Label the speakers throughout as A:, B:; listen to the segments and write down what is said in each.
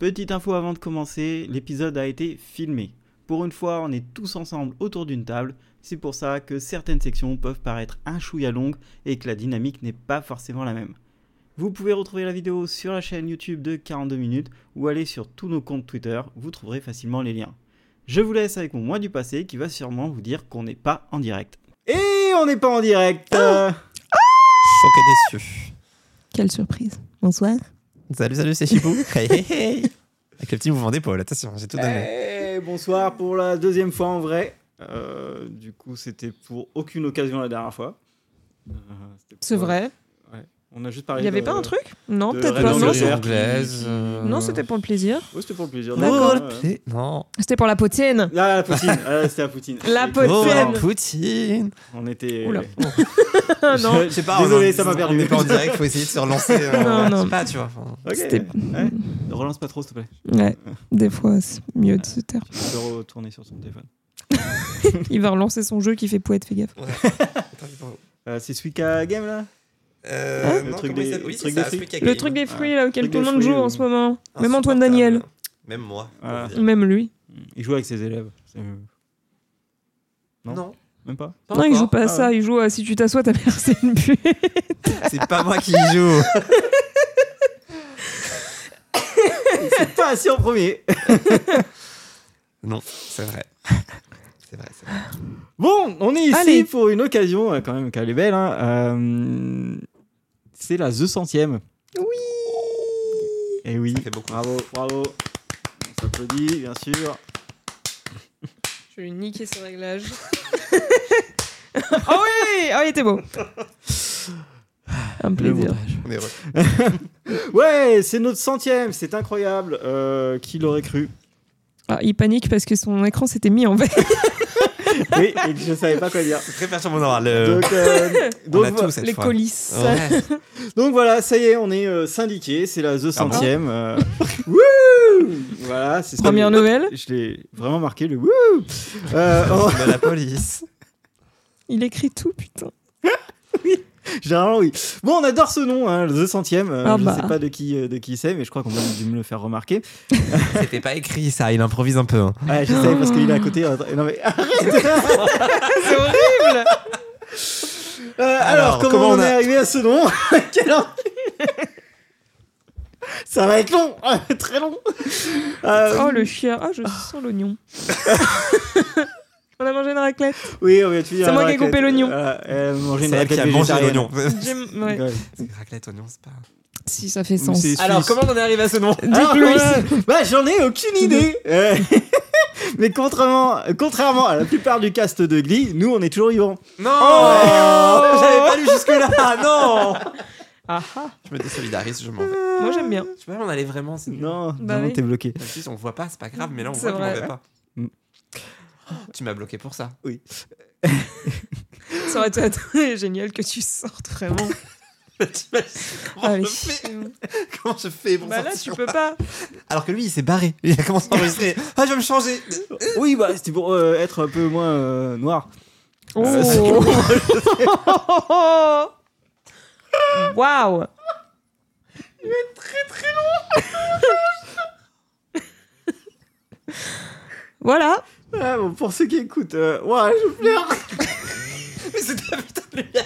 A: Petite info avant de commencer, l'épisode a été filmé. Pour une fois, on est tous ensemble autour d'une table, c'est pour ça que certaines sections peuvent paraître un chouïa longues et que la dynamique n'est pas forcément la même. Vous pouvez retrouver la vidéo sur la chaîne YouTube de 42 minutes ou aller sur tous nos comptes Twitter, vous trouverez facilement les liens. Je vous laisse avec mon moi du passé qui va sûrement vous dire qu'on n'est pas en direct. Et on n'est pas en direct euh,
B: Choqué déçu.
C: Quelle surprise. Bonsoir.
B: Salut, salut, c'est Chibou. hey, hey, hey. Avec le petit mouvement d'épaule, attention, j'ai tout donné.
A: Eh, bonsoir pour la deuxième fois en vrai. Euh, du coup, c'était pour aucune occasion la dernière fois. Euh, c'était pour-
C: C'est vrai.
A: On a juste parlé.
C: Il n'y avait
A: de-
C: pas un truc Non,
A: euh, de
C: peut-être
A: Red
C: pas.
A: Bull
C: Non,
A: River.
C: Eh. c'est-
B: anglaise. euh,
C: non, c'était pour le plaisir.
A: Ouais, c'était pour le plaisir.
C: D'accord.
B: D'accord.
A: Ouais, ouais.
B: Non.
C: C'était pour la potienne.
A: Là, la poutine. Ah, là, c'était la poutine.
C: La
A: Et-
C: poutine.
B: Oh,
C: Potienne.
B: Poutine.
A: On était.
C: Oula.
A: Je-
C: non.
A: je sais pas, Désolé, ça m'a
B: On
A: perdu.
B: est pas en direct, faut essayer de se relancer. euh,
C: Non, non.
B: Je sais pas, tu vois. enfin.
A: Ok.
C: C'était-
A: Ouais. Relance pas trop, s'il te plaît.
C: Ouais, des fois, c'est mieux de se taire.
A: Tu peux retourner sur son téléphone.
C: Il va relancer son jeu qui fait poète, fais gaffe.
A: Euh, c'est Suika Game là
B: Euh,
A: Le
B: non,
A: truc
B: comment il
A: des-
B: s'appelle Oui,
A: le
B: c'est
A: truc
B: ça,
A: des
B: Africa
C: Le
B: Game.
C: truc des fruits
A: Ouais.
C: là, auquel
A: Ah, Truc
C: tout le
A: des
C: monde joue
A: fruits,
C: en
A: oui. Ah,
C: ce moment. Même
B: Insupportable.
C: Antoine Daniel.
B: Même moi.
A: Voilà.
C: Même lui.
A: Il joue avec ses élèves. C'est- Non.
B: Non.
A: Euh, Même pas
C: Non, il joue pas à
A: Ah
C: ça. Il joue à si tu t'assois, ta mère, c'est une pute.
B: C'est pas moi qui joue.
A: C'est pas assis en premier
B: Non, c'est vrai. C'est vrai, c'est vrai.
A: Bon, on est ici
C: Allez.
A: pour une occasion, euh, quand même, qu'elle est belle. hein. Euh, C'est la The Centième. Oui Et oui.
B: Ça fait beaucoup.
A: Bravo, bravo. On s'applaudit, bien sûr.
C: Je vais lui niquer ses réglages. oh oui Oh, il était beau. Un plaisir.
B: On est heureux.
A: Ouais, c'est notre centième, c'est incroyable. Euh, qui l'aurait cru
C: Ah, il panique parce que son écran s'était mis en vert.
A: Oui, et que je savais pas quoi dire.
B: C'est Très perturbant d'avoir le.
A: Donc, euh,
B: On
A: donc
B: a
A: vo-
B: tout cette
C: Les
B: fois.
C: colisses.
B: Ouais.
A: donc voilà, ça y est, on est euh, syndiqué, c'est la The
B: Ah bon
A: centième. euh, wouh voilà, c'est
C: Première
A: note.
C: nouvelle.
A: Je l'ai vraiment marqué le wouh. Euh,
C: Oh.
A: on-
B: De la police.
C: Il écrit tout, putain.
A: Généralement, oui. Bon, on adore ce nom, hein, le The Centième. Euh,
C: Ah
A: je
C: bah.
A: sais pas de qui, euh, de qui c'est, mais je crois qu'on a dû me le faire remarquer.
B: C'était pas écrit ça, il improvise un peu. hein.
A: Ouais, je sais, parce qu'il est à côté. euh, non, mais arrête
C: C'est horrible
A: Euh, alors,
B: Alors,
A: comment,
B: comment
A: on,
B: on a-
A: est arrivé à ce nom Quel en- Ça va être long, très long. Euh,
C: Oh, le chien. Ah, je sens l'oignon. On a mangé une raclette.
A: oui, on va te dire.
C: C'est moi
A: la
C: qui ai coupé
A: raclette.
C: l'oignon.
A: Voilà, elle a mangé une
B: C'est elle qui a
A: raclette
B: mangé
A: végétarienne.
B: l'oignon.
C: J'aime- ouais.
A: Ouais.
B: Raclette oignon, c'est pas.
C: Si, ça fait
A: Mais
C: sens.
A: c'est
B: Alors,
A: suisse.
B: comment on en est arrivé à ce nom
A: Alors,
C: Dites-le
A: voilà. Bah, j'en ai aucune idée. Euh, Mais contrairement, euh, contrairement à la plupart du cast de Glee, nous, on est toujours vivants.
B: Non
A: Oh
B: J'avais pas lu jusque-là Non
C: Ah, ah.
B: Je me désolidarise, je m'en vais.
C: Moi, j'aime bien.
B: Tu vois, on allait vraiment, c'est nul.
A: Non,
C: Bah
A: non,
C: oui.
A: t'es bloqué.
B: Même si on voit pas, c'est pas grave, mais là on
C: C'est
B: voit qu'on
C: vrai.
B: voit pas.
A: Mm.
B: Oh, Tu m'as bloqué pour ça.
C: Ça aurait été attends, génial que tu sortes vraiment.
B: T'imagines comment,
C: Allez.
B: je fais- comment je fais pour
C: Bah là, tu
B: sortir
C: peux pas.
B: Alors que lui, il s'est barré. Il a commencé à enregistrer. Ah, je vais me changer
A: Oui, bah, c'était pour euh, être un peu moins euh, noir.
C: Oh. Waouh Il est très très long Voilà
A: Ah, bon, pour ceux qui écoutent, euh, ouah, je pleure.
B: Mais c'est ta putain de lumière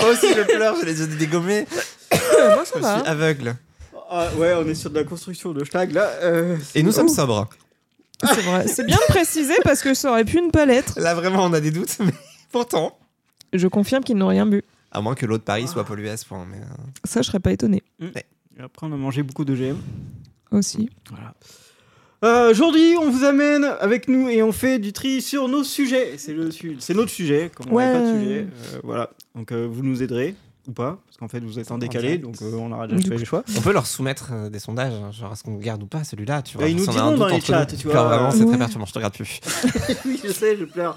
B: Moi aussi, je Oh, pleure, j'ai les yeux dégommés.
C: Euh, Moi,
B: Je
C: ça
B: suis
C: va.
B: aveugle.
A: Ah, ouais, on est sur de la construction de schlag là. euh,
B: Et nous
A: c'est-
B: sommes sobres.
C: C'est vrai. C'est bien de préciser parce que ça aurait pu ne pas l'être.
B: Là, vraiment, on a des doutes, mais pourtant.
C: Je confirme qu'ils n'ont rien bu.
B: À moins que l'eau de Paris
A: Ah.
B: soit polluée à ce point. Mais... euh,
C: Ça, je serais pas étonnée.
A: Et Après, on a mangé beaucoup de GM.
C: Aussi.
A: Voilà. Euh, Aujourd'hui, on vous amène avec nous et on fait du tri sur nos sujets. C'est le su- c'est notre sujet. Comme on
C: Ouais.
A: n'avait pas de sujet, euh, voilà. Donc, euh, vous nous aiderez ou pas, parce qu'en fait, vous êtes en
B: En
A: décalé,
B: direct.
A: donc euh, on aura
C: Du
A: déjà fait
C: coup.
A: les choix.
B: On peut leur soumettre euh, des sondages, hein, genre est-ce qu'on garde ou pas celui-là, tu vois.
A: Bah, ils
B: genre,
A: nous
B: si on a un
A: diront dans
B: doute
A: les
B: entre
A: chats,
B: nous.
A: tu vois. Ah
B: Alors, vraiment, c'est
C: Ouais.
B: très perturbant, je te regarde plus.
A: oui, je sais, je pleure.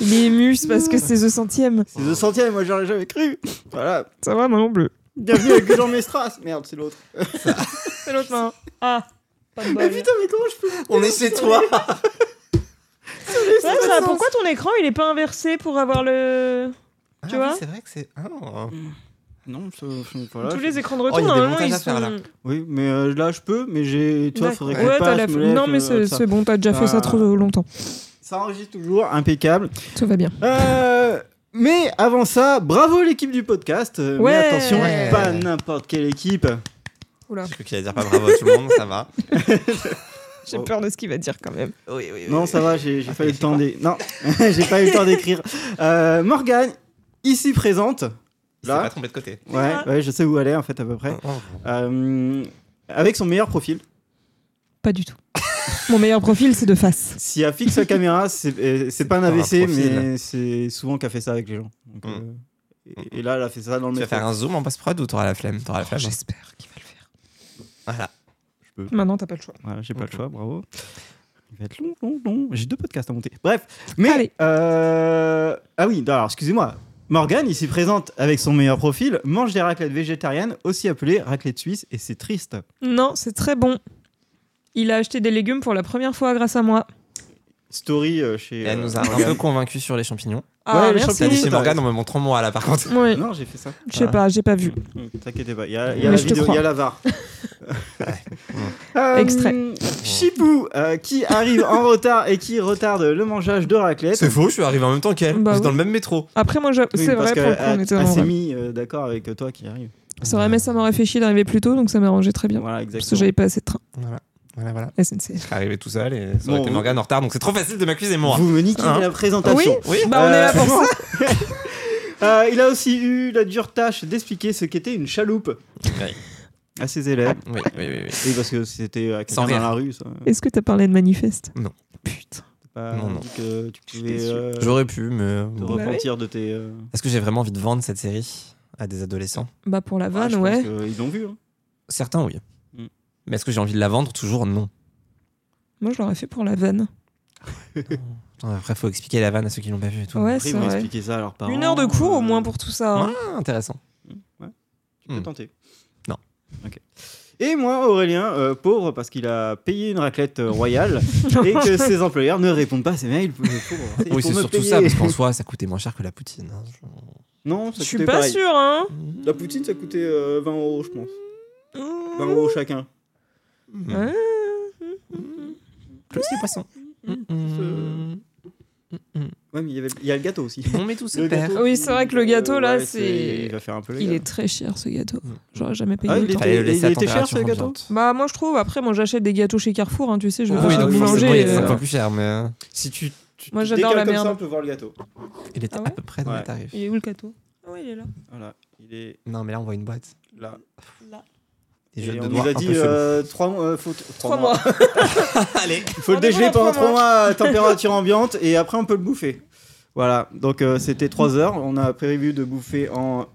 C: Il est ému c'est parce que c'est The Centième.
A: C'est le centième, moi j'aurais jamais cru. Voilà.
C: Ça va, maman bleue.
A: Bienvenue avec Jean Mestras. Merde, c'est l'autre.
C: C'est l'autre main. Ah Pas de
A: Mais Eh, putain, mais comment je peux
B: On est chez toi
C: Ouais, Ah, ça, pourquoi ton écran il est pas inversé pour avoir le. Tu vois
B: C'est vrai que c'est. Ah,
A: Non, ça- voilà.
C: Tous
A: je-
C: les écrans de
B: Oh,
C: retour,
B: il y a des
C: normalement,
B: montages
C: ils
B: à faire, là.
C: sont.
A: Oui, mais euh, là je peux, mais j'ai. Oh, Tu vois,
C: D'accord.
A: faudrait qu'on
C: Ouais, t'as
A: passe,
C: la-
A: je me lève,
C: Non, mais
A: euh,
C: c'est
A: ça.
C: c'est bon, t'as déjà fait ça
A: Ah.
C: trop longtemps.
A: Ça enregistre toujours, impeccable.
C: Tout va bien.
A: Euh, mais avant ça, bravo l'équipe du podcast. Euh,
C: Ouais.
A: Mais attention,
B: Ouais.
A: pas n'importe quelle équipe.
C: Oula,
B: J'ai cru qu'il allait dire pas bravo à tout le monde, ça va.
C: j'ai
A: Oh.
C: peur de ce qu'il va dire quand même.
B: Oui, oui, oui.
A: Non,
B: oui.
A: ça va, j'ai j'ai
B: Ah,
A: pas eu le
B: c'est
A: temps d'é- Non, j'ai pas eu le temps d'écrire. Euh, Morgane, ici présente.
B: Il s'est pas
A: Là,
B: trompé de côté.
A: ouais, ouais, je sais où elle est en fait à peu près.
B: Oh,
A: Euh, avec son meilleur profil.
C: Pas du tout. Mon meilleur profil, c'est de face.
A: Si elle fixe sa caméra, c'est euh, c'est pas un
B: Par un
A: AVC,
B: profil.
A: mais c'est souvent qu'elle fait ça avec les gens. Donc,
B: Mm.
A: euh, et, et là, elle a fait ça dans le
B: Tu vas
A: métro.
B: faire un zoom en post-prod ou t'auras la flemme T'auras la
A: Ah
B: flemme. hein.
C: J'espère qu'il va le faire.
B: Voilà.
C: Maintenant, t'as pas le choix.
A: Voilà, j'ai pas le
B: Mhm.
A: choix, bravo. Il va être long, long, long. J'ai deux podcasts à monter. Bref, mais.
C: Allez.
A: euh, Ah oui, alors excusez-moi. Morgane, ici présente avec son meilleur profil, mange des raclettes végétariennes, aussi appelées raclettes suisses, et c'est triste.
C: Non, c'est très bon. Il a acheté des légumes pour la première fois grâce à moi.
A: Story euh, chez.
B: Et elle
A: euh,
B: nous a un
A: Morgane.
B: peu convaincus sur les champignons.
C: Ah,
A: Ouais, les
C: merci.
B: T'as dit chez
A: t'as
B: Morgane en me montrant moi là par contre.
C: Ouais,
A: Non, j'ai fait ça.
C: je sais pas, j'ai pas vu.
A: Mm, T'inquiète pas, il y a, il y a
B: Mais
A: la
C: je te
A: vidéo, il
C: crois.
A: y a la VAR. Euh,
C: Extrait.
A: Chipou, euh, qui arrive en retard et qui retarde le mangeage de raclette.
B: C'est faux, je suis arrivé en même temps qu'elle.
C: Bah
B: Vous êtes dans
C: oui.
B: le même métro.
C: Après, moi, je-
A: Oui,
C: c'est
A: parce euh,
C: vrai, pour le coup, on
A: qu'elle
C: était
A: elle
C: en
A: s'est
C: vrai.
A: mis euh, d'accord avec toi qui arrive.
C: Ça aurait- mais ça m'aurait fait chier d'arriver plus tôt, donc ça m'arrangeait très bien.
A: Voilà,
C: Parce que
A: exactement.
C: j'avais pas assez de train. Eh,
B: Voilà, voilà, voilà. Je
C: SNCF.
B: serais arrivé tout seul et ça
A: Bon,
B: aurait été
A: vous-
B: Morgane en retard, donc c'est trop facile de m'accuser moi.
A: Vous me niquez
B: Hein
A: la
C: Oui,
A: présentation.
B: Oui,
C: bah on est là
A: Euh,
C: pour ça.
A: Euh, il a aussi eu la dure tâche d'expliquer ce qu'était une chaloupe
B: Oui.
A: à ses élèves.
B: oui, oui, oui, oui.
A: Oui, parce que c'était à quelqu'un
B: Sans
A: dans
B: rire.
A: la rue, ça.
C: Est-ce que t'as parlé de manifeste
B: Non.
C: Putain.
A: T'as Pas
B: Non, non.
A: dit que tu pouvais
C: J'étais sûre.
A: euh,
B: J'aurais pu,
A: te
B: mais bon.
C: Bah oui.
A: repentir de tes. euh,
B: est-ce que j'ai vraiment envie de vendre cette série à des adolescents
C: Bah pour la
A: ouais,
C: vanne,
A: Ah, je
C: ouais.
A: pense que Ils l'ont vu. hein.
B: Certains, oui.
A: Mm.
B: Mais est-ce que j'ai envie de la vendre Toujours non.
C: Moi, je l'aurais fait pour la vanne.
B: Attends, après, faut expliquer la vanne à ceux qui l'ont pas vu et tout.
C: Ouais,
A: Après, ils
C: c'est
A: vont
C: vrai.
A: expliquer ça à leurs parents.
C: Une heure de cours au
A: euh,
C: moins pour tout ça. hein.
B: Ah, intéressant.
A: Tu peux
B: Hmm.
A: tenter.
B: Non.
A: Ok. Et moi, Aurélien, euh, pauvre, parce qu'il a payé une raclette euh, royale et que ses employeurs ne répondent pas à ses mails. pauvre, pauvre.
B: Oui,
A: Pour
B: c'est
A: me
B: surtout
A: payer.
B: ça, parce qu'en soi, ça coûtait moins cher que la poutine. hein.
A: Non, ça
C: Je suis
A: coûtait
C: pas
A: pareil.
C: sûre, hein.
A: La poutine, ça coûtait euh, 20 euros, je pense. 20 euros chacun.
B: Mm.
C: Ouais.
B: Plus les poissons.
A: Mm.
B: Mm, Mm-mm. Mm-mm.
A: Ouais, mais il y, avait- il y a le gâteau aussi.
B: On met tout ce
A: Le
B: père.
A: gâteau
C: Oui,
A: qui-
C: c'est vrai que le gâteau,
A: euh,
C: là,
A: ouais,
C: c'est-
A: Il va faire un peu le
C: Il
A: gars.
C: est très cher ce gâteau.
B: Mm.
C: J'aurais jamais payé
A: Ah, il
C: autant.
A: était-
B: Fallait le laisser à
A: il était cher, ce
B: température
A: gâteau
B: ambiante.
C: Bah moi je trouve, après moi j'achète des gâteaux chez Carrefour, hein, tu sais, je vais
A: Ah
C: pas
B: oui,
C: chez le
B: donc
A: oui,
B: forcément, il
C: boulanger.
B: est
A: euh,
B: cinq fois plus cher, mais euh,
A: Si tu. tu
C: Moi, j'adore
A: décales
C: la
A: comme
C: merde.
A: ça, on peut voir le gâteau.
B: il était
C: Ah
B: à
C: ouais
B: peu près dans
A: Ouais.
B: les tarifs.
C: Il est où le gâteau Ah ouais, il est là.
A: Voilà, il est
B: Non, mais là, on voit une boîte.
A: là.
B: Des
A: Et
B: jeux de
A: on
B: doigts
A: nous a
B: un
A: dit
B: peu chelous.
A: 3 mois. euh, faut, trois
C: Trois mois.
B: Allez.
A: Il faut le
C: On est
A: dégeler
C: bon à
A: pendant
C: trois
A: 3 mois à température ambiante et après on peut le bouffer. Voilà, donc euh, c'était 3 heures. On a prévu de bouffer en.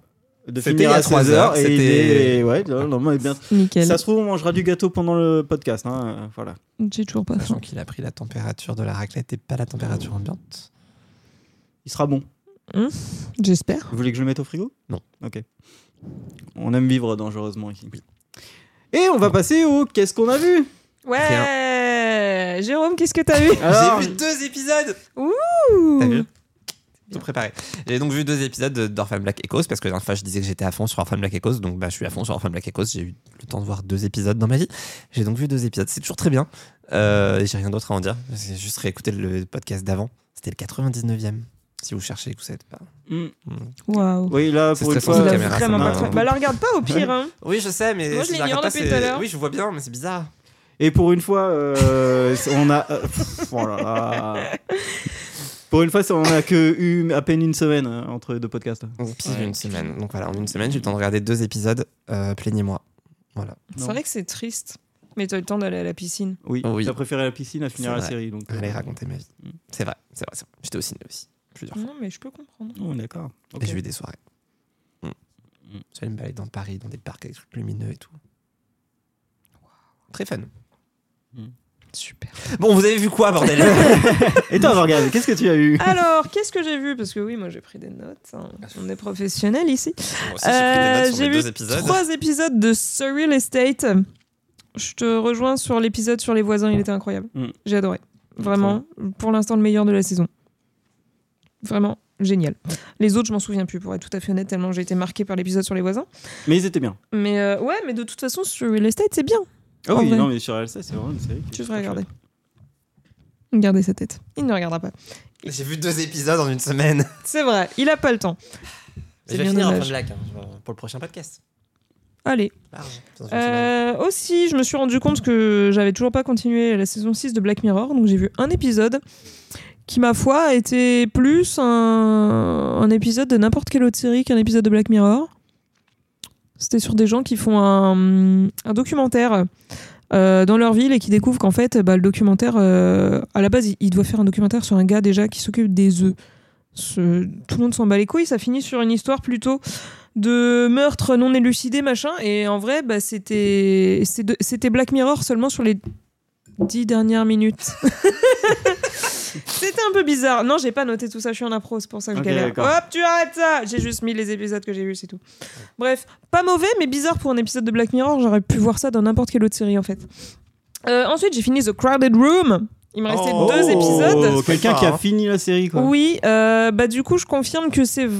A: de
B: C'était
A: finir
B: il y a
A: à
B: trois
A: 3 heures.
B: heures,
A: Et il
B: c'était-
A: est. Ouais, normalement, il est bien.
C: Nickel.
A: Ça se trouve, on mangera du gâteau pendant le podcast. hein, euh, Voilà.
C: J'ai toujours pas faim.
B: Sachant qu'il a pris la température de la raclette et pas la température ambiante.
A: Il sera bon.
C: J'espère.
A: Vous voulez que je le mette au frigo
B: Non.
A: Ok. On aime vivre dangereusement ici. Et on va passer au qu'est-ce qu'on a vu
C: Ouais Jérôme, qu'est-ce que t'as vu
A: Alors,
B: J'ai vu deux épisodes Ah, T'as vu
C: Ouh.
B: Tout préparé. J'ai donc vu deux épisodes de- d'Orphan Black Echoes parce que la dernière fois je disais que j'étais à fond sur Orphan Black Echoes donc bah, je suis à fond sur Orphan Black Echoes. J'ai eu le temps de voir deux épisodes dans ma vie. J'ai donc vu deux épisodes. C'est toujours très bien. Euh, et J'ai rien d'autre à en dire. J'ai juste réécouté le podcast d'avant. C'était le 99e. Si vous cherchez, vous savez pas.
A: hmm,
B: Mm.
C: Waouh.
A: oui, là
B: C'est
A: pour une
B: stressant,
A: fois.
B: cette
C: Il a
B: caméra,
C: vraiment
B: ça
C: pas
B: m'a-
C: faim. Bah la regarde pas au pire, hein.
B: Oui, je sais, mais
C: Moi, je
B: si la
C: l'ignore
B: regarde pas,
C: depuis
B: c'est-
C: tout à l'heure.
B: Oui, je vois bien, mais c'est bizarre.
A: Et pour une fois, euh, on a. euh, pff, oh là là. Pour une fois, on a que eu à peine une semaine euh, entre deux podcasts.
B: Pile une semaine. Donc voilà, en une semaine, j'ai eu le temps de regarder deux épisodes. Euh, Plaignez-moi. Voilà.
C: C'est vrai que c'est triste. Mais t'as eu le temps d'aller à la piscine.
A: Oui,
B: Oh Oui.
A: t'as préféré la piscine à finir
B: C'est
A: la
B: vrai.
A: série. Donc, euh,
B: Allez raconter ma vie.
A: Mm.
B: C'est vrai, c'est vrai, c'est vrai. J'étais au cinéma aussi. Plusieurs fois.
C: Non mais je peux comprendre.
A: oh, d'accord. Ok.
B: Et j'ai eu des soirées. Mm.
A: Mm.
B: J'allais me balader dans Paris, dans des parcs avec des trucs lumineux et tout. Très fun.
C: Super.
B: Bon, vous avez vu quoi, bordel
A: Et toi, Morgane, qu'est-ce que tu as eu
C: Alors, qu'est-ce que j'ai vu Parce que oui, moi j'ai pris des notes. hein.
B: Ah,
C: On est professionnels ici.
B: Moi aussi, j'ai pris des notes
C: Euh,
B: sur
C: j'ai
B: mes
C: vu
B: deux épisodes.
C: Trois épisodes de Surreal Estate. Je te rejoins sur l'épisode sur les voisins, il était incroyable.
A: Mm.
C: J'ai adoré. Vraiment, pour l'instant, le meilleur de la saison. Vraiment, génial. Les autres, je m'en souviens plus, pour être tout à fait honnête, tellement j'ai été marqué par l'épisode sur les voisins.
A: Mais ils étaient bien.
C: Mais euh, ouais, mais de toute façon, sur Real Estate, c'est bien.
A: Ah
C: En
A: oui,
C: vrai.
A: non, mais sur Alsa, c'est vraiment une série. qui est
C: Tu
A: super
C: devrais regarder. Gardez sa tête. Il ne regardera pas.
B: J'ai vu deux épisodes en une semaine.
C: C'est vrai, il a pas le temps. C'est
B: Je vais
C: bien
B: finir un
C: dommage.
B: fan black hein, pour le prochain podcast.
C: Allez.
B: Large. Dans une semaine.
C: Euh, aussi, je me suis rendu compte que j'avais toujours pas continué la saison 6 de Black Mirror, donc j'ai vu un épisode qui, ma foi, était plus un, un épisode de n'importe quelle autre série qu'un épisode de Black Mirror. C'était sur des gens qui font un, un documentaire euh, dans leur ville et qui découvrent qu'en fait, bah, le documentaire, euh, à la base, il, il doit faire un documentaire sur un gars déjà qui s'occupe des œufs. Ce- tout le monde s'en bat les couilles, ça finit sur une histoire plutôt de meurtres non élucidés, machin. Et en vrai, bah, c'était c'est de- c'était Black Mirror seulement sur les dix dernières minutes. c'était un peu bizarre. Non, j'ai pas noté tout ça, je suis en impro, c'est pour ça que
A: Ok,
C: je galère.
A: d'accord.
C: Hop, tu arrêtes ça J'ai juste mis les épisodes que j'ai vus, c'est tout. Bref, pas mauvais, mais bizarre pour un épisode de Black Mirror. J'aurais pu voir ça dans n'importe quelle autre série, en fait. Euh, ensuite, j'ai fini The Crowded Room. Il me restait
B: Oh.
C: deux épisodes.
A: Oh, Quelqu'un
B: Pas,
A: qui a
B: hein.
A: fini la série, quoi.
C: Oui, euh, bah du coup, je confirme que c'est. v-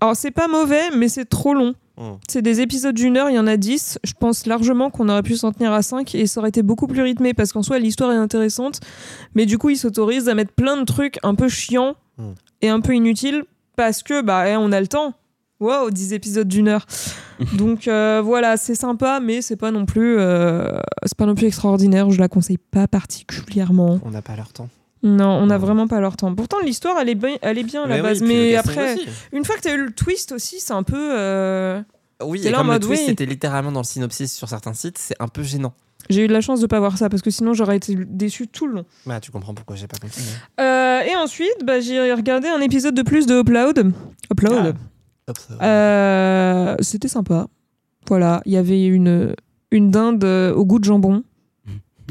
C: Alors, c'est pas mauvais, mais c'est trop long.
B: Hmm.
C: C'est des épisodes d'une heure, il y en a dix. Je pense largement qu'on aurait pu s'en tenir à cinq et ça aurait été beaucoup plus rythmé parce qu'en soi, l'histoire est intéressante. Mais du coup, ils s'autorisent à mettre plein de trucs un peu chiants
B: Hmm.
C: et un peu inutiles parce que, bah, eh, on a le temps. Wow, 10 épisodes d'une heure. Donc euh, voilà, c'est sympa, mais c'est pas non plus, euh, c'est pas non plus extraordinaire. Je la conseille pas particulièrement.
B: On n'a pas leur temps.
C: Non, on n'a
B: Ouais.
C: vraiment pas leur temps. Pourtant, l'histoire, elle est bien, elle est bien à la
B: oui,
C: base.
B: puis le
C: mais
B: casting
C: après,
B: aussi.
C: une fois que t'as eu le twist aussi, c'est un peu. euh,
B: Oui,
C: T'es
B: et
C: là en
B: comme le
C: mode,
B: twist
C: oui.
B: c'était littéralement dans le synopsis sur certains sites, c'est un peu gênant.
C: J'ai eu de la chance de pas voir ça parce que sinon j'aurais été déçu tout le long.
B: Bah, tu comprends pourquoi j'ai pas continué.
C: Euh, et ensuite, bah, j'ai regardé un épisode de plus de Upload. Upload. Euh, C'était sympa. Voilà, il y avait une une dinde euh, au goût de jambon,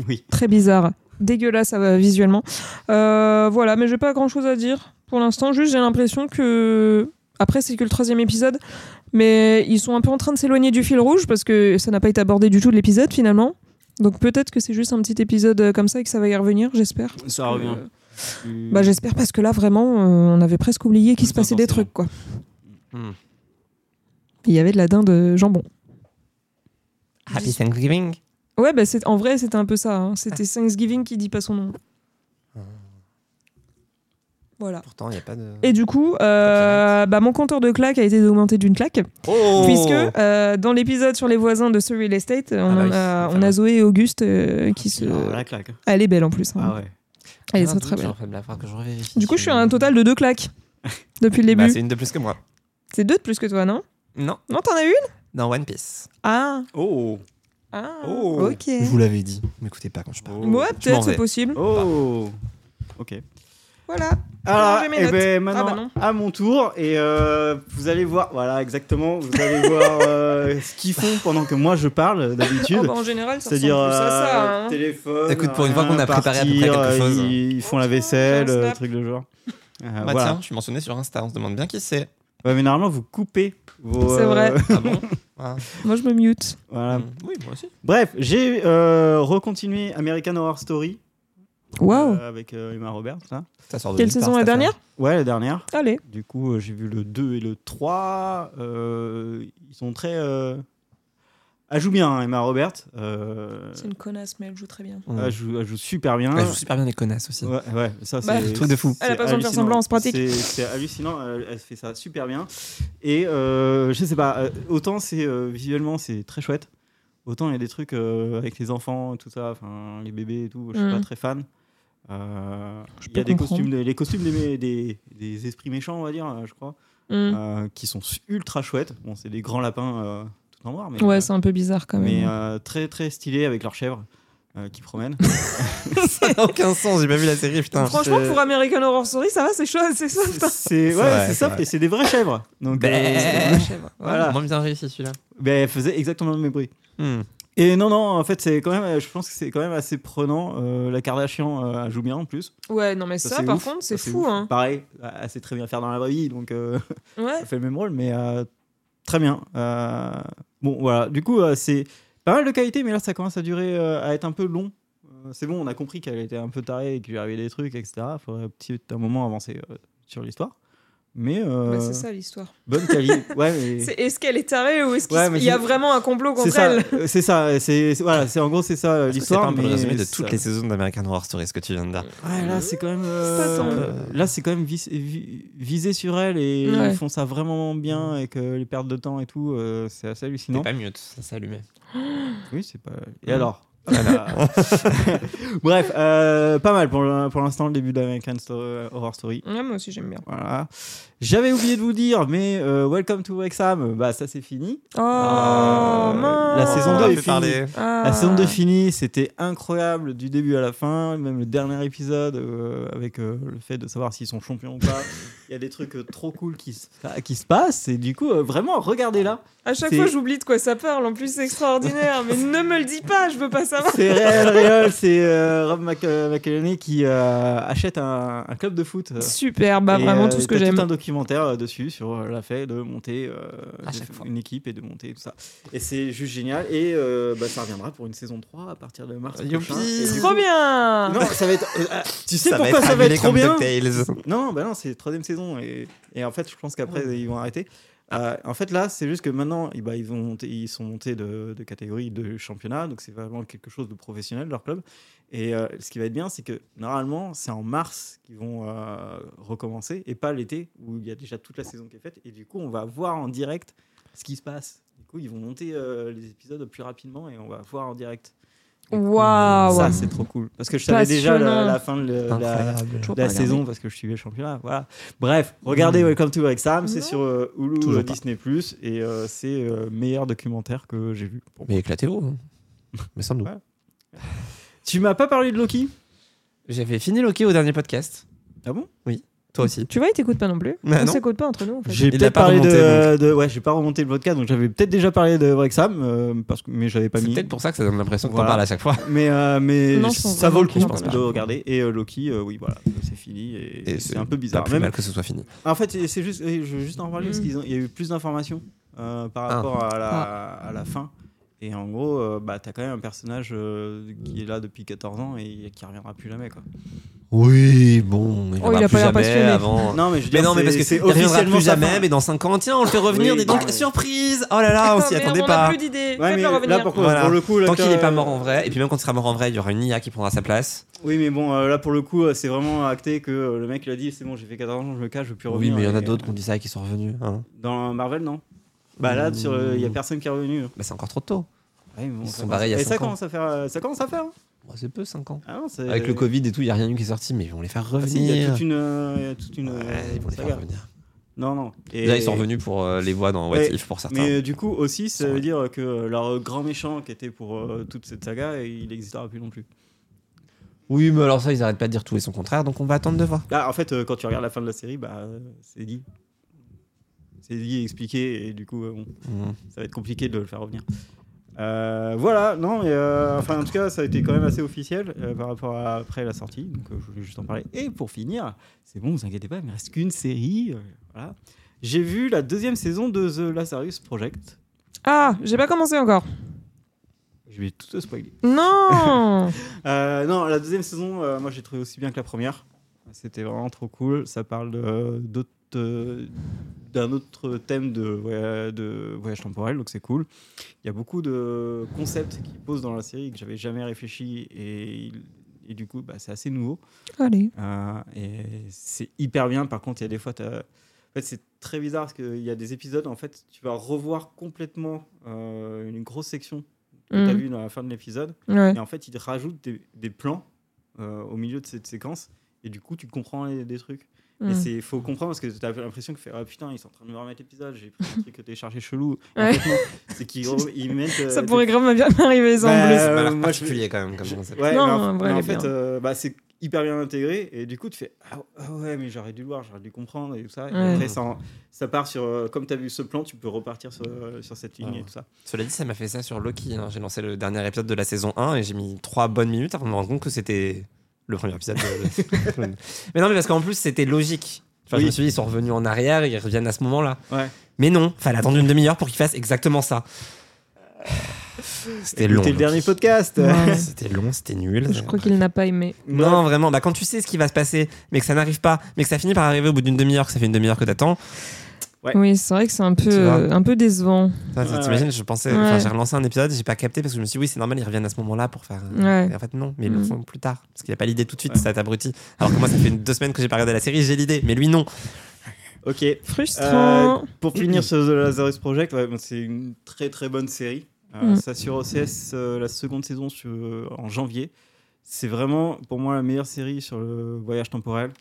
A: Oui.
C: très bizarre, dégueulasse euh, visuellement. Euh, voilà, mais j'ai pas grand chose à dire pour l'instant. Juste, j'ai l'impression que après c'est que le troisième épisode, mais ils sont un peu en train de s'éloigner du fil rouge parce que ça n'a pas été abordé du tout de l'épisode finalement. Donc peut-être que c'est juste un petit épisode euh, comme ça et que ça va y revenir, j'espère.
A: Ça revient.
C: Euh,
B: Mm.
C: bah j'espère parce que là vraiment, euh, on avait presque oublié
B: Ah,
C: qu'il se
A: Putain,
C: passait des
A: forcément.
C: trucs quoi.
B: Hmm.
C: Il y avait de la dinde euh, jambon.
B: Happy Thanksgiving.
C: Ouais, bah c'est en vrai c'était un peu ça. hein. C'était
B: Ah.
C: Thanksgiving qui dit pas son nom. Voilà.
B: Pourtant, il n'y a pas de.
C: Et du coup, euh, bah, mon compteur de claques a été augmenté d'une claque,
B: Oh
C: puisque euh, dans l'épisode sur les voisins de ce real estate, on,
B: bah
C: en
B: oui,
C: a,
B: ça
C: on
B: va.
C: a Zoé et Auguste euh, qui se.
A: Ah, la claque.
C: Elle est belle en plus. hein.
A: Ah ouais.
C: Elle est
B: J'ai un
C: très très
B: doute,
C: belle.
B: genre, Fab Lab, faudra que je revérifie.
C: Du coup, je suis à un total de deux claques depuis le
B: Bah,
C: début.
B: c'est une de plus que moi.
C: c'est deux de plus que toi, non
B: Non,
C: Non, t'en as une
B: dans One Piece.
C: Ah,
A: Oh.
C: ah
A: Oh.
C: ok.
B: l'avais dit. M'écoutez pas quand je
A: Oh.
C: Ouais,
B: Je m'en vais.
C: peut-être, c'est possible.
A: Oh.
B: Bah.
A: Ok.
C: Voilà.
A: Alors,
C: j'ai mes
A: eh
C: notes.
A: ben, maintenant,
C: Ah bah non.
A: à mon tour, et euh, vous allez voir, voilà, exactement, vous allez voir euh, ce qu'ils font pendant que moi je parle d'habitude.
C: Oh, bah, en général, ça
A: C'est-à-dire
C: ressemble plus à ça.
A: euh,
C: hein.
A: téléphone.
B: Écoute, pour une fois
A: rien,
B: qu'on a préparé à peu près
A: partir,
B: quelque chose. hein.
A: euh, Ils, ils font la
C: Oh, tiens,
A: vaisselle,
C: j'ai un
A: euh,
C: snap.
A: truc de genre. Euh,
B: Bah,
A: voilà.
B: tiens, je suis mentionné sur Insta, on se demande bien qui c'est.
A: Ouais, mais normalement, vous coupez vos.
C: C'est
A: euh,
C: vrai.
B: Ah bon Ah,
C: Moi, je me mute.
A: voilà.
B: hum, Oui, moi aussi.
A: Bref, j'ai euh, recontinué American Horror Story
C: Waouh.
A: euh, avec euh, Emma Roberts. là.
B: Ça sort de
C: Quelle
B: nulle part,
C: saison, la
B: cette affaire.
C: dernière
A: Ouais, la dernière.
C: Allez.
A: Du coup, euh, j'ai vu le 2 et le 3. euh, ils sont très. Euh... Elle joue bien, hein, Emma Roberts. euh,
C: C'est une connasse, mais elle joue très bien.
B: Hum.
A: elle, joue, elle joue super bien.
B: Elle joue super bien les connasses aussi.
A: Ouais, ouais, ça c'est
C: Bah,
A: c'est-
B: Truc de fou.
A: c'est
C: Elle a pas besoin de faire
A: hallucinant.
C: semblant, c'est pratique.
A: C'est- C'est hallucinant, elle, elle fait ça super bien. Et euh, je sais pas, euh, autant c'est euh, visuellement c'est très chouette, autant il y a des trucs euh, avec les enfants, tout ça, enfin les bébés et tout, je suis
C: Mm.
A: pas très fan. Euh,
C: Je
A: Il y
C: peux
A: a des
C: comprendre.
A: costumes, des- les costumes des, mé- des, des esprits méchants, on va dire, euh, je crois,
C: Mm. Hmm.
A: euh, qui sont ultra chouettes. Bon, c'est des grands lapins euh, tout en noir, mais,
C: Ouais,
A: euh,
C: c'est un peu bizarre quand
A: mais
C: même.
A: euh, très très stylés avec leurs chèvres euh, qui promènent.
B: Ça n'a aucun sens, j'ai pas vu la série, putain.
C: Franchement,
A: c'est-
C: pour American Horror Story, ça va, c'est chaud, c'est ça.
A: C'est ouais,
B: vrai,
A: c'est
B: c'est
A: ça,
B: vrai.
A: et c'est des vrais chèvres. Donc,
B: Bah.
A: euh, c'est- Voilà.
B: Voilà. Moins bien réussi celui-là.
A: Ben, elle faisait exactement le même bruit.
B: Hum.
A: Et non, non, en fait, c'est quand même, euh, je pense que c'est quand même assez prenant. Euh, la Kardashian euh, elle joue bien en plus.
C: Ouais, non, mais ça,
A: Ça, c'est
C: par
A: ouf.
C: contre, c'est
A: Ça,
C: fou.
A: ouf.
C: Hein.
A: Pareil, elle sait très bien faire dans la vraie vie, donc euh,
C: Ouais.
A: elle fait le même rôle, mais euh, très bien. Euh, bon, voilà. Du coup, euh, c'est pas mal de qualité, mais là, ça commence à durer, euh, à être un peu long. Euh, C'est bon, on a compris qu'elle était un peu tarée et qu'il lui arrivait des trucs, etc. Il faudrait un petit un moment avancer euh, sur l'histoire. Mais euh,
C: Bah, c'est ça l'histoire.
A: bonne qualité. Ouais, mais-
C: C'est- Est-ce qu'elle est tarée ou est-ce qu'il
A: Ouais,
C: se-
A: mais
C: il y a
A: c'est-
C: vraiment un complot
A: c'est
C: contre
A: ça.
C: elle
A: euh, C'est ça. C'est c'est- voilà. C'est en gros c'est ça euh,
B: C'est pas
A: l'histoire.
B: un bon
A: mais
B: résumé de
A: ça-
B: toutes les saisons d'American Horror Story, ce que tu viens de dire.
A: Ouais, là c'est quand même.
C: pas tant
A: euh,
B: mieux.
A: Là c'est quand même vis- vi- visé sur elle et
C: Ouais.
A: ils font ça vraiment bien avec euh, les pertes de temps et tout. euh, c'est assez hallucinant.
B: C'est pas mute, ça s'est allumé.
A: Oui, c'est pas. Et
B: Ouais.
A: alors Voilà. Bref, euh, pas mal pour, le- pour l'instant le début d'American Sto- euh, Horror Story.
C: Ouais, Moi aussi j'aime bien.
A: Voilà. J'avais oublié de vous dire, mais euh, Welcome to Wrexham, bah ça c'est fini.
C: Oh
B: Euh,
C: mince
A: Ah, la saison
B: On
A: deux
B: en a
A: est
B: fait
A: finie.
B: parler.
C: Ah.
A: La saison 2 finie, c'était incroyable du début à la fin, même le dernier épisode euh, avec euh, le fait de savoir s'ils sont champions ou pas. Il y a des trucs euh, trop cool qui se, qui se passent et du coup, euh, vraiment, regardez-la.
C: À chaque
A: C'est-
C: fois, j'oublie de quoi ça parle. En plus, c'est extraordinaire. Mais ne me le dis pas, je veux pas savoir.
A: C'est réel, réel, c'est euh, Rob Mc- McElhenney qui euh, achète un, un club de foot. euh,
C: Super, bah
A: Et,
C: vraiment
A: euh,
C: tout ce que
A: t'as
C: j'aime.
A: Tout un documentaire euh, dessus sur euh, la fait de monter euh,
B: À
A: de-
B: chaque fois.
A: une équipe et de monter tout ça. Et c'est juste génial. Et euh, bah, ça reviendra pour une saison 3 à partir de mars.
B: Youpi.
A: prochain. Et du
C: Trop
A: coup-
C: bien
A: Non, ça va être. euh, ah, tu sais
B: Ça va
A: pourquoi
B: être
A: ça va
B: annulé
A: être trop
B: comme
A: bien
B: DuckTales.
A: Non, bah non, c'est troisième saison et, et en fait, je pense qu'après ils vont arrêter. Euh, en fait, là, c'est juste que maintenant, eh ben, ils, vont monter- ils sont montés de, de catégorie de championnat, donc c'est vraiment quelque chose de professionnel leur club. Et euh, ce qui va être bien, c'est que normalement, c'est en mars qu'ils vont euh, recommencer et pas l'été où il y a déjà toute la saison qui est faite. Et du coup, on va voir en direct ce qui se passe. Du coup, ils vont monter euh, les épisodes plus rapidement et on va voir en direct.
C: Waouh
A: Ça, c'est trop cool parce que je savais déjà la,
C: Passionnant.
A: la fin de le- la,
B: Incroyable.
C: Toujours
A: la
C: pas regardé.
A: saison parce que je suivais le championnat. Voilà. Bref, regardez
B: Mm.
A: Welcome to Wrexham, c'est
C: Non.
A: sur euh, Hulu
B: Toujours
A: euh,
B: pas.
A: Disney et euh, c'est le meilleur documentaire que j'ai vu. Bon.
B: Mais éclatez-vous. hein. Mais sans nous.
A: Ouais. Tu m'as pas parlé de Loki
B: J'avais fini Loki au dernier podcast.
A: Ah bon
B: Toi aussi.
C: Tu vois, il t'écoute pas non plus.
B: Bah
C: On
B: non.
C: s'écoute pas entre nous. En fait.
A: J'ai
B: Il a
A: peut-être
B: pas
A: parlé
B: remonté,
A: de, de- ouais, j'ai pas remonté le podcast donc j'avais peut-être déjà parlé de Wrexham euh, parce que mais j'avais pas
B: C'est
A: mis.
B: peut-être pour ça que ça donne l'impression que
A: Voilà.
B: t'en parles à chaque fois.
A: Mais euh, mais
C: Non, je pense
A: ça vaut le coup
C: vraiment
B: que je
A: de
B: pense pas.
A: regarder et euh, Loki euh, oui voilà, c'est fini et,
B: Et
A: c'est
B: c'est
A: un peu
B: Pas
A: bizarre
B: plus
A: Même-
B: mal que ce soit fini.
A: En fait, c'est- c'est juste, euh, je veux juste en parler parce
C: Mm.
A: qu'il y a eu plus d'informations euh, par
B: Ah.
A: rapport à, la, à la fin. Et en gros, euh, bah, t'as quand même un personnage euh, qui est là depuis 14 ans et qui reviendra plus jamais. Quoi.
B: Oui, bon.
C: Oh, il
B: plus
C: a pas l'air
B: jamais
C: passionné.
B: Avant.
A: Non, mais je veux
B: Mais
A: dire,
B: non, mais parce que
A: c'est
B: c'est officiellement plus
A: sa
B: jamais,
A: fin.
B: mais dans 5 ans, tiens, on le fait revenir,
A: Oui,
B: dis donc,
A: oui.
B: surprise Oh là
A: Ah,
B: là, on
C: D'accord,
B: s'y
C: merde,
B: attendait
C: on a
B: pas
C: plus d'idées.
A: Ouais, mais
C: Faites-le revenir.
A: là, pour,
B: Voilà.
A: pour le coup,
B: Tant qu'il
A: est
B: est pas mort en vrai, et puis même quand il sera mort en vrai, il y aura une IA qui prendra sa place.
A: Oui, mais bon, euh, là pour le coup, euh, c'est vraiment acté que euh, le mec il a dit c'est bon, j'ai fait 14 ans, je me cache, je veux plus
B: Oui,
A: revenir.
B: mais il y en a
A: Et,
B: d'autres qui ont dit ça et qui sont revenus. hein.
A: Dans Marvel, non Bah là, sur le- il y a personne qui est revenu.
B: Bah, c'est encore trop tôt.
A: Ouais, mais bon,
B: Ils
A: ça
B: sont
A: commence-
B: barrés il y a
A: Et ça
B: cinq ans.
A: commence à faire. euh, Ça commence à faire. hein.
B: Bon, c'est peu, 5 ans.
A: Ah non, c'est-
B: Avec le Covid et tout, il n'y a rien eu qui est sorti, mais ils vont les faire
A: Ah,
B: revenir.
A: si, Il y a toute une. euh, il y a toute une,
B: Ouais,
A: euh,
B: ils vont les
A: saga.
B: faire revenir.
A: Non, non. Et-
B: Là, ils sont revenus pour euh, les voix dans What
A: Mais-
B: If pour certains.
A: Mais euh, du coup, aussi, ça
B: Sans-
A: veut dire que leur grand méchant qui était pour euh, toute cette saga, il n'existera plus non plus.
B: Oui, mais alors ça, ils arrêtent pas de dire tout et son contraire, donc on va attendre de voir.
A: Là, en fait, euh, quand tu regardes la fin de la série, bah, euh, c'est dit. C'est dit, et expliqué, et du coup, euh, bon, ça va être compliqué de le faire revenir. Euh, voilà, non, mais euh, enfin, en tout cas, ça a été quand même assez officiel euh, par rapport à après la sortie, donc euh, je voulais juste en parler. Et pour finir, c'est bon, vous inquiétez pas, il me reste qu'une série. euh, voilà. J'ai vu la deuxième saison de The Lazarus Project.
C: Ah, j'ai pas commencé encore.
A: Je vais tout te spoiler.
C: Non
A: Euh, non, la deuxième saison, euh, moi j'ai trouvé aussi bien que la première. C'était vraiment trop cool. Ça parle de, euh, d'autres, euh, d'un autre thème de, voya- de voyage temporel, donc c'est cool. Il y a beaucoup de concepts qui posent dans la série que j'avais jamais réfléchi et, et du coup bah, c'est assez nouveau.
C: Allez.
A: Euh, et c'est hyper bien. Par contre, il y a des fois, t'as- en fait, c'est très bizarre parce qu'il y a des épisodes, en fait, tu vas revoir complètement euh, une grosse section que tu as
C: Mm.
A: vue dans la fin de l'épisode.
C: Ouais.
A: Et en fait, ils rajoutent des, des plans euh, au milieu de cette séquence. Et du coup, tu comprends les- des trucs. Et
C: Mm.
A: c'est faut comprendre parce que tu as l'impression que fait, ah putain, ils sont en train de me remettre l'épisode. J'ai pris un truc téléchargé chelou. Et en
C: Ouais.
A: fait, non, c'est qu'ils re- ils mettent. euh,
C: Ça
A: des-
C: pourrait grave m'arriver ça en
A: Bah,
C: plus.
A: euh,
B: C'est pas l'air
A: moi, je-
B: particulier quand même comme
A: Je-
B: concept.
A: ouais,
C: Non,
A: mais en,
C: en vrai,
A: mais
C: elle
A: en
C: est
A: fait,
C: bien.
A: euh, bah, c'est hyper bien intégré. Et du coup, tu fais ah, ah ouais, mais j'aurais dû le voir, j'aurais dû comprendre et tout ça. Et
C: Ouais.
A: après, ça, en- ça part sur euh, comme tu as vu ce plan, tu peux repartir sur, euh, sur cette ligne
B: Ouais.
A: et tout ça.
B: Cela dit, ça m'a fait ça sur Loki. hein. J'ai lancé le dernier épisode de la saison 1 et j'ai mis 3 bonnes minutes avant de me rendre compte que c'était le premier épisode. de- mais non, mais parce qu'en plus, c'était logique. Enfin,
A: Oui.
B: Je me suis dit, ils sont revenus en arrière, ils reviennent à ce moment-là.
A: Ouais.
B: Mais non, fallait attendre une demi-heure pour qu'ils fassent exactement ça. C'était long. hein.
A: C'était Euh, le dernier podcast.
C: Ouais.
B: C'était long, c'était nul.
C: Je crois qu'il n'a pas aimé.
B: Non, vraiment. Bah, quand tu sais ce qui va se passer, mais que ça n'arrive pas, mais que ça finit par arriver au bout d'une demi-heure, que ça fait une demi-heure que t'attends.
A: Ouais.
C: Oui, c'est vrai que c'est un peu,
B: Tu vois.
C: euh, un peu décevant.
B: Putain, ça,
A: Ouais,
B: T'imagines, je pensais. enfin,
C: Ouais.
B: J'ai relancé un épisode, j'ai pas capté parce que je me suis dit, oui, c'est normal, ils reviennent à ce moment-là pour faire. euh,
C: Ouais.
B: Et en fait, non, mais ils le
C: Mm.
B: font plus tard. Parce qu'il n'y a pas l'idée tout de suite,
A: Ouais.
B: ça t'abrutit. Alors que moi, ça fait deux semaines que j'ai pas regardé la série, j'ai l'idée, mais lui, non.
A: Ok.
C: Frustrant.
A: Euh, pour finir sur The Lazarus Project, ouais, bon, c'est une très très bonne série. Euh,
C: Mm.
A: Ça sur OCS, euh, la seconde saison sur- euh, en janvier. C'est vraiment pour moi la meilleure série sur le voyage temporel.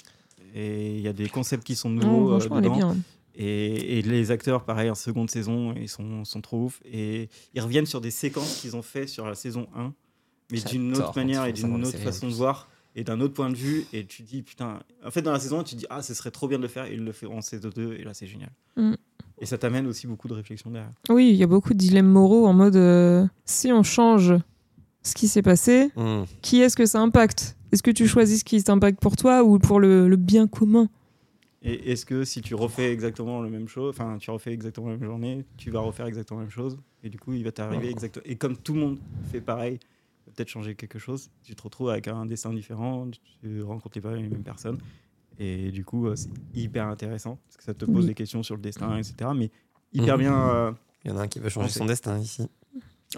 A: Et il y a des concepts qui sont
C: Non,
A: nouveaux. euh,
C: franchement, elle est
A: dedans.
C: bien.
A: Et, et les acteurs, pareil, en seconde saison, ils sont, sont trop ouf. Et ils reviennent sur des séquences qu'ils ont fait sur la saison 1, mais d'une
B: J'adore
A: autre
B: quand
A: manière et
B: ils font ça dans
A: d'une
B: les
A: autre
B: séries, en
A: façon de
B: plus.
A: voir et d'un autre point de vue. Et tu dis, putain, en fait, dans la saison 1, tu dis, ah, ce serait trop bien de le faire. Et ils le feront en saison 2, et là, c'est génial.
C: Mm.
A: Et ça t'amène aussi beaucoup de réflexion derrière.
C: Oui, il y a beaucoup de dilemmes moraux en mode euh, si on change ce qui s'est passé,
B: Mm.
C: qui est-ce que ça impacte Est-ce que tu choisis ce qui t'impacte pour toi ou pour le, le bien commun
A: Et est-ce que si tu refais exactement le même chose, enfin, tu refais exactement la même journée, tu vas refaire exactement la même chose, et du coup, il va t'arriver
B: Ouais.
A: exactement. Et comme tout le monde fait pareil, peut-être changer quelque chose, tu te retrouves avec un dessin différent, tu rencontres pas les mêmes personnes, et du coup, euh, c'est hyper intéressant, parce que ça te pose
C: Oui.
A: des questions sur le destin, etc. Mais hyper
B: Mhm.
A: bien. euh,
B: Il y en a un qui veut changer
A: Pensez.
B: son destin ici.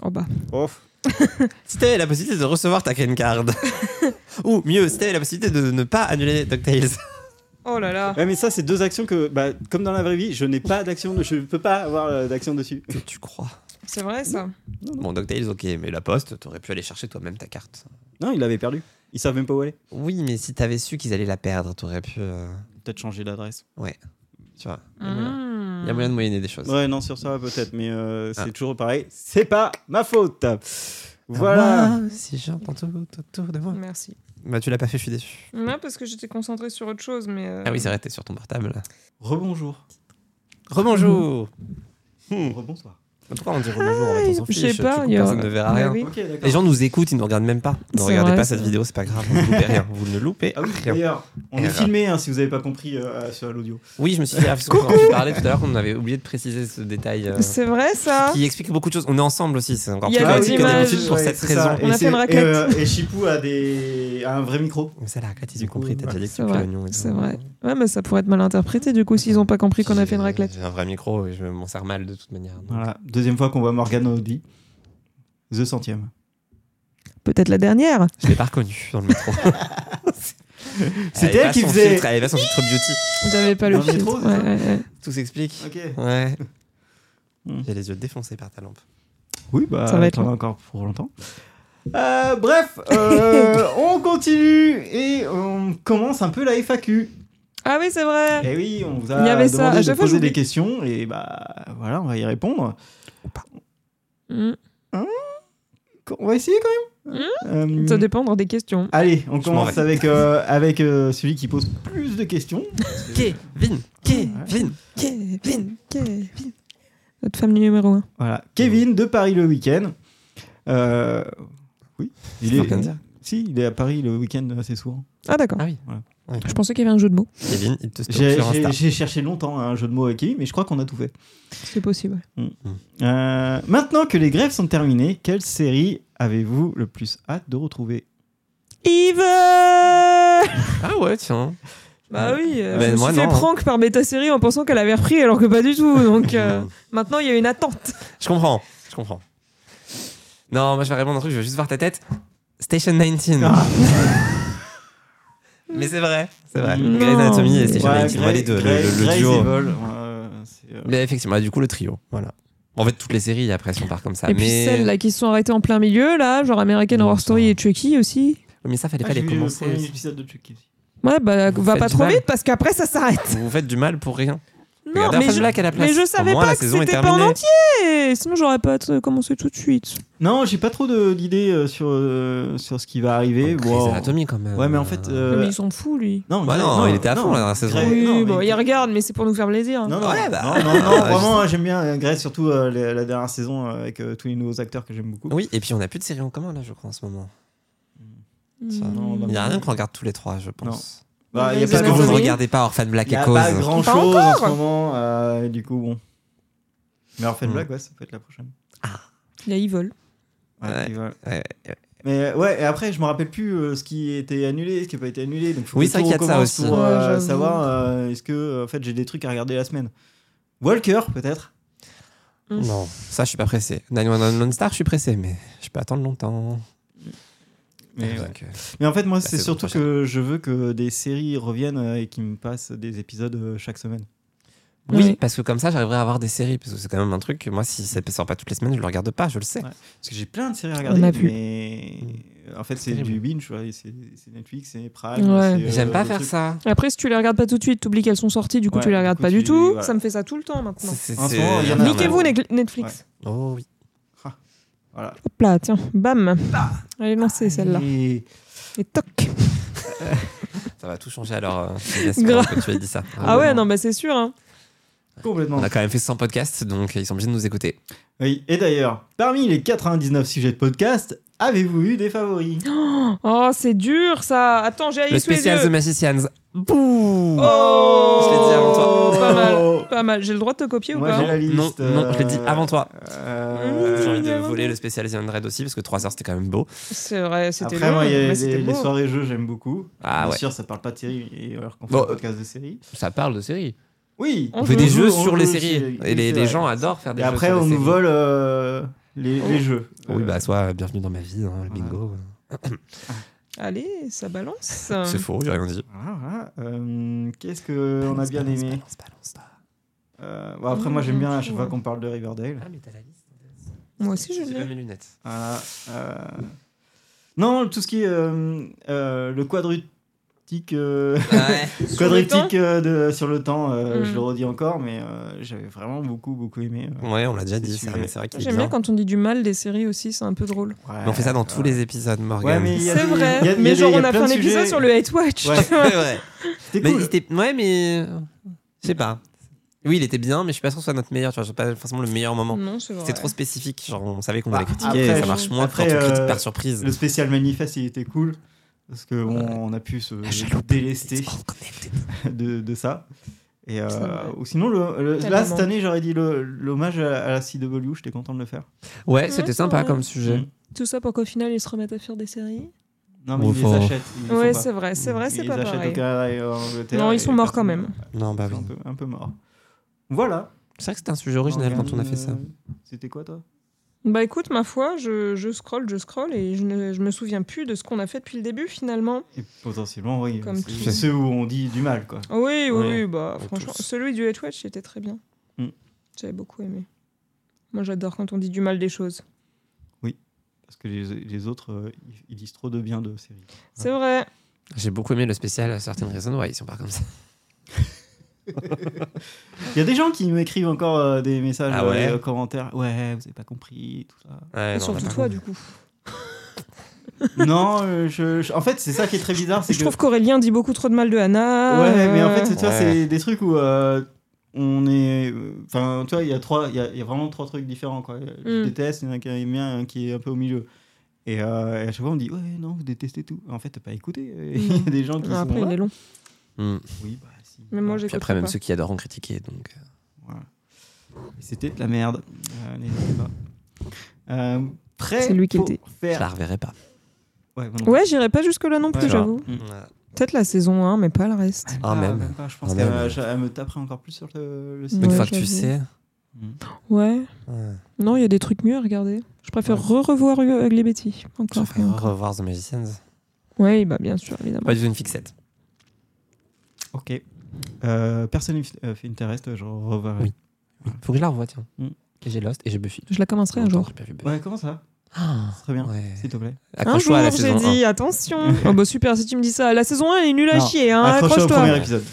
C: Oh bah.
A: oh,
B: Si t'avais la possibilité de recevoir ta green card, ou mieux, si t'avais la possibilité de ne pas annuler DuckTales.
C: Oh là là.
A: Ouais, mais ça, c'est deux actions que, bah, comme dans la vraie vie, je n'ai pas d'action, je peux pas avoir euh, d'action dessus.
B: Que tu crois
C: C'est vrai ça.
B: Bon, DuckTales, ok, mais la poste, t'aurais pu aller chercher toi-même ta carte.
A: Non, il l'avait perdu. Ils savent même pas où aller.
B: Oui, mais si t'avais su qu'ils allaient la perdre, t'aurais pu. euh,
A: Peut-être changer d'adresse.
B: tu vois, il y a
C: Ah.
B: moyen- il y a moyen de moyenner des choses.
A: Ouais, non, sur ça peut-être, mais euh, c'est
B: Ah.
A: toujours pareil. C'est pas ma faute. Voilà.
B: Moi, si j'entends tout autour de moi.
C: Merci.
B: Bah, tu l'as pas fait, je suis déçu.
C: Non, parce que j'étais concentrée sur autre chose, mais. euh,
B: Ah oui, c'est vrai, t'es sur ton portable.
A: Rebonjour.
B: Rebonjour Hmm.
A: Rebonsoir.
B: Pourquoi on dit rebonjour en mettant son
C: je
B: fiche
C: sais
B: Tu
C: pas,
B: coupes,
C: il y a-
B: Personne ne verra
C: Bah
B: rien.
C: oui.
A: Ok, d'accord.
B: Les gens nous écoutent, ils ne regardent même pas. Ne
C: C'est
B: regardez
C: vrai,
B: pas
C: c'est
B: cette
C: vrai.
B: vidéo, c'est pas grave, vous ne loupez rien. Vous ne loupez
A: Ah oui,
B: rien.
A: d'ailleurs, on est
B: Erreur.
A: filmé hein, si vous n'avez pas compris euh, sur l'audio.
B: Oui, je me suis dit, ah, parce que quand tu parlais tout à l'heure, on avait oublié de préciser ce détail. euh,
C: C'est vrai ça.
B: Qui explique beaucoup de choses. On est ensemble aussi, c'est encore
C: Il y
B: plus
A: Bah
C: a
B: pratique
C: des
B: que
C: images.
B: d'habitude pour
A: Ouais,
B: cette
A: c'est ça.
B: raison.
C: On
A: Et
C: a fait
A: c'est-
C: une raclette.
A: Et, euh, et Chipou a, des... a un vrai micro.
B: Mais ça, la raclette, ils
A: Du
B: ont
A: coup,
B: compris. T'as
A: ouais.
B: déjà dit que
C: C'est
B: tu
C: vrai,
B: fais l'oignon et euh, tout.
C: c'est vrai. Ouais, mais ça pourrait être mal interprété du coup s'ils ont pas compris qu'on a fait une raclette.
B: J'ai un vrai micro et je m'en sers mal de toute manière. donc.
A: Voilà. Deuxième fois qu'on voit Morgane en vie. The centième.
C: Peut-être la dernière.
B: Je l'ai pas reconnu dans le métro.
A: C'était
B: Elle
A: elle
B: va
A: qui
B: son
A: faisait.
B: filtre, Elle va son filtre beauty.
C: J'avais pas
A: Dans
C: le
A: le
C: filtre.
A: métro, c'est
C: Ouais,
A: ça
C: ouais, ouais.
B: Tout s'explique.
A: Ok.
B: Ouais.
A: Hmm.
B: J'ai les yeux défoncés par ta lampe.
A: Oui, bah,
C: Ça va être
A: t'en as
C: long.
A: encore pour longtemps. Euh, bref, euh, on continue et on commence un peu la FAQ.
C: Ah oui, c'est vrai.
A: Et Eh oui, on vous a
C: Il y avait ça.
A: demandé
C: À
A: de
C: chaque fois,
A: poser
C: j'oublie.
A: des questions et bah voilà, on va y répondre.
C: Mm.
A: On va essayer quand même. Euh,
C: Hmm Ça dépend des questions.
A: allez, on
B: m'en
A: commence
B: vais.
A: avec, euh, avec euh, celui qui pose plus de questions.
B: Kevin, Kevin.
C: Kevin, Kevin. Notre femme numéro 1.
A: Voilà, Kevin de Paris le week-end. Euh, oui, il
B: Faut
A: est,
B: rien dire.
A: si, il est à Paris le week-end assez souvent.
C: Ah d'accord.
B: Ah oui.
C: Je pensais qu'il y avait un jeu de mots.
B: Kevin, il te stocke
A: J'ai
B: sur
A: j'ai-
B: Insta.
A: j'ai cherché longtemps hein, un jeu de mots avec Kevin, mais je crois qu'on a tout fait.
C: C'est possible.
A: Euh, maintenant que les grèves sont terminées, quelle série avez-vous le plus hâte de retrouver
C: Evil
B: Ah ouais, tiens.
C: Bah oui, euh,
B: Ben,
C: je me
B: moi,
C: suis fait
B: non.
C: prank par méta-série en pensant qu'elle avait repris alors que pas du tout. Donc euh, maintenant il y a une attente.
B: Hmm. Je comprends, je comprends. Non, moi je vais répondre à un truc, je veux juste voir ta tête. Station 19.
A: Ah.
B: Mais c'est vrai, c'est vrai.
A: Non.
B: Grey's Anatomy et Station
A: Ouais,
B: 19. Moi,
A: Grey-
B: les deux, le-
A: Grey-
B: le, le
A: Grey's
B: duo.
A: Evil, euh, c'est, euh,
B: Mais effectivement, du coup, le trio. Voilà. En fait, toutes les séries après sont par comme ça.
C: Et
B: Ah, mais...
C: puis celles là qui se sont arrêtées en plein milieu, là, genre American
B: Non,
C: Horror
B: ça
C: Story
B: va.
C: et Chucky aussi.
B: mais ça, fallait
A: Ah,
B: pas
A: j'ai
B: les
A: vu le
B: commencer.
A: premier
B: aussi.
A: épisode de Chucky.
C: Ouais, bah
B: Vous
C: va pas
B: faites
C: trop
B: mal.
C: vite parce qu'après ça s'arrête.
B: Vous vous faites du mal pour rien.
C: Non,
B: Regardez
C: mais
B: mais
C: je,
B: Black à la place.
C: mais je
B: Au
C: savais
B: moins,
C: pas
B: la
C: que
B: saison est
C: c'était pas en
B: terminée.
C: entier. Sinon j'aurais pas euh, commencé tout de suite.
A: Non, j'ai pas trop de- d'idées euh, sur, euh, sur ce qui va arriver.
B: Grey's
A: Wow.
B: Oh, Anatomy quand même.
A: Ouais, mais en fait. euh,
C: Mais ils s'en foutent lui.
A: non,
B: Bah
A: Grey-
B: non, il était à fond, là, dans la saison.
A: Grey-
C: Oui,
A: non,
C: bon,
A: mais-
C: il regarde, mais c'est pour nous faire plaisir.
A: Non, non,
B: Ouais, bah,
A: non, non, non,
B: euh,
A: vraiment, j'aime bien euh, Grey, surtout euh, la, la dernière saison euh, avec euh, tous les nouveaux acteurs que j'aime beaucoup.
B: Oui, et puis on a plus de séries en commun là, je crois, en ce moment.
C: Hmm.
B: Ça,
A: non,
B: Il
A: non.
B: n'y a rien qu'on regarde tous les trois, je pense.
A: Bah, il y a
C: Parce
A: pas
B: Parce que
C: Grey's
B: vous ne
A: grand-
C: Anatomy.
B: regardez pas Orphan Black
A: il y
B: et
A: a
B: Cause.
A: pas grand
C: Pas
A: chose en ce
C: encore.
A: moment, euh, et du coup, bon. Mais Orphan
B: Hmm.
A: Black, ouais, ça peut être la prochaine.
C: Il y a Evil.
B: Ouais.
A: et voilà.
B: Ouais,
A: Mais euh, ouais, et après, je me rappelle plus euh, ce qui était annulé, ce qui n'a pas été annulé. Donc faut
B: Oui,
A: que
B: c'est
A: tout
B: vrai qu'il y a de ça
A: recommence
B: aussi.
A: Pour euh,
C: Ouais, j'avoue.
A: savoir euh, est-ce que euh, en fait j'ai des trucs à regarder la semaine. Walker peut-être.
B: Non. Ça, je suis pas pressé. 911 Lone Star, je suis pressé, mais je peux attendre longtemps.
A: Mais, ouais.
B: Donc, euh,
A: Mais en fait, moi,
B: La
A: c'est
B: saison
A: surtout
B: prochaine.
A: que je veux que des séries reviennent euh, et qu'ils me passent des épisodes euh, chaque semaine.
B: Oui,
C: Oui.
B: parce que comme ça, j'arriverai à avoir des séries. Parce que c'est quand même un truc que moi, si ça sort pas toutes les semaines, je le regarde pas, je le sais.
A: Ouais. Parce que j'ai plein de séries à regarder,
C: a plus.
A: mais en fait, c'est
B: terrible.
A: du binge, ouais, c'est c'est Netflix, c'est Prime.
C: Ouais.
A: c'est, euh,
B: J'aime pas
A: le
B: faire
A: truc.
B: ça.
C: Après, si tu les regardes pas tout de suite, t'oublies qu'elles sont sorties, du coup
A: Ouais,
C: tu les regardes
A: du coup,
C: pas
A: tu-
C: du tout.
A: ouais.
C: Ça me fait ça tout le temps maintenant.
B: C'est-
A: En ce
B: c'est-
A: moment, il y en a-
B: c'est-
C: Niquez-vous Neg- Netflix.
B: Oh oui.
A: Voilà.
C: Hop là, tiens, bam. Elle est
A: Ah,
C: lancée celle-là.
A: Et-
C: Et toc.
B: Ça va tout changer alors. euh, Sylvia, quand tu as dit ça.
C: Ah ouais,
A: non.
C: non, bah c'est sûr. hein.
A: Complètement.
B: On a quand même fait 100 podcasts, donc euh, ils sont obligés de nous écouter.
A: Oui, et d'ailleurs, parmi les 99 sujets de podcast, avez-vous eu des favoris
C: Oh, c'est dur ça. Attends, j'ai
B: Le
C: haï sous les
B: spécial The
C: yeux.
B: Magicians. Bouh
C: Oh,
B: Je l'ai dit avant
C: toi. Pas mal.
A: Oh.
C: Pas mal. J'ai le droit de te copier
A: Moi,
C: ou pas hein
A: j'ai-
B: non,
A: la liste,
B: non, non, je l'ai dit
A: euh,
B: avant toi.
C: Mmh,
A: Euh,
B: J'ai envie de voler le spécial The Red aussi, parce que 3 heures c'était quand même beau.
C: C'est vrai, c'était
A: Après,
C: long,
A: moi, il y a
C: mais
A: les,
C: c'était
A: les
C: beau.
A: soirées jeux, j'aime beaucoup.
B: Ah
A: Bien
B: ouais,
A: sûr, ça parle pas de séries, et alors qu'on fait
B: Bon,
A: un podcast de séries.
B: ça parle de séries.
A: Oui
B: On
C: On
B: fait
C: joue,
B: des jeux
A: on
B: sur les
A: joue aussi,
B: séries. Et les,
A: c'est
B: les
A: vrai.
B: gens adorent faire des
A: Et
B: jeux
A: après,
B: sur les
A: on nous
B: séries.
A: vole euh, les, les jeux.
B: Oui,
A: Euh,
B: bah, soit bienvenue dans ma vie, hein, le bingo.
C: Allez, ça balance.
B: C'est faux, j'ai rien dit.
A: voilà, voilà. Ah, Euh, Qu'est-ce qu'on a
B: Balance,
A: bien
B: balance,
A: aimé
B: balance, balance, balance.
A: Euh, bon, Après, moi,
C: Oh,
A: j'aime bien à chaque
C: Ouais.
A: fois qu'on parle de Riverdale.
B: Ah, mais t'as la liste.
C: Moi aussi, je
B: J'ai pas
C: l'ai.
B: mes lunettes.
A: Voilà, euh, Non, tout ce qui est euh, euh, le quadrutique. euh,
B: Ouais.
A: quadriptyque euh, de, sur le temps, euh,
C: Mm.
A: je le redis encore, mais euh, j'avais vraiment beaucoup, beaucoup aimé. euh,
B: Ouais, on l'a déjà
A: C'est
B: dit, c'est
A: sujet.
B: mais c'est vrai qu'il est
C: J'aime bien
B: bien.
C: quand on dit du mal des séries aussi, c'est un peu drôle.
A: ouais,
B: Mais on fait ça dans tous
A: euh,
B: les épisodes,
A: Ouais,
B: Morgan.
A: mais il y a
C: C'est
A: des-
C: vrai,
A: il y a- il y a
C: mais
A: des-
C: genre
A: il y a
C: on a fait
A: plein
C: un
A: de
C: épisode
A: sujets.
C: sur le Hate Watch.
A: Ouais.
B: C'est vrai.
A: C'était
B: Mais
A: cool.
B: il était- Ouais, mais. Je sais pas. Oui, il était bien, mais je suis pas sûr que ce soit notre meilleur. Tu vois, c'est pas forcément le meilleur moment.
C: Non, c'est vrai.
B: C'était trop spécifique. Genre, on savait qu'on
A: Bah,
B: allait critiquer.
A: après,
B: ça marche moins
A: après,
B: quand on critique
A: euh,
B: par surprise. Ah,
A: Le spécial manifeste, il était cool. Parce qu'on on a pu se délester de, de ça. Et, euh,
C: C'est vrai.
A: ou sinon, le, le- là,
C: Tellement.
A: cette année, j'aurais dit le- l'hommage à, à la CW, j'étais content de le faire.
B: Ouais,
C: Ouais,
B: c'était
C: c'est
B: sympa
C: vrai.
B: comme sujet.
A: Mm.
C: Tout ça pour qu'au final ils se remettent à faire des séries.
A: Non, mais
B: Bon,
A: ils
B: faut-
A: les achètent. ils les font
C: ouais,
A: pas.
C: c'est vrai, c'est vrai, c'est
A: Ils
C: pas
A: les achètent au
C: pareil.
A: Canada et en Angleterre.
C: Non, ils
A: et
C: sont morts quand
A: personne-
C: même.
B: Non, bah
A: Ils
B: oui.
A: sont un peu, un peu morts. Voilà.
B: C'est vrai que c'était un sujet original quand on a fait ça.
A: Morgane, euh, C'était quoi, toi
C: Bah écoute, ma foi, je, je scroll, je scroll et je, ne, je me souviens plus de ce qu'on a fait depuis le début finalement.
A: Et potentiellement, oui.
C: Comme
A: c'est
C: tout.
A: ceux où on dit du mal, quoi.
C: Ah Oui, oui,
B: Ouais.
C: oui, bah
B: On
C: franchement,
B: tous.
C: celui du Hate Watch était très bien.
A: Hmm.
C: J'avais beaucoup aimé. Moi j'adore quand on dit du mal des choses.
A: Parce que les, les autres, euh, ils- ils disent trop de bien de séries.
C: C'est vrai.
B: J'ai beaucoup aimé le spécial Certaines raisons. Ouais, ils sont pas comme ça.
A: Il y a des gens qui m'écrivent encore euh, des messages
B: Ah
A: euh,
B: ouais
A: euh, commentaires. Ouais, vous avez pas compris, tout ça.
B: Ouais,
C: Et
B: non,
C: surtout
B: bah,
C: toi du coup.
A: non, euh, je, je- en fait, c'est ça qui est très bizarre. C'est
C: Je
A: que...
C: trouve qu'Aurélien dit beaucoup trop de mal de Hannah.
A: Ouais, mais en
C: euh,
A: fait, c'est- tu vois,
B: Ouais.
A: c'est des trucs où euh, on est. Enfin, tu vois, il y a trois, il y a, il y a vraiment trois trucs différents, quoi. Je
C: Mm.
A: déteste, il y en a qui aime bien, un qui est un peu au milieu. Et, euh, et à chaque fois, on me dit, ouais, non, vous détestez tout. En fait, t'as pas écouté. Il y a des gens qui
C: Ah,
A: sont.
C: Après, il
A: là.
C: est long.
B: Mm.
A: Oui, bah si.
C: Mais moi, j'ai
B: Puis après,
C: pas.
B: même ceux qui adorent ont critiqué. Donc...
A: Voilà. Et C'était de la merde. Euh, n'hésitez pas. Euh, prêt
C: C'est lui qui le
A: pour
C: dit.
B: euh, Je la
A: Faire...
B: reverrai pas.
A: Ouais, bon, non.
C: Ouais, j'irai pas jusque-là non plus,
A: Ouais.
C: j'avoue.
A: Mm.
C: Peut-être la saison 1, mais pas le reste.
B: Ah, même.
A: pas, je pense
B: Ah,
A: qu'elle
B: même.
A: elle me taperait encore plus sur le, le
B: Une
A: site. Mm.
C: Ouais,
B: fois que tu
C: j'avoue.
B: sais.
C: Ouais.
B: Ouais.
C: Non, il y a des trucs mieux à regarder. Je préfère re-revoir Hu- Ugly Betty.
B: Je
C: Encore. et
B: préfère
C: encore.
B: revoir The Magicians.
C: Oh. Ouais, bah bien sûr, évidemment.
B: Pas du tout une fixette.
A: Ok. Euh, personne ne fait Interest, je reverrai.
B: Oui. Faut que je la revoie, tiens.
A: Mm.
B: Et j'ai Lost et j'ai Buffy.
C: Je la commencerai un
B: Longtemps que
C: jour.
B: j'ai pas vu Buffy.
A: Ouais, comment ça
B: Ah,
A: C'est très bien,
B: ouais.
A: s'il te plaît.
C: Un jour,
B: Accroche-toi à la
C: j'ai
B: saison
C: dit, attention. oh bah super, si tu me dis ça. La saison 1, elle est nulle à
A: Non.
C: chier, hein.
A: Accroche-toi au premier
C: Accroche-toi.
A: épisode.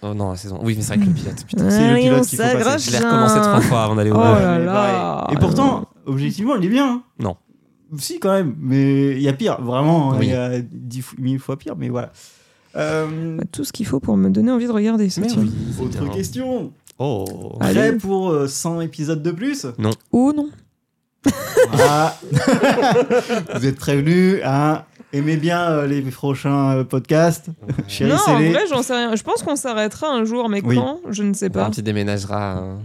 B: Oh non, la saison. Oui, mais c'est vrai que le pilote, putain.
A: C'est le
C: Allez,
A: pilote
C: on
A: qu'il faut passer.
C: s'accroche,
B: Je l'ai recommencé
C: hein.
B: trois fois avant d'aller au
C: Oh
B: bar.
C: là
A: Mais
C: là.
A: pareil. Et pourtant, objectivement, il est bien. hein.
B: Non.
A: Si, quand même, mais il y a pire, vraiment. hein,
B: Oui.
A: Il y a dix fois- mille fois pire, mais voilà. Euh,
C: Bah, Tout ce qu'il faut pour me donner envie de regarder. ça,
B: Mais
C: tiens.
B: oui, c'est
A: autre
B: bien.
A: question.
B: Oh.
C: Ah.
A: Prêt
C: Allez.
A: pour euh, 100 épisodes de plus
C: Oh non.
A: Ah. Vous êtes prévenus, hein Aimez bien euh, les prochains euh, podcasts.
C: Ah,
A: Chérie,
C: Non, en
A: scellée.
C: vrai, j'en sais rien. Je pense qu'on s'arrêtera un jour, mais
A: Oui.
C: quand Je ne sais
B: On
C: pas.
B: petit déménagera. hein.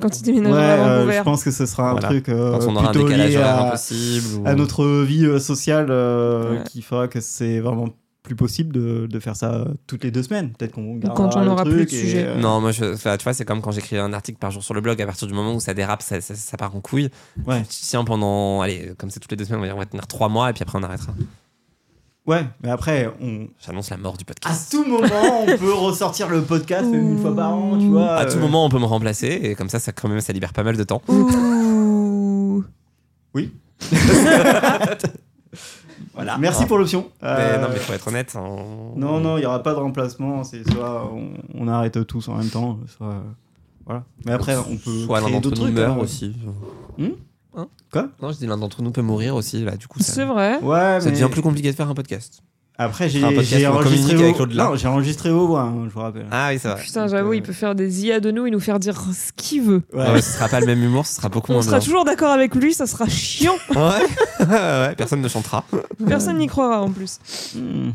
C: quand il
A: Ouais,
C: déménagera à
A: euh,
C: Vancouver.
A: je pense que ce sera un
B: Voilà.
A: truc euh,
B: Quand on aura un
A: plutôt
B: décalage
A: lié
B: horaire
A: à,
B: impossible. ou-
A: à notre vie euh, sociale euh,
C: Ouais.
A: qui fera que c'est vraiment plus possible de, de faire ça euh, toutes les deux semaines. Peut-être qu'on gardera
C: quand on
A: le
C: aura plus
A: truc
C: de
A: et,
C: sujet.
A: euh,
B: Non, moi, je- enfin, tu vois, c'est comme quand j'écrivais un article par jour sur le blog. À partir du moment où ça dérape, ça, ça- ça part en couille.
A: Ouais.
B: Tu tiens pendant, allez, comme c'est toutes les deux semaines, on va, dire, on va tenir trois mois et puis après on arrêtera.
A: Ouais, mais après, on...
B: J'annonce la mort du podcast.
A: à tout moment, on peut ressortir le podcast même une fois par an, tu vois.
B: À
A: euh,
B: tout moment, on peut me remplacer et comme ça, ça quand même, ça libère pas mal de temps.
C: Ouh.
B: Voilà.
A: Merci pour l'option.
B: Mais
A: Euh,
B: Ah. Eh, non, mais faut être honnête. on-
A: Non, non, il n'y aura pas de remplacement. C'est soit on, on arrête tous en même temps, soit. euh, Voilà. Mais après, on peut.
B: Soit l'un
A: créer
B: d'entre
A: d'autres
B: nous
A: trucs,
B: meurt
A: hein.
B: aussi.
A: Hmm
B: Hein
A: Quoi
B: Non, je dis l'un d'entre nous peut mourir aussi. Là, du coup, ça,
C: C'est vrai.
A: Ouais,
B: ça
A: mais.
B: devient plus compliqué de faire un podcast.
A: Après,
B: Enfin, un
A: j'ai
B: podcast
A: j'ai
B: où on
A: enregistré
B: communique
A: vos.
B: avec l'au-delà.
A: Non, j'ai enregistré vos voix, hein, je vous rappelle.
B: Ah oui, c'est vrai.
C: Putain, j'avoue,
A: euh,
C: il peut faire des IA de nous et nous faire dire ce qu'il veut.
B: Ouais, mais ce sera pas le même humour, ce sera beaucoup
C: On
B: moins
C: sera
B: bien.
C: toujours d'accord avec lui, ça sera chiant.
B: Ouais. ouais, personne ne chantera.
C: Personne n'y croira en plus.
A: Hmm.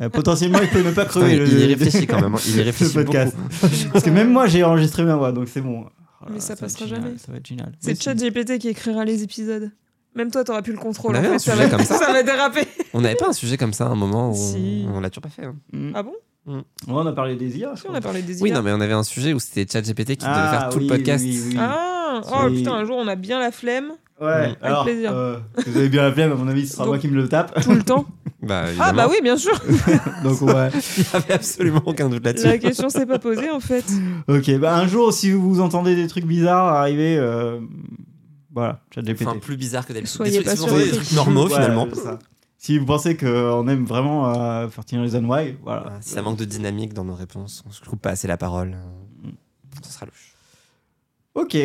A: Euh, potentiellement, il peut ne pas crever.
B: Putain,
A: le,
B: il y réfléchit quand même. hein. Il y
A: le
B: réfléchit
A: podcast.
B: beaucoup.
A: Parce que même moi, j'ai enregistré ma voix, donc c'est bon. Oh là
C: Mais
A: là, va
C: ça
A: être
C: passera
A: génial,
C: jamais.
A: Ça va être génial. Oui,
C: C'est
A: si.
C: ChatGPT qui écrira les épisodes. Même toi, t'auras plus le contrôle.
B: On
C: en
B: avait
C: fait,
B: un
C: ça,
B: sujet
C: va,
B: comme ça.
C: va déraper.
B: On n'avait pas un sujet comme ça à un moment où
C: Si.
B: on l'a toujours pas fait. hein.
A: Hmm.
C: Ah bon
A: Ouais, on a parlé des IA. je
C: Si, on a
A: crois.
C: parlé des IA.
B: Oui, non, mais on avait un sujet où c'était ChatGPT qui devait faire
A: hein. Ah
B: tout
A: oui,
B: le podcast.
A: oui, oui.
C: Ah, oh
A: Oui.
C: putain, un jour on a bien la flemme
A: Ouais,
B: Avec
A: alors,
C: plaisir.
A: euh, vous avez bien la flemme, à mon avis, ce sera
C: Donc-
A: moi qui me le tape.
C: tout le temps.
B: Bah,
C: Ah bah oui, bien sûr.
A: Donc, ouais.
B: il n'y avait absolument aucun doute là-dessus.
C: La question s'est pas posée en fait.
A: Ok, bah un jour, si vous entendez des trucs bizarres arriver, euh, voilà, ChatGPT.
B: Enfin, plus bizarre que d'habitude.
C: Soyez
B: Des trucs- ils
C: pas
B: ont fait des
C: surpris.
B: trucs normaux
A: Ouais,
B: finalement.
A: c'est ça. Si vous pensez qu'on aime vraiment euh, faire Teenage Reason Why, voilà.
B: Voilà, Si ça manque de dynamique dans nos réponses, on se coupe pas assez la parole.
A: Mm.
B: Ça sera louche.
A: Ok,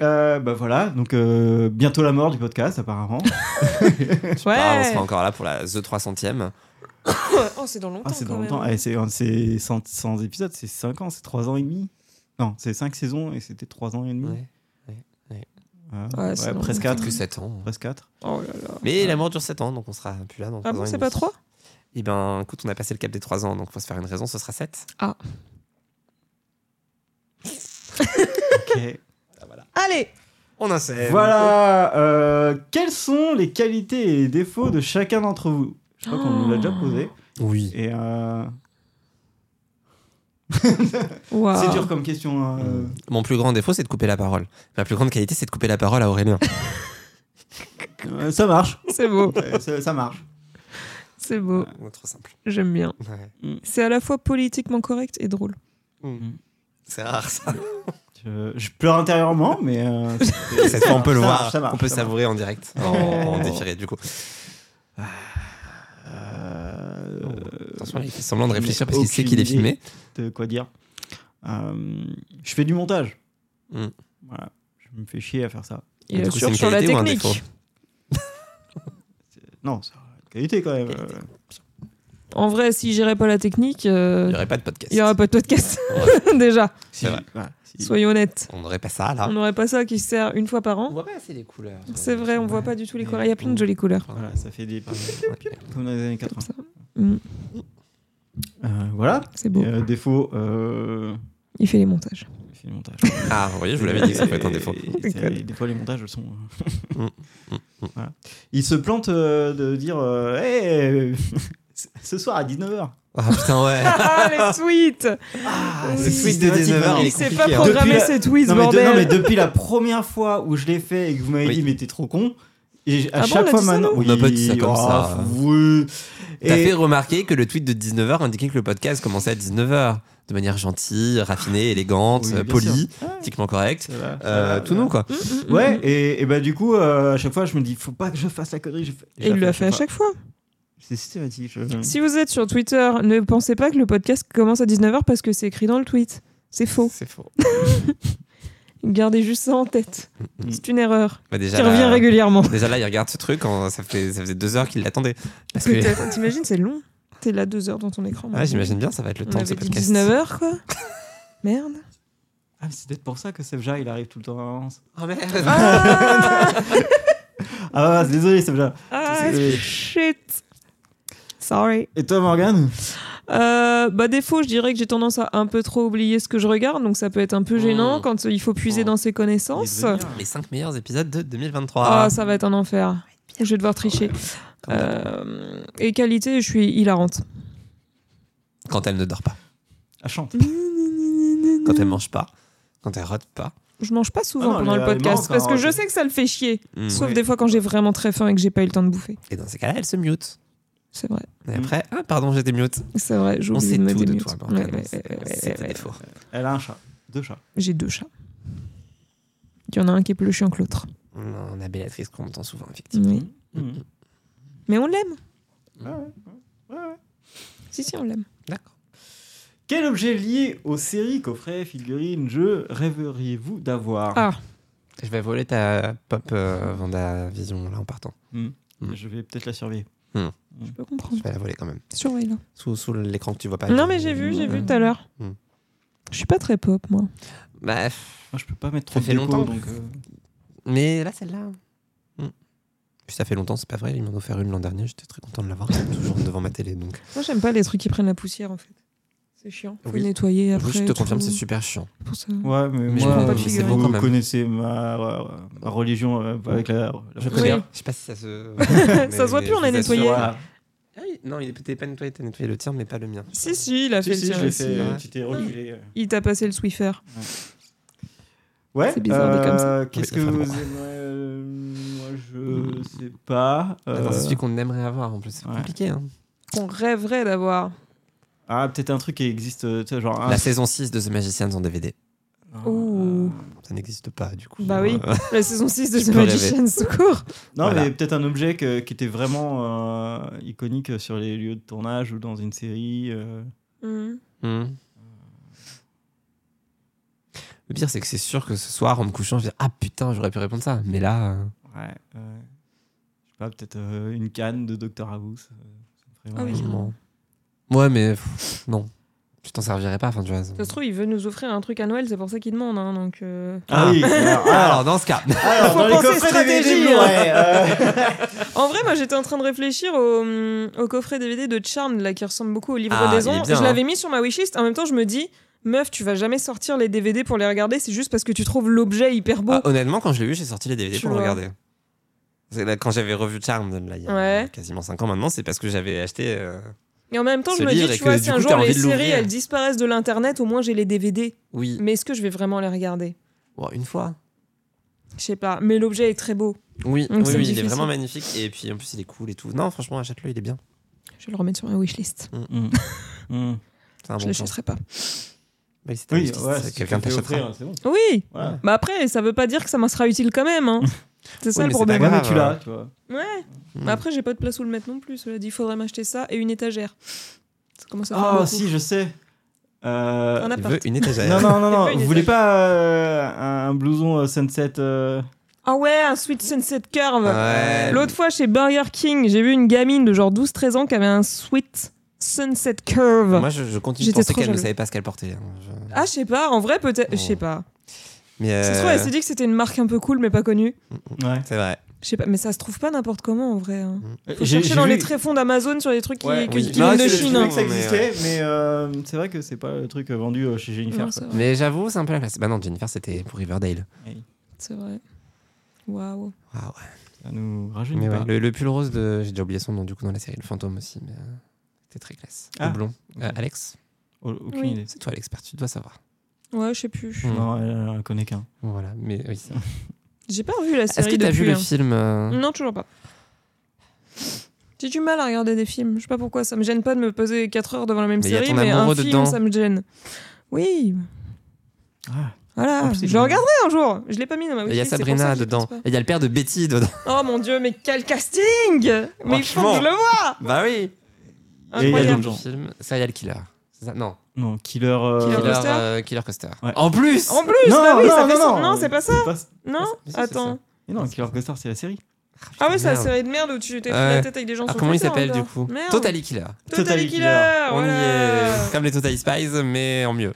A: euh, bah voilà, donc euh, bientôt la mort du podcast, apparemment.
B: Ah, on
C: Ouais.
B: sera encore là pour la The 300ème.
C: Oh, c'est dans longtemps.
A: ah, c'est
C: quand
A: dans
C: même.
A: longtemps. Eh, c'est c'est 100, 100 épisodes, c'est 5 ans, c'est 3 ans et demi. Non, c'est 5 saisons et c'était 3 ans et demi. Ouais,
C: Ouais,
A: ouais,
C: c'est long.
A: presque
B: Plus
A: 4.
B: que 7 ans.
A: Presque 4.
C: Oh là là.
B: Mais la mort dure 7 ans, donc on sera plus là. Dans
C: Ah
B: trois
C: bon,
B: ans et
C: c'est
B: demi.
C: pas 3
B: Eh ben, écoute, on a passé le cap des 3 ans, donc faut se faire une raison, ce sera 7.
A: Ok.
C: Allez
B: On a 7.
A: Voilà, euh, quelles sont les qualités et défauts de chacun d'entre vous Je crois qu'on nous l'a déjà posé.
B: Oui.
A: Et euh,
C: Waouh.
A: c'est dur comme question. hein.
B: Mon plus grand défaut, c'est de couper la parole. Ma plus grande qualité, c'est de couper la parole à Aurélien.
A: Euh, ça marche,
C: C'est beau,
A: Euh, ça, ça marche.
C: c'est beau.
B: Trop simple.
C: J'aime bien.
B: Ouais.
C: C'est à la fois politiquement correct et drôle.
B: C'est rare ça.
A: Je, je pleure intérieurement, mais euh, c'est-
B: Cette fois, on peut le
A: ça
B: voir.
A: marche, ça marche, Oh.
B: on peut
A: ça
B: savourer en direct. En, en défilé, du coup.
A: Euh,
B: Oh, Attention, il fait semblant de
A: J'en ai
B: réfléchir parce qu'il sait qu'il est
A: aucune idée.
B: filmé.
A: de quoi dire. Euh, je fais du montage.
B: Mm.
A: Voilà, je me fais chier à faire ça.
B: Du
C: Il est
B: coup,
C: sûr
B: c'est une
C: sur la
B: qualité ou un
C: technique.
A: Non, c'est une qualité quand même. Euh,
B: Qualité.
C: En vrai, si j'irais pas la technique, euh,
B: Il n'y aurait pas de podcast.
C: il y aurait pas de podcast.
B: Ouais.
C: Déjà,
A: Si-
B: vrai.
A: voilà, si-
C: soyons honnêtes.
B: On n'aurait pas ça là.
C: On n'aurait pas ça qui se sert une fois par an.
B: voit pas assez les couleurs.
C: C'est vrai, on voit pas du tout les couleurs. Il y a plein de jolies couleurs.
A: Voilà, ça fait des
B: Ouais.
A: comme dans les années 80.
C: ça. Mm.
A: Euh, voilà.
C: C'est
B: Mm.
C: beau.
A: Et, euh, défaut, euh,
C: Il fait les montages.
A: j'ai fait le montage.
B: Ah, vous voyez, je vous l'avais dit que ça peut être un défaut.
A: Et c'est-
C: Déconne.
A: Des fois, les montages sont. euh.
B: Mm, mm, mm.
A: Voilà. Il se plante euh, de dire euh, Hey, ce soir à 19h.
B: Ah putain, ouais.
C: Ah, les tweets
A: Ah,
C: c'est
B: le tweet de 19h,
C: Il
B: est
C: sait
B: compliqué,
C: pas
B: hein.
A: Depuis
C: programmer
A: la-
C: ses tweets,
A: Non mais, de-
C: bordel
A: non, mais depuis la première fois où je l'ai fait et que vous m'avez
B: Oui.
A: dit mais t'es trop con, et j- à
C: Ah bon,
A: chaque
C: on a
A: fois
C: dit ça,
A: maintenant,
B: nous On a pas dit ça comme
A: oh,
B: ça.
A: oui.
B: T'as
A: Et-
B: fait remarquer que le tweet de 19h indiquait que le podcast commençait à 19h. De manière gentille, raffinée, élégante,
A: Oui, bien
B: polie,
A: sûr. Ouais.
B: éthiquement correcte.
A: Ça va, ça
B: Euh,
A: va, ça
B: tout
A: va.
B: nous quoi.
C: Mm, mm, mm.
A: Ouais, et, et bah du coup, euh, à chaque fois, je me dis, faut pas que je fasse la connerie. je fais- je
C: Et il
A: la
C: l'a
A: fais
C: fait à chaque fois.
A: fois. C'est systématique. je-
C: Si vous êtes sur Twitter, ne pensez pas que le podcast commence à 19h parce que c'est écrit dans le tweet. C'est faux.
B: C'est faux.
C: Gardez juste ça en tête.
A: Mm.
C: C'est une erreur
B: Bah, déjà,
C: qui
B: là-
C: revient régulièrement.
B: Déjà là, il regarde ce truc, en- ça, fait, ça faisait deux heures qu'il l'attendait. Parce que.
C: Peut-être. T'imagines, c'est long. T'es là deux heures dans ton écran.
B: Ah, j'imagine bien, ça va être le
C: On
B: temps de ce
C: avait dit
B: podcast.
C: 19h, quoi. Merde.
A: Ah, mais c'est peut-être pour ça que Sebja, il arrive tout le temps en avance.
B: Oh merde
C: Ah,
A: Ah, désolé, Sebja.
C: Ah,
A: C'est-
C: shit. Sorry.
A: Et toi, Morgane
C: Euh, bah défaut, je dirais que j'ai tendance à un peu trop oublier ce que je regarde, donc ça peut être un peu gênant
B: Mmh.
C: quand euh, il faut puiser
B: Mmh.
C: dans ses connaissances.
B: Les 5 meilleurs épisodes de 2023.
C: Ah, ça va être un enfer. Je vais devoir tricher.
B: Quand elle-
C: Euh, et qualité, je suis hilarante.
B: Quand elle ne dort pas,
A: Ah, chante.
B: quand elle mange pas, quand elle rote pas.
C: Je mange pas souvent
A: Ah non,
C: pendant
A: elle
C: le
A: est- elle est
C: podcast
A: marrante,
C: parce
A: hein,
C: que je
A: ouais.
C: sais que ça le fait chier.
B: Mm.
C: Sauf
A: Ouais.
C: des fois quand j'ai vraiment très faim et que j'ai pas eu le temps de bouffer.
B: Et dans ces cas-là, elle se mute.
C: C'est vrai,
B: Et
A: Mm.
B: après, ah pardon, j'étais mute.
C: c'est vrai. J'ai
B: On
C: oublié
B: sait
C: de me
B: tout de
C: démute.
B: toi,
C: Ouais,
B: Morgane.
C: ouais,
B: C'est-
C: ouais, ouais,
B: C'est
C: ouais,
B: tes
C: ouais.
B: défauts.
A: Elle a un chat. Deux chats.
C: J'ai deux chats. Il y en a un qui est plus chiant que l'autre.
B: On a Béatrice qu'on entend souvent, effectivement.
C: Oui.
A: Mhm.
C: Mais on l'aime.
A: Ouais, ouais, ouais, ouais.
C: Si, si, on l'aime.
B: D'accord.
A: Quel objet lié aux séries, coffrets, figurines, jeux rêveriez-vous d'avoir
C: Ah.
B: Je vais voler ta pop euh, Vendavision là en partant. Mm.
A: Je vais peut-être la surveiller.
C: Je peux comprendre.
B: Je vais la voler quand même.
C: Surveille là.
B: Sous, sous l'écran que tu vois pas.
C: Non, mais j'ai vu, j'ai vu tout à l'heure.
B: Mm.
C: Je suis pas très pop, moi.
B: Bah,
A: Moi, je peux pas mettre trop de
B: fait
A: déco,
B: longtemps.
A: donc. euh,
B: Mais là, celle-là. hmm. Puis ça fait longtemps, c'est pas vrai. Ils m'en ont offert une l'an dernier. J'étais très content de l'avoir. toujours devant ma télé. Donc,
C: Moi, j'aime pas les trucs qui prennent la poussière, en fait. C'est chiant. Faut
B: Oui.
C: nettoyer après.
B: je te
C: et
B: confirme,
C: tout.
B: c'est super chiant.
C: Pour ça.
A: Ouais, mais,
B: Mais je
A: moi, euh,
C: prends pas de
A: vous-
C: figurines.
B: Quand
A: vous
B: même.
A: connaissez ma, euh, ma religion euh, avec la. la
B: Je
C: connais.
B: connais.
C: Oui.
B: Je sais pas si ça se.
C: Ça se voit plus, on l'a
B: je vous assure-
C: nettoyé.
A: Voilà.
B: Ah oui, non, il était pas nettoyé. T'as nettoyé le tien, mais pas le mien.
C: Si, si, il a
A: Si,
C: fait
A: si,
C: le
A: je
C: tien
A: l'ai
C: aussi.
A: fait, euh,
B: ouais.
A: tu t'es reculé.
C: Il t'a passé le Swiffer.
A: Ouais,
C: C'est bizarre de comme ça.
A: euh, Qu'est-ce que
B: Oui,
A: vous
B: vraiment.
A: aimeriez euh, Moi, je sais pas. euh,
B: Ah, Attends, c'est celui qu'on aimerait avoir en plus. C'est
A: ouais.
B: compliqué. Hein.
C: Qu'on rêverait d'avoir.
A: Ah, peut-être un truc qui existe, euh, tu sais, genre. un-
B: La saison 6 de The Magicians en DVD.
A: Non,
C: Ouh.
A: euh,
B: Ça n'existe pas du coup.
C: Bah oui.
B: Euh,
C: La saison 6 de
B: Tu
C: The
B: peux
C: Magician, secours.
A: Non,
B: Voilà.
A: mais peut-être un objet que- qui était vraiment euh, iconique sur les lieux de tournage ou dans une série. euh.
B: Hmm. Le pire, c'est que c'est sûr que ce soir, en me couchant, je vais dire Ah putain, j'aurais pu répondre ça. Mais là. euh,
A: Ouais, ouais. Je sais pas, peut-être euh, une canne de Dr. House. euh, ça me ferait
C: Ah oui,
A: marrer.
C: carrément.
B: Ouais, mais pff, non. Tu t'en servirais pas, enfin, tu vois.
C: Ça se trouve, il veut nous offrir un truc à Noël, c'est pour ça qu'il demande. Hein, donc, euh.
A: Ah oui, alors,
B: Alors, dans ce cas,
A: alors,
C: Faut
A: dans les
C: penser
A: coffrets DVD,
C: stratégie,
A: Blu-ray, euh,
C: En vrai, moi j'étais en train de réfléchir au, hum, au coffret DVD de Charmed là, qui ressemble beaucoup au livre
B: Ah,
C: des
B: il est
C: ombres.
B: bien,
C: je
B: hein.
C: l'avais mis sur ma wishlist. En même temps, je me dis, meuf, tu vas jamais sortir les DVD pour les regarder, c'est juste parce que tu trouves l'objet hyper beau.
B: Ah, honnêtement, quand je l'ai vu, j'ai sorti les DVD
C: Tu
B: pour le
C: vois.
B: regarder. C'est là, quand j'avais revu Charmed, là, il y a
C: Ouais.
B: quasiment 5 ans maintenant, c'est parce que j'avais acheté. euh,
C: Et en même temps,
B: Ce
C: je me dis,
B: livre et
C: tu
B: que,
C: vois,
B: du
C: si un
B: coup,
C: jour
B: t'as envie
C: les
B: de l'ouvrir.
C: séries elles disparaissent de l'internet, au moins j'ai les DVD.
B: Oui,
C: Mais est-ce que je vais vraiment les regarder
B: Oh, une fois.
C: Je sais pas. Mais l'objet est très beau.
B: Oui,
C: Donc
B: oui,
C: c'est
B: oui, il est
C: difficile.
B: vraiment magnifique. Et puis en plus, il est cool et tout. Non, franchement, achète-le, il est bien.
C: Je vais le remettre sur ma wishlist.
A: Mm. Mm.
B: C'est un Ah
C: je
B: bon plan.
C: l'achèterai pas.
B: Bah, c'est ta
A: Oui,
B: wishlist,
A: ouais,
B: c'est
A: si tu
B: quelqu'un
A: te fais
B: t'achètera.
A: offrir, c'est bon.
C: Oui.
A: Voilà.
C: Bah après, ça veut pas dire que ça m'en sera utile quand même. hein. C'est ça
B: Oui, mais c'est
C: le
A: Ouais,
C: problème.
B: grave,
A: mais tu l'as,
B: ouais.
A: tu vois.
C: Ouais.
B: Mm.
C: Mais après, j'ai pas de place où le mettre non plus. Cela dit, il faudrait m'acheter ça et une étagère. Ça commence à faire
A: Ah,
C: beaucoup.
A: si, je sais. Euh,
C: Un
B: Il
C: appart.
B: veut une étagère.
A: Non, non, non,
C: pas
A: non.
C: une
A: Vous voulez
C: étagère.
A: pas euh, un blouson euh, sunset euh,
C: Ah ouais, un Sweet Sunset Curve.
B: Ouais.
C: L'autre fois, chez Burger King, j'ai vu une gamine de genre 12-13 ans qui avait un Sweet Sunset Curve.
B: Moi, je, je continue de
C: J'étais
B: penser
C: trop
B: qu'elle ne
C: jalouse.
B: savait pas ce qu'elle portait. hein. Je-
C: Ah, je sais pas, en vrai, peut-être. Je sais
B: Oh.
C: pas.
B: Mais,
C: Ça se
B: euh,
C: trouve, elle s'est dit que c'était une marque un peu cool, mais pas connue.
A: Ouais.
B: c'est vrai.
C: Je sais pas, mais ça se trouve pas n'importe comment en vrai. hein. Faut
A: J'ai-
C: chercher
A: j'ai
C: dans
A: vu-
C: les tréfonds d'Amazon sur les trucs qui,
A: Ouais,
C: qui-
B: oui.
C: qui
B: Non,
C: viennent de
B: c'est-
A: Je
C: Chine.
A: savais
C: hein.
A: que ça
B: mais
A: existait,
B: ouais.
A: mais euh, c'est vrai que c'est pas le truc vendu euh, chez Jennifer.
C: Non,
A: quoi.
C: c'est vrai.
B: Mais j'avoue, c'est un peu la classe. Bah non, Jennifer, c'était pour Riverdale.
C: C'est vrai. Waouh.
B: Waouh.
A: Ça nous rajeunit
B: Mais ouais,
A: pas.
B: le, le pull rose de. J'ai déjà oublié son nom du coup dans la série, le fantôme aussi, mais euh, c'était très classe.
A: Ah.
B: Ou blond. Euh,
A: Ok.
B: Alex,
A: Au- Aucune
C: Oui.
A: idée.
B: c'est toi l'expert, tu dois savoir.
C: Ouais, je sais plus.
B: Mm.
A: Non, elle en connaît qu'un.
B: Voilà, mais oui, c'est vrai.
C: J'ai pas revu la série.
B: Est-ce que t'as vu
C: depuis,
B: le
C: hein.
B: film euh,
C: Non, toujours pas. J'ai du mal à regarder des films. Je sais pas pourquoi. Ça me gêne pas de me poser 4 heures devant la même
B: Mais y a
C: série,
B: ton
C: mais un
B: amoureux
C: film,
B: dedans.
C: ça me gêne. Oui,
A: Ah,
C: voilà.
A: Oh, c'est
C: je le
A: bien.
C: regarderai un jour. Ah Je l'ai pas mis dans ma
B: Il
C: wishlist.
B: y a
C: c'est pour
B: Sabrina
C: ça que j'y
B: dedans.
C: pense
B: Et il y a le père de Betty dedans.
C: pas. Oh mon dieu, mais quel casting Mais il faut que je le vois
B: bah oui
A: Et il y a
C: Incroyable.
A: d'autres gens.
B: film Serial Killer. C'est ça Non,
A: Non, Killer. euh,
C: Killer
B: Killer,
C: Coaster
B: euh, Killer Coaster.
A: Ouais.
B: En plus
C: En plus, bah oui, ça fait son- non, c'est pas ça.
A: pas-
B: Mais
C: Non
B: si, c'est
C: Attends.
A: Mais non, Killer Coaster, c'est la série.
C: Ah oui,
B: Putain,
C: c'est la
B: merde.
C: série de merde où tu t'es fait
B: Ouais.
C: la tête avec des gens
B: Alors
C: sur
B: Ah, comment il
C: Twitter,
B: s'appelle du
C: encore.
B: coup
C: Merde.
B: Totally Killer.
C: Totally
A: Totally
C: Killer,
A: Killer.
B: On y
C: voilà.
B: est comme les Total Spies, mais en mieux.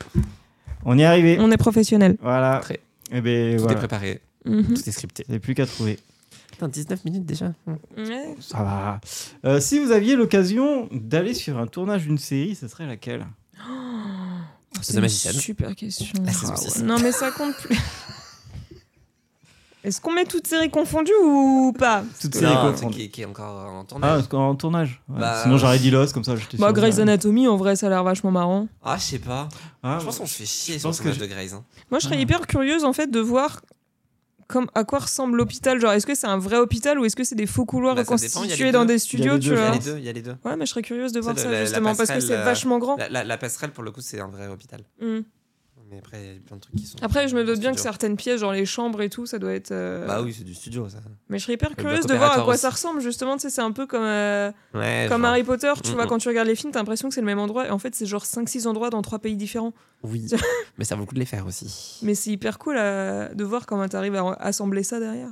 A: On y est arrivé.
C: Mm. On est professionnel. Mm-hmm.
A: Voilà.
B: Très.
A: Et ben
B: Tout est
A: voilà.
B: préparé, tout est scripté.
A: Il n'y a plus qu'à trouver.
B: Putain, 19 minutes déjà.
C: Ouais.
A: Ça va. Euh, si vous aviez l'occasion d'aller sur un tournage d'une série, ce serait laquelle
B: Oh, C'est Ah,
C: une
B: magicienne.
C: super question.
B: La saison six.
C: Ah Non, mais ça compte plus. Est-ce qu'on met toutes séries confondues ou pas
A: Toute
B: Non,
A: série
B: un
A: qu'on
B: truc qui, qui est encore en
A: Ah,
B: tournage.
A: parce qu'en- en tournage. Ouais.
B: Bah,
A: Sinon, j'aurais dit Lost, comme ça, j'étais
C: Bah,
A: sûr.
C: Grey's Anatomy, en vrai, ça a l'air vachement marrant.
B: Ah, je sais pas.
A: Ah,
B: Je pense qu'on se fait chier sur
A: pense
B: le
A: que
B: tournage
A: je-
B: de Grey's. hein.
C: Moi, je serais
A: Ah.
C: hyper curieuse, en fait, de voir comme, à quoi ressemble l'hôpital. Genre, est-ce que c'est un vrai hôpital ou est-ce que c'est des faux couloirs
B: Bah, ça dépend, il y a
C: reconstitués
B: les
C: dans
B: deux.
C: des
A: Il y a
C: studios,
A: les
C: tu
A: deux,
B: Il y a
C: vois
B: les deux, il y a les deux.
C: Ouais, mais je serais curieuse de voir
B: C'est
C: ça,
B: le- la- la
C: justement, parce que c'est
B: passerelle, euh,
C: vachement grand.
B: La, la- la passerelle, pour le coup, c'est un vrai hôpital.
C: Mm.
B: Mais après, il y a plein de trucs qui sont.
C: Après, je me doute bien que
B: studio.
C: certaines pièces, genre les chambres et tout, ça doit être. euh,
B: Bah oui, c'est du studio, ça.
C: Mais je serais hyper
B: bloc
C: curieuse de voir à quoi
B: opératoire
C: ça
B: aussi.
C: ressemble, justement. Tu sais, c'est un peu comme, euh,
B: Ouais.
C: comme
B: genre-
C: Harry Potter. Tu
B: Mm,
C: vois,
B: mm.
C: quand tu regardes les films, t'as l'impression que c'est le même endroit. Et en fait, c'est genre 5-6 endroits dans 3 pays différents.
B: Oui. Mais ça vaut le coup de les faire aussi.
C: Mais c'est hyper cool euh, de voir comment t'arrives à assembler ça derrière.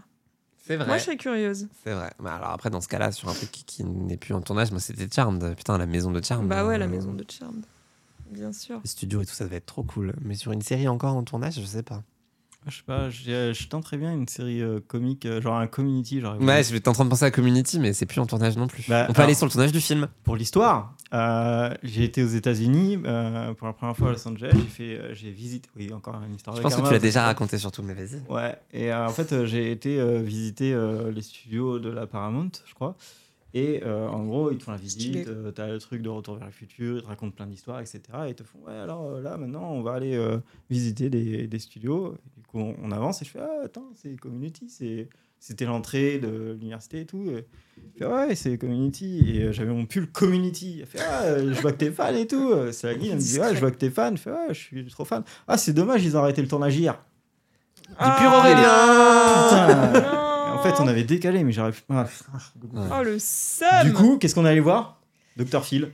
B: C'est
C: Moi,
B: vrai.
C: je serais curieuse.
B: C'est vrai. Mais alors après, dans ce cas-là, sur un truc qui, qui n'est plus en tournage, moi, c'était Charmed. Putain, la maison de Charmed.
C: Bah ouais, la
B: Euh,
C: maison de Charmed. Bien sûr.
B: Les studios et tout, ça devait être trop cool. Mais sur une série encore en tournage, je sais pas.
A: Je sais pas, euh, je, je tenterais bien une série euh, comique, euh, genre un community. Genre, euh,
B: Ouais, j'étais en train de penser à Community, mais c'est plus en tournage non plus.
A: Bah,
B: On peut
A: alors-
B: aller sur le tournage du film.
A: Pour l'histoire, euh, j'ai été aux États-Unis euh, pour la première fois à Los Angeles. J'ai fait, euh, j'ai visité. Oui, encore une histoire
B: Je
A: de
B: pense que
A: karma,
B: tu l'as
A: parce
B: déjà raconté surtout, mais vas-y.
A: Ouais, et euh, en fait, euh, j'ai été euh, visiter euh, les studios de la Paramount, je crois. Et euh, en gros, ils te font la visite,
C: Stylé.
A: euh, t'as le truc de retour vers le futur, ils te racontent plein d'histoires, etc. Et ils te font, ouais, alors euh, là, maintenant, on va aller euh, visiter des, des studios. Et du coup, on, on avance et je fais, ah, attends, c'est Community, c'est- c'était l'entrée de l'université et tout. Et je fais, ouais, c'est Community. Et euh, j'avais mon pull Community. Elle fait, ah, euh, je vois que t'es fan et tout. C'est la guide, elle me dit, ouais, je vois que t'es fan. Je fais, ouais, je suis trop fan. Ah, c'est dommage, ils ont arrêté le tournage hier.
B: pur
C: Ah,
B: Aurélien
A: Putain. Et En fait, on avait décalé, mais j'aurais. Ah, putain.
C: Oh le seum
A: Du coup, qu'est-ce qu'on est allé voir Dr Phil.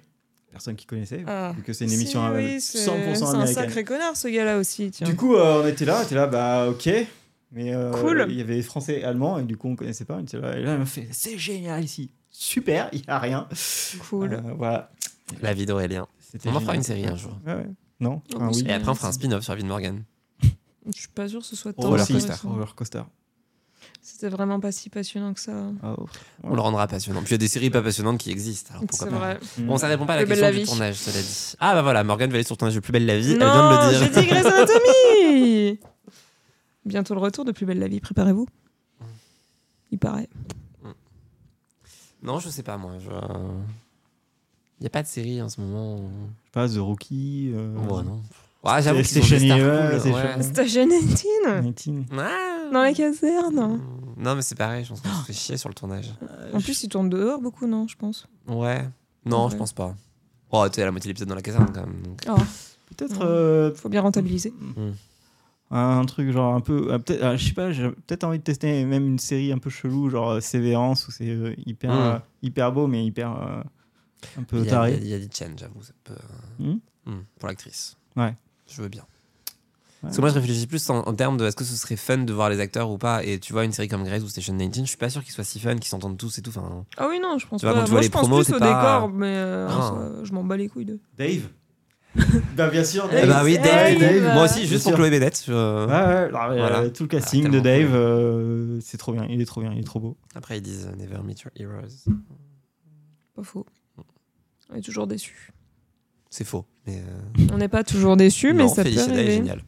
A: Personne qui connaissait,
C: Ah.
A: vu que c'est une émission
C: Si,
A: euh,
C: oui, c'est-
A: 100%
C: C'est un
A: américaine.
C: sacré connard, ce gars-là aussi. Tiens.
A: Du coup, euh, on était là, on était là, bah ok. Mais euh,
C: Cool.
A: il y avait français et allemand, et du coup, on connaissait pas. On était là, et là, on a fait c'est génial ici, super, il y a rien.
C: cool.
A: Euh, voilà.
B: La vie d'Aurélien.
A: C'était
B: On en
A: génial.
B: fera une série un jour.
A: Ouais, ouais. Non
C: Oh,
A: Enfin,
C: oui.
A: oui.
B: Et après, on fera un spin-off sur la vie de Morgan.
C: Je suis pas sûre que ce soit tant
A: Roller
B: Roller
A: coaster.
C: intéressant.
A: Roller coaster.
C: C'était vraiment pas si passionnant que ça.
A: Ah, oh.
B: On le rendra passionnant. Puis il y a des séries pas passionnantes qui existent. Alors
C: C'est
B: pourquoi pas
C: vrai.
A: Mm.
B: Bon, ça répond pas à la
C: Plus belle
B: question
C: la
B: du
C: vie.
B: tournage, cela dit. Ah bah voilà, Morgan va aller sur le tournage de Plus belle la vie. Elle
C: non,
B: vient de le
C: j'ai
B: dire.
C: dit Grey's Anatomy Bientôt le retour de Plus Belle la Vie, préparez-vous. Il paraît.
B: Non, je sais pas moi. Il n'y a pas de série en ce moment. où-
A: Je sais pas, The Rookie. euh,
B: Ouais, Oh, non. Ouais, j'avoue qu'ils ont
A: Station
B: des stars
A: Evil,
B: cool,
A: c'est
B: ouais.
A: chouette.
C: Station 18
A: 19.
B: Ah.
C: Dans la caserne
B: Non, mais c'est pareil, je pense qu'on se fait chier sur le tournage.
C: En plus, il tourne dehors beaucoup, non, je pense.
B: Ouais. Non,
C: Ouais.
B: je pense pas. Oh, tu sais, la moitié de l'épisode dans la caserne quand même. donc.
C: Oh,
A: Peut-être euh,
C: faut bien rentabiliser.
A: un truc genre un peu ah, peut-être ah, je sais pas j'ai peut-être envie de tester même une série un peu chelou genre euh, Sévérance où c'est euh, hyper
B: Mm.
A: euh, hyper beau mais hyper euh, un peu
B: Il y a-
A: taré
B: il y a- il y a des changes, j'avoue. ça peut, euh,
A: Hmm.
B: hmm, Pour l'actrice.
A: Ouais.
B: Je veux bien. Parce que moi, je réfléchis plus en, en termes de est-ce que ce serait fun de voir les acteurs ou pas. Et tu vois, une série comme Grey's ou Station 19, je suis pas sûr qu'ils soient si fun, qu'ils s'entendent tous et tout. Enfin,
C: Ah oui, non, je pense
B: Tu vois,
C: pas.
B: quand tu
C: Moi,
B: vois
C: je
B: les
C: pense
B: promos,
C: plus
B: c'est
C: au
B: pas-
C: décor, mais euh, en
B: Ah.
C: soi, je m'en bats les couilles d'eux.
A: Dave bah bien sûr
C: Eh
B: Eh
A: Dave.
B: bah oui,
A: Dave,
B: Dave.
A: Dave.
B: Moi aussi,
A: Bien
B: juste
A: sûr.
B: pour Chloé Bennett. je-
A: Ouais, ouais, alors, euh,
B: Voilà.
A: tout le casting
B: Ah,
A: de
B: tellement
A: Dave
B: cool.
A: euh, c'est trop bien il est trop bien il est trop beau
B: Après, ils disent euh, Never Meet Your Heroes.
C: Pas faux. On est toujours déçus.
B: C'est faux. Mais euh,
C: On n'est pas toujours déçus, mais
B: non,
C: ça peut
B: Felicita est
C: arriver.
B: géniale.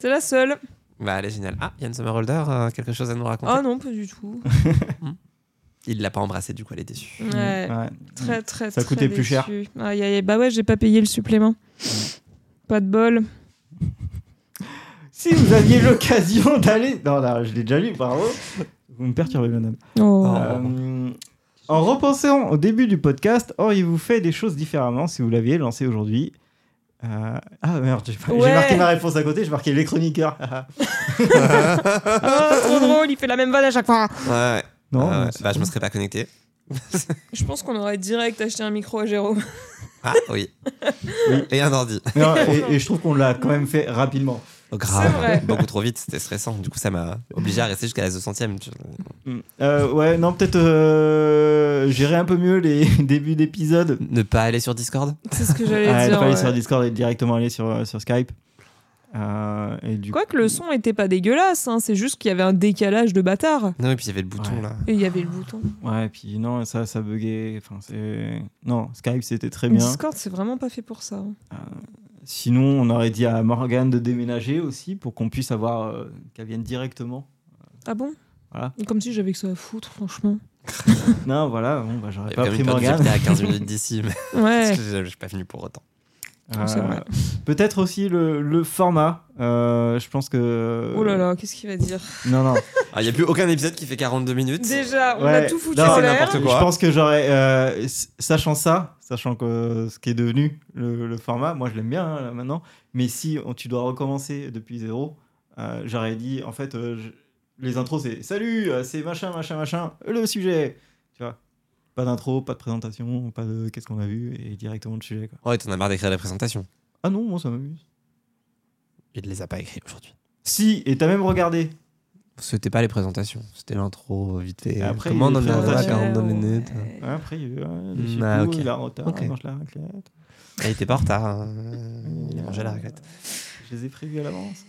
C: C'est la seule.
B: Bah, elle est géniale. Ah, Yann Somerhalder, euh, quelque chose à nous raconter
C: Ah non, pas du tout.
B: Il l'a pas embrassé, du coup, elle est déçue.
C: Ouais.
A: Ouais.
C: Très, très,
A: Ça
C: très
A: coûtait plus cher.
C: déçu. Aïe, aïe, aïe. Bah ouais, j'ai pas payé le supplément. Pas de bol.
A: si vous aviez l'occasion d'aller non là je l'ai déjà lu bravo vous me perturbez madame
C: Oh.
B: Oh.
A: Euh, en repensant au début du podcast, auriez-vous fait des choses différemment si vous l'aviez lancé aujourd'hui Euh, Ah merde, j'ai pas- j'ai
C: Ouais.
A: marqué ma réponse à côté, j'ai marqué les chroniqueurs.
C: Ah, trop drôle, il fait la même vanne à chaque fois.
B: Ouais.
A: non,
B: Ah ouais.
A: non, c'est
B: bah, je
A: pas-
B: me serais pas connecté.
C: Je pense qu'on aurait direct acheté un micro à Jérôme.
B: Ah oui. Oh,
A: Oui.
B: Et un ordi.
A: Non, et, et je trouve qu'on l'a quand même fait rapidement.
B: Oh, grave.
C: vrai.
B: Beaucoup trop vite, c'était stressant. Du coup, ça m'a obligé à rester jusqu'à la 200 e
A: Euh, ouais, non, peut-être euh, gérer un peu mieux les débuts d'épisodes.
B: Ne pas aller sur Discord
C: C'est ce que j'allais
A: Ah, de
C: dire.
A: pas aller
C: ouais.
A: sur Discord et directement aller sur, euh, sur Skype. Euh, et du
C: Quoique le son était pas dégueulasse, hein, c'est juste qu'il y avait un décalage de bâtard.
B: Non, et puis il y avait le bouton
A: Ouais.
B: là.
C: Et il y avait le bouton.
A: Ouais, et puis non, ça, ça buguait. Enfin, c'est... Non, Skype, c'était très bien.
C: Discord, c'est vraiment pas fait pour ça. hein.
A: Sinon, on aurait dit à Morgane de déménager aussi pour qu'on puisse avoir... euh, qu'elle vienne directement.
C: Ah bon
A: Voilà.
C: Comme si j'avais que ça à foutre, franchement.
A: Non, voilà, bon, bah,
B: Il
A: j'aurais
B: y a
A: pas
B: quand
A: pris
B: même peur de dire que
A: Morgane.
B: t'es à 15 minutes d'ici, mais
C: Ouais.
B: parce que je suis pas venu pour autant.
C: C'est vrai.
A: Euh, Peut-être aussi le, le format. Euh, je pense que...
C: Oh là là, qu'est-ce qu'il va dire
A: Non, non.
B: Ah, Il y a plus aucun épisode qui fait 42 minutes.
C: Déjà, on a
A: Ouais,
C: tout foutu
A: non,
C: en
A: c'est
C: l'air.
B: n'importe quoi.
A: Je pense que j'aurais, euh, s- sachant ça, sachant que euh, ce qui est devenu le, le format, moi je l'aime bien hein, là, maintenant, mais si on- tu dois recommencer depuis zéro, euh, j'aurais dit en fait, euh, je- les intros c'est salut, euh, c'est machin, machin, machin, le sujet, tu vois. Pas d'intro, pas de présentation, pas de qu'est-ce qu'on a vu et directement le sujet. Quoi.
B: Ouais, t'en as marre d'écrire les présentations.
A: Ah non, moi ça m'amuse.
B: Il ne les a pas écrits aujourd'hui.
A: Si, et t'as même regardé.
B: C'était pas les présentations, c'était l'intro vite fait. Euh,
A: Et après,
B: Comment on
A: il y a
B: en
A: les
B: est arrivé à
A: présentations.
B: 42
C: Ouais,
B: minutes
C: ouais.
A: Après, il y a eu, euh, le
B: Mm,
A: chipou,
B: ah, ok.
A: il a retard,
B: Ok.
A: il mange la raclette.
B: Il était pas en retard. hein. Il a mangé la raclette.
A: Je les ai prévus à l'avance.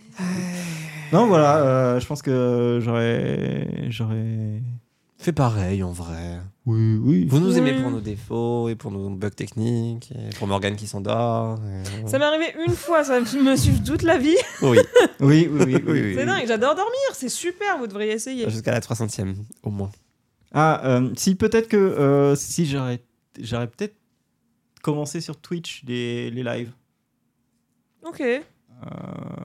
A: Non, voilà, euh, je pense que j'aurais. J'aurais.
B: Fait pareil en vrai.
A: Oui, oui.
B: Vous nous
C: Oui.
B: aimez pour nos défauts et pour nos bugs techniques, et pour Morgane qui s'endort. et-
C: Ça m'est arrivé une fois, ça me suit toute la vie.
B: Oui,
A: Oui, oui, oui.
B: Oui, oui.
C: C'est dingue, j'adore dormir, c'est super, vous devriez essayer.
B: jusqu'à la 300ème, au moins.
A: Ah, euh, si, peut-être que. euh, si, j'aurais. J'aurais peut-être commencé sur Twitch les, les lives.
C: Ok,
A: Euh,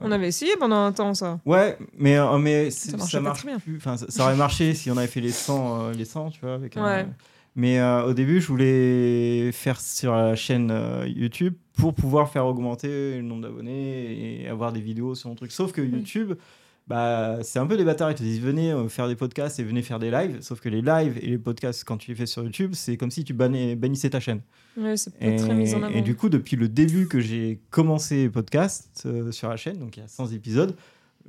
C: on avait essayé pendant un temps ça.
A: Ouais, mais, euh, mais c'est- ça,
C: Ça marchait pas
A: marche
C: très bien.
A: plus. Enfin, ça, ça aurait marché si on avait fait les 100, euh, les 100 tu vois. Avec un-
C: Ouais.
A: Mais euh, au début, je voulais faire sur la chaîne euh, YouTube pour pouvoir faire augmenter le nombre d'abonnés et avoir des vidéos sur mon truc. Sauf que YouTube, bah, c'est un peu des bâtards. Ils te disent venez euh, faire des podcasts et venez faire des lives. Sauf que les lives et les podcasts, quand tu les fais sur YouTube, c'est comme si tu bannais- bannissais ta chaîne.
C: Ouais, c'est pas
A: Et,
C: très mis en avant.
A: et du coup, depuis le début que j'ai commencé les podcasts euh, sur la chaîne, donc il y a 100 épisodes,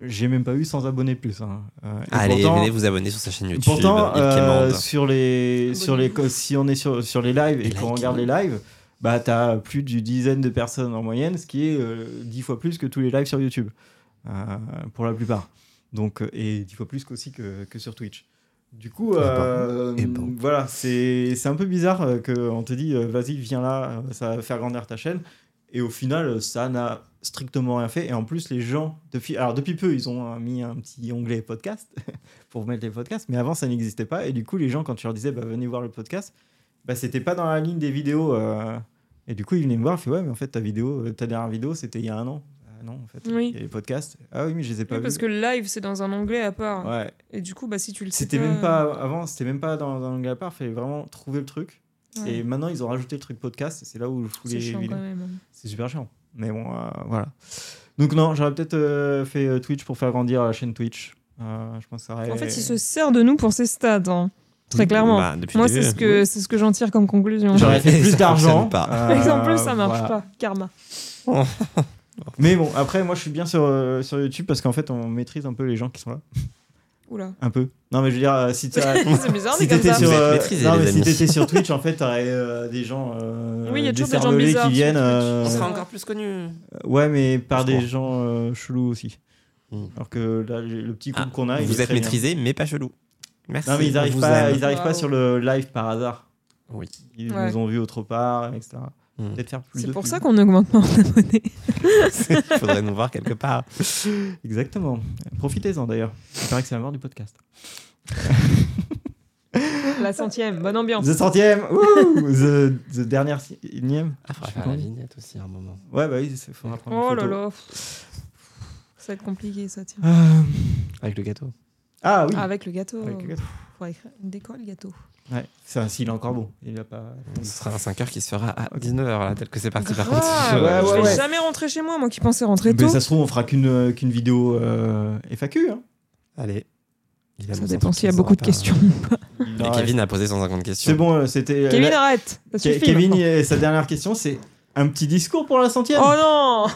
A: j'ai même pas eu 100 abonnés de plus. hein. Euh, et
B: Allez,
A: pourtant-
B: venez vous abonner sur sa chaîne YouTube.
A: Pourtant,
B: il
A: euh,
B: quémande.
A: sur les,
C: Abonnez-vous.
A: sur les, co- si on est sur, sur les lives et
B: Et
A: qu'on
B: likez.
A: regarde les lives, bah t'as plus d'une dizaine de personnes en moyenne, ce qui est euh, dix fois plus que tous les lives sur YouTube, euh, pour la plupart. Donc euh, et dix fois plus qu'aussi que, que sur Twitch. Du coup,
B: ben,
A: euh,
B: eh ben.
A: voilà, c'est c'est un peu bizarre euh, que on te dit euh, vas-y viens là, euh, ça va faire grandir ta chaîne. Et au final, euh, ça n'a strictement rien fait. Et en plus, les gens, depuis, alors depuis peu, ils ont euh, mis un petit onglet podcast pour mettre les podcasts, mais avant, ça n'existait pas. Et du coup, les gens, quand tu leur disais, bah, venez voir le podcast, bah, c'était pas dans la ligne des vidéos. euh, Et du coup, ils venaient me voir, ils fait ouais, mais en fait, ta vidéo, euh, ta dernière vidéo, c'était il y a un an. Ah non, en fait,
C: Oui.
A: il y a les podcasts. Ah oui, mais je les ai pas
C: Oui, parce
A: vus.
C: que le live c'est dans un onglet à part.
A: Ouais.
C: Et du coup, bah si tu le sais
A: C'était même
C: Hmm.
A: pas avant, c'était même pas dans, dans l'onglet à part, fallait vraiment trouver le truc.
C: euh, Ouais.
A: Et maintenant, ils ont rajouté le truc podcast, et c'est là où je voulais
C: C'est chiant
A: vidéos.
C: quand même.
A: C'est super chiant. Mais bon, euh, voilà. Donc non, j'aurais peut-être euh, fait euh, Twitch pour faire grandir la chaîne Twitch. Euh, je pense que ça aurait...
C: En fait, il se sert de nous pour ses stats. hein. Très clairement.
B: Bah, depuis
C: Moi,
B: le
C: c'est
B: début.
C: ce que, c'est ce que j'en tire comme conclusion.
B: Genre-
A: J'aurais fait
B: Ça
A: plus
B: fonctionne
A: d'argent.
B: pas.
A: Euh,
C: en plus, ça marche
A: voilà.
C: pas. Karma.
A: Mais bon, après, moi, je suis bien sur, euh, sur YouTube parce qu'en fait, on maîtrise un peu les gens qui sont là.
C: Oula.
A: Un peu. Non, mais je veux dire, euh, si t'as-
C: c'est bizarre,
A: Si
C: c'est comme
A: t'étais
C: ça.
A: sur,
B: Vous êtes
A: euh,
B: maîtrisés,
A: non,
B: les
A: mais si
B: amis.
A: t'étais sur Twitch, en fait, t'aurais euh, des gens euh,
C: Oui, il y a toujours des gens
A: décervelés
C: bizarres
A: qui
C: sur
A: viennent.
C: Twitch.
A: euh,
B: On sera encore plus connus.
A: Ouais, mais par
B: Je
A: des
B: crois.
A: gens euh, chelous aussi.
B: Hmm.
A: Alors que là, le le petit
B: Ah,
A: groupe qu'on a, il est
B: vous êtes
A: très bien.
B: maîtrisés, mais pas chelou. Merci.
A: Non, mais ils
B: on
A: n'arrivent
B: vous
A: pas,
B: aime.
A: ils arrivent pas
C: Waouh.
A: sur le live par hasard.
B: Oui.
A: Ils
C: Ouais.
A: nous ont vus autre part, etc.
B: Hmm.
A: Peut-être faire plus
C: C'est
A: de
C: pour
A: pub.
C: ça qu'on augmente pas en abonnés.
B: Il faudrait nous voir quelque part.
A: Exactement. Profitez-en d'ailleurs. Il paraît que c'est la mort du podcast.
C: La centième, bonne ambiance.
A: The centième Wouh The, the dernière si- énième
B: Ah,
A: Je sais
B: faudrait
A: pas
B: faire la
A: comment.
B: vignette aussi à un moment.
A: Ouais, bah oui, il faudra prendre
C: Oh
A: une
C: là
A: photo.
C: là. Ça va être compliqué, ça, tiens.
A: Euh,
B: Avec le gâteau.
A: Ah oui
C: Ah, avec le gâteau.
A: Avec le gâteau.
C: Faudrait écrire- décorer le gâteau.
A: Ouais, c'est un s'il est encore bon. Il a pas.
B: Ce sera un 5h qui sera à 19h, là, tel que c'est parti. Par contre,
C: Grave.
A: Ouais,
B: je-
C: je
A: ouais,
C: vais
A: ouais.
C: jamais rentrer chez moi, moi qui pensais rentrer
A: Mais
C: tôt.
A: ça se trouve, on fera qu'une euh, qu'une vidéo euh, FAQ. Hein.
B: Allez. Il a
C: Ça
B: mon
C: dépend
B: sens,
C: s'il y a
B: il
C: beaucoup de
B: saura pas.
C: questions.
A: Il
B: Et
A: aura-
B: Kevin a posé 150 questions.
A: C'est bon, euh, c'était. euh,
C: Kevin, hein,
A: la-
C: arrête. Ça
A: Ke-
C: suffit.
A: Kevin,
C: maintenant.
A: euh, sa dernière question, c'est un petit discours pour la centième.
C: Oh non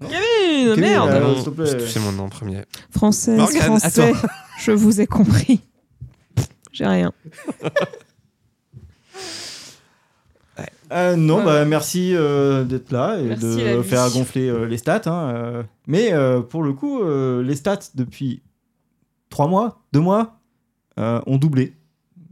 C: Kevin,
A: Kevin,
C: merde
A: euh,
B: Pardon,
A: s'il te plaît.
B: j'ai touché mon nom en premier.
C: Française,
B: Morgane, à
C: français, je vous ai compris. J'ai rien.
A: Euh, non,
C: Ouais.
A: bah, merci euh, d'être là et
C: Merci, la
A: de
C: vie.
A: faire gonfler euh, les stats. hein, euh. Mais euh, pour le coup, euh, les stats depuis 3 mois, 2 mois, euh, ont doublé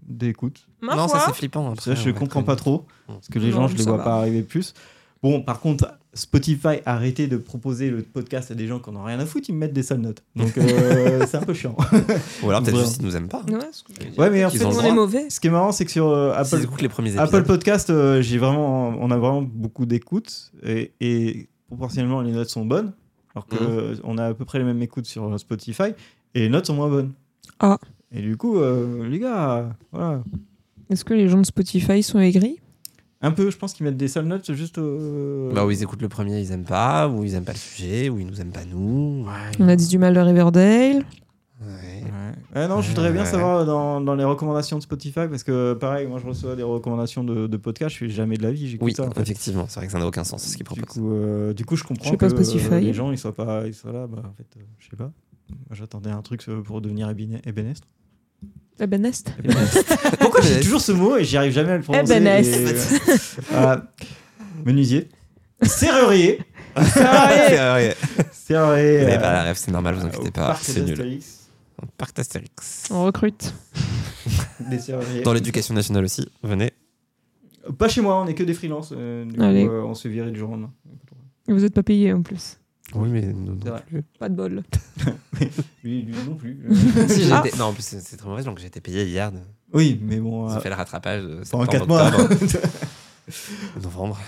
A: d'écoute.
C: Ma
B: non,
C: foi.
B: ça c'est flippant.
A: Ça,
B: après,
A: je
B: on va
A: comprends
B: être-
A: pas trop, parce que les
C: Non,
A: gens, je
C: mais
A: les
C: ça
A: vois
C: va.
A: pas arriver plus. Bon, par contre, Spotify, arrêtez de proposer le podcast à des gens qui n'en ont rien à foutre, ils me mettent des sales notes. Donc euh, c'est un peu chiant.
B: Ou alors peut-être
A: Ouais.
B: juste qu'ils nous aiment pas.
C: Ouais, ce que je veux dire.
A: Ouais, mais en
B: Ils
A: fait,
B: ont le
C: on
B: droit.
C: est mauvais.
A: ce qui est marrant, c'est que sur euh,
B: S'ils
A: Apple
B: écoutent les premiers épisodes.
A: Apple Podcast, euh, j'ai vraiment, on a vraiment beaucoup d'écoutes et, et proportionnellement les notes sont bonnes, alors que
B: Mhm.
A: euh, on a à peu près les mêmes écoutes sur Spotify et les notes sont moins bonnes.
C: Ah.
A: Et du coup, euh, les gars, voilà.
C: Est-ce que les gens de Spotify sont aigris
A: Un peu, je pense qu'ils mettent des sales notes juste. euh,
B: Bah, ou ils écoutent le premier, ils aiment pas, ou ils aiment pas le sujet, ou ils nous aiment pas nous. Ouais.
C: On a dit du mal de Riverdale.
B: Ouais.
A: Ouais. Ah non, je voudrais bien savoir dans, dans les recommandations de Spotify parce que pareil, moi je reçois des recommandations de, de podcasts, je suis jamais de la vie, j'écoute
B: Oui,
A: ça. en fait.
B: effectivement, c'est vrai que ça n'a aucun sens ce qu'ils
A: hein. Du
B: proposent.
A: coup, euh, du coup, je comprends
C: Je sais pas
A: que euh,
C: Spotify.
A: les gens ils soient pas, ils soient là. Bah, en fait, euh, je sais pas. Moi, J'attendais un truc euh, pour devenir ébéné- ébéniste.
C: La Ben Benest.
A: Pourquoi j'ai toujours ce mot et j'y arrive jamais à le prononcer
C: Ébéniste.
A: et, euh, voilà. Menuisier, serrurier,
B: C'est vrai. Vous
A: serrurier.
B: avez
A: euh,
B: pas bah, la rêve, c'est normal, Eh ben, vous
A: au
B: inquiétez pas,
A: parc
B: c'est nul.
A: d'Astérix,
B: Parc d'Astérix.
C: On recrute.
A: Des serruriers. Euh,
B: Dans l'éducation nationale aussi, venez.
A: Pas chez moi, on est que des freelances. euh, du coup,
C: Allez.
A: euh, on se virait du jour au lendemain.
C: Et vous n'êtes pas payé en plus.
B: Oui, mais non,
A: C'est vrai.
B: plus.
C: Pas de bol.
A: Lui, lui non plus. euh.
B: Si, j'ai
C: Ah.
B: été- Non, en plus, c'est c'est très mauvais donc j'ai été payé hier. de-
A: oui, mais bon.
B: J'ai
A: euh,
B: fait le rattrapage de
A: Pendant
B: septembre,
A: 4 mois.
B: octobre, novembre.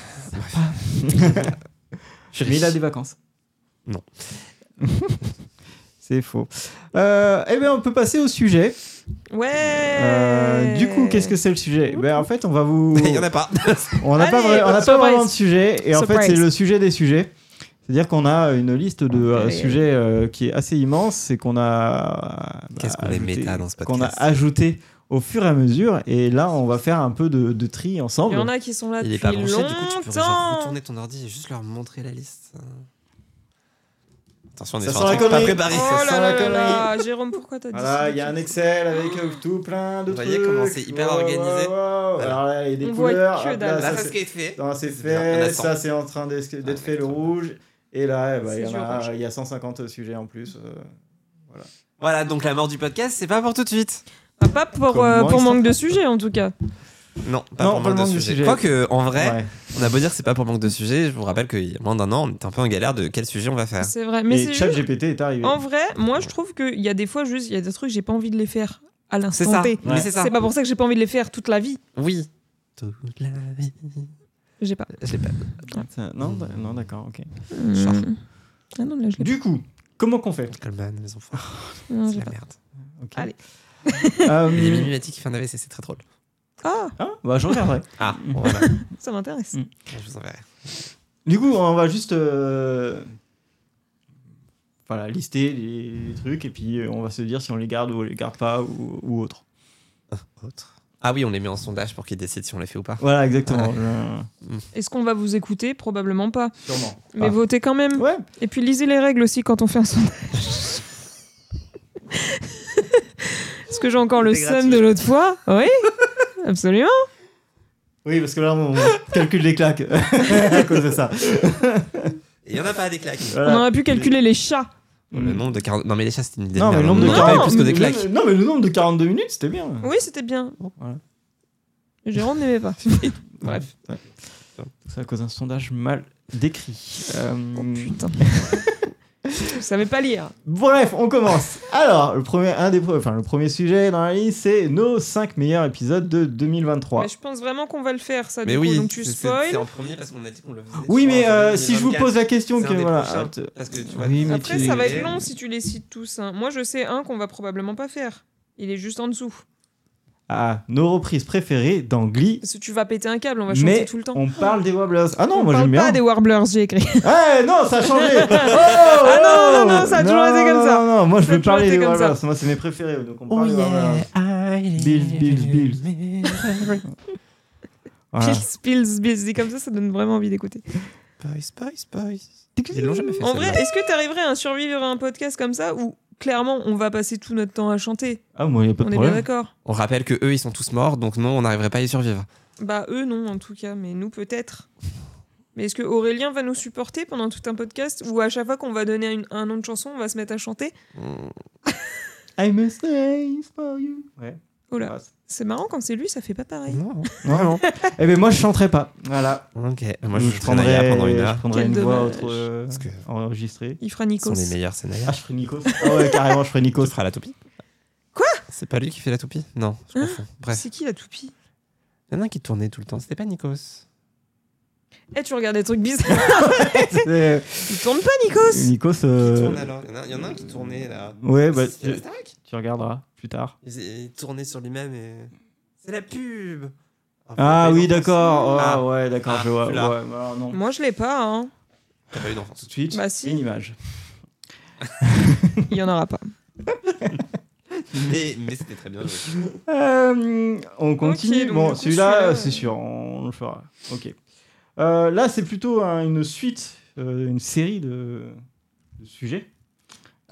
A: Mais il a des vacances.
B: Non.
A: C'est faux. Euh, eh bien, on peut passer au sujet.
C: Ouais.
A: Euh, du coup, qu'est-ce que c'est le sujet ben, En fait, on va vous.
B: Il y en a pas.
A: On n'a pas,
C: Allez,
A: vrai- on n'a pas
C: surprise.
A: vraiment de sujet. Et en fait,
C: Surprise.
A: c'est le sujet des sujets. C'est-à-dire qu'on a une liste de euh,
C: Allez.
A: sujets euh, qui est assez immense et qu'on a. bah,
B: Qu'est-ce qu'on est
A: ajouté-
B: méta dans ce podcast
A: Qu'on a ajouté au fur et à mesure. Et là, on va faire un peu de, de tri
C: Il
A: ensemble.
C: y en a qui sont là
B: Il est
C: depuis
B: pas branché,
C: longtemps.
B: du coup, tu peux genre retourner ton ordi et juste leur montrer la liste. Attention, on est
A: Ça
B: sur
A: sent
B: un
A: la
B: truc pas
A: connerie.
B: préparé.
C: Oh
A: Ça sent la
C: là là là là,
A: connerie.
C: Jérôme, pourquoi t'as dit
A: Voilà,
C: ça
A: il y a un Excel avec euh, tout plein de
B: Vous
A: trucs.
B: voyez comment c'est hyper
A: Waouh, waouh,
B: organisé
A: waouh.
B: Voilà.
A: Alors là, il y a des
C: On voit
A: couleurs.
C: que
A: Hop
C: dalle.
A: là,
B: Là,
A: ça,
B: c'est ce
A: c'est-
B: qui est fait.
A: non, c'est
B: C'est bien, Ah, on
A: fait,
B: attend.
A: ça c'est en train d'es- d'être
B: Ouais,
A: fait le
B: attends.
A: rouge. Et là, eh ben,
C: C'est hein.
A: il y en
C: du
A: a,
C: orange.
A: il y a 150 sujets en plus. euh.
B: Voilà, donc la mort du podcast, c'est pas pour tout de suite.
C: Ah, pas pour,
A: Comment
C: euh, pour
A: ils
C: manque de sujet en tout cas.
B: Non, pas
A: Non,
B: pour manque de sujet. Quoique, en vrai,
A: Ouais.
B: on a beau dire que c'est pas pour manque de sujet, je vous rappelle qu'il y a moins d'un an, on était un peu en galère de quel sujet on va faire.
C: C'est vrai. Mais
A: Ah. Et
C: c'est juste-
A: ChatGPT est arrivé.
C: en vrai, moi je trouve qu'il y a des fois juste, il y a des trucs, j'ai pas envie de les faire à
B: C'est
C: l'instant
B: ça.
C: T.
B: Mais c'est ça.
C: C'est pas pour ça que j'ai pas envie de les faire toute la vie.
B: Oui. Toute la vie.
C: J'ai pas.
B: Je l'ai pas.
A: Ça- Non,
B: bah,
A: d- non d'accord, ok.
B: Genre.
C: Ah non, là je l'ai
A: Du coup, comment qu'on fait
B: Coleman, les enfants.
C: pas. Non,
B: C'est
C: j'ai
B: la
C: pas.
B: merde.
A: Ok.
C: Allez.
A: Euh,
B: Il y a Mimi Mati qui fait un AVC, c'est très drôle.
C: Ah,
A: ah, bah, je regarderai.
B: Ah, voilà.
C: ça m'intéresse.
A: Mm.
B: Je vous enverrai.
A: Du coup, on va juste euh, voilà, lister les, les trucs et puis euh, on va se dire si on les garde ou on les garde pas ou, ou autre.
B: Autre. Ah oui, on les met en sondage pour qu'ils décident si on les fait ou pas.
A: Voilà, exactement. je-
C: Est-ce qu'on va vous écouter Probablement pas.
A: Sûrement.
C: Mais
A: Ah.
C: votez quand même.
A: Ouais,
C: Et puis lisez les règles aussi quand on fait un sondage. Est-ce que j'ai encore le
B: C'était
C: seum
B: gratuit.
C: de l'autre fois Oui, absolument.
A: oui, parce que là, on calcule les claques à cause de ça.
B: Il y en a pas des claques.
C: On
A: Voilà. Mmh.
C: aurait pu calculer les chats.
B: Le nombre de 40. Non, mais les chats, c'était une idée.
A: Mm. Non, mais
B: de
A: le
B: merde.
A: nombre de Mm.
B: On en a pas eu
A: 40
B: plus que des
A: le-
B: claques.
A: Non, mais le nombre de 42 minutes, c'était bien.
C: Oui, c'était bien.
A: Voilà.
C: Jérôme n'aimait pas.
A: Mm.
C: Bref.
A: Ouais. C'est à cause d'un sondage mal décrit. Euh,
C: Oh, Putain. Je savais pas lire.
A: Bref, on commence. Alors, le premier, un des, pre- enfin, le premier sujet dans la liste, c'est nos 5 meilleurs épisodes de 2023.
C: Mais je pense vraiment qu'on va le faire, ça.
B: Mais
C: du coup.
B: oui,
C: Donc tu
B: c'est- c'est-
C: spoil.
B: C'est en premier parce qu'on a dit qu'on le faisait.
A: Oui,
B: sur
A: mais
B: un
A: euh,
B: janvier
A: si je vous
B: 2024,
A: pose la question,
B: c'est un
A: que
B: des
A: voilà.
B: prochains.
A: arrête.
B: Parce que tu vois,
A: Oui, mais
C: Après,
A: tu-
C: ça va être long si tu les cites tous. hein. Moi, je sais un qu'on va probablement pas faire. Il est juste en dessous.
A: Ah, nos reprises préférées dans Glee.
C: Parce que tu vas péter un câble, on va chanter
A: Mais
C: tout le temps.
A: on parle des Wobblers. Ah non,
C: On
A: moi
C: parle
A: j'aime
C: pas
A: bien.
C: des Warblers, j'ai écrit.
A: Ah non, ça a changé. Oh,
C: Ah non,
A: oh.
C: non, non, ça a toujours été comme ça.
A: Non, non, non, moi je
C: Ça a
A: veux
C: toujours
A: parler
C: été
A: des
C: comme ça. Oh,
A: Wobblers. Moi c'est mes préférés. Donc
B: Oh
A: on parle des Wobblers. Bills, Bills, Bills. Voilà.
C: Pils, pils, pils. Dit comme ça, ça donne vraiment envie d'écouter.
B: Spice, Spice, Spice. Ils l'ont jamais fait.
C: En
B: celle-là.
C: vrai, est-ce que tu arriverais à survivre à un podcast comme ça où clairement, on va passer tout notre temps à chanter.
A: Ah, moi, il n'y a pas de
C: on est bien
A: problème.
C: d'accord.
B: On rappelle que eux, ils sont tous morts, donc non, on n'arriverait pas à y survivre.
C: Bah, eux, non, en tout cas, mais nous, peut-être. Mais est-ce que Aurélien va nous supporter pendant tout un podcast où à chaque fois qu'on va donner une- un nom de chanson, on va se mettre à chanter
B: Mm.
A: I'm a slave for you. Ouais.
C: Oh là, c'est marrant quand c'est lui, ça fait pas pareil.
B: Non.
A: Non. eh ben moi, je chanterai pas. Voilà.
B: Ok. Moi, je,
A: Donc,
B: suis Naya pendant une heure.
A: je prendrai
C: Quel
A: une voix
C: dommage.
A: autre, euh,
B: Parce que
A: enregistrée.
C: Il fera
B: ce
C: Nikos.
B: sont les meilleurs, c'est Naya.
A: Ah, je ferai Nikos. Ah ouais, carrément, je ferai Nikos.
B: Tu feras la toupie
C: Quoi
B: C'est pas lui qui fait la toupie Non, je
C: Hein
B: confonds. Bref.
C: C'est qui la toupie
B: Il y en a un qui tournait tout le temps, c'était pas Nikos.
C: Eh, tu regardes des trucs bizarres.
A: C'est-
C: Il tourne pas, Nikos
A: Eh, Nikos. euh,
B: alors Il y en a- il y en a un qui tournait là.
A: Ouais, bah,
B: C'est
A: tu,
B: la Starac
A: tu regarderas plus tard.
B: Il s'est- il tournait sur lui-même et. C'est la pub
A: Ah oui,
B: Oh,
A: d'accord. Ah ouais, d'accord,
B: Ah,
A: je vois.
B: tu l'as.
A: Ouais, bah alors non.
C: Moi, je l'ai pas, hein.
B: Ah, T'as pas eu d'enfance tout de suite.
A: Twitch,
C: Bah, si.
A: une image.
C: Il y en aura pas.
B: Mais, mais c'était très bien joué.
A: Euh, on continue.
C: donc, du
A: bon,
C: coup,
A: celui-là,
C: celui-là,
A: c'est
C: euh,
A: sûr, on le fera. Ok. Euh, là, c'est plutôt hein, une suite, euh, une série de, de sujets.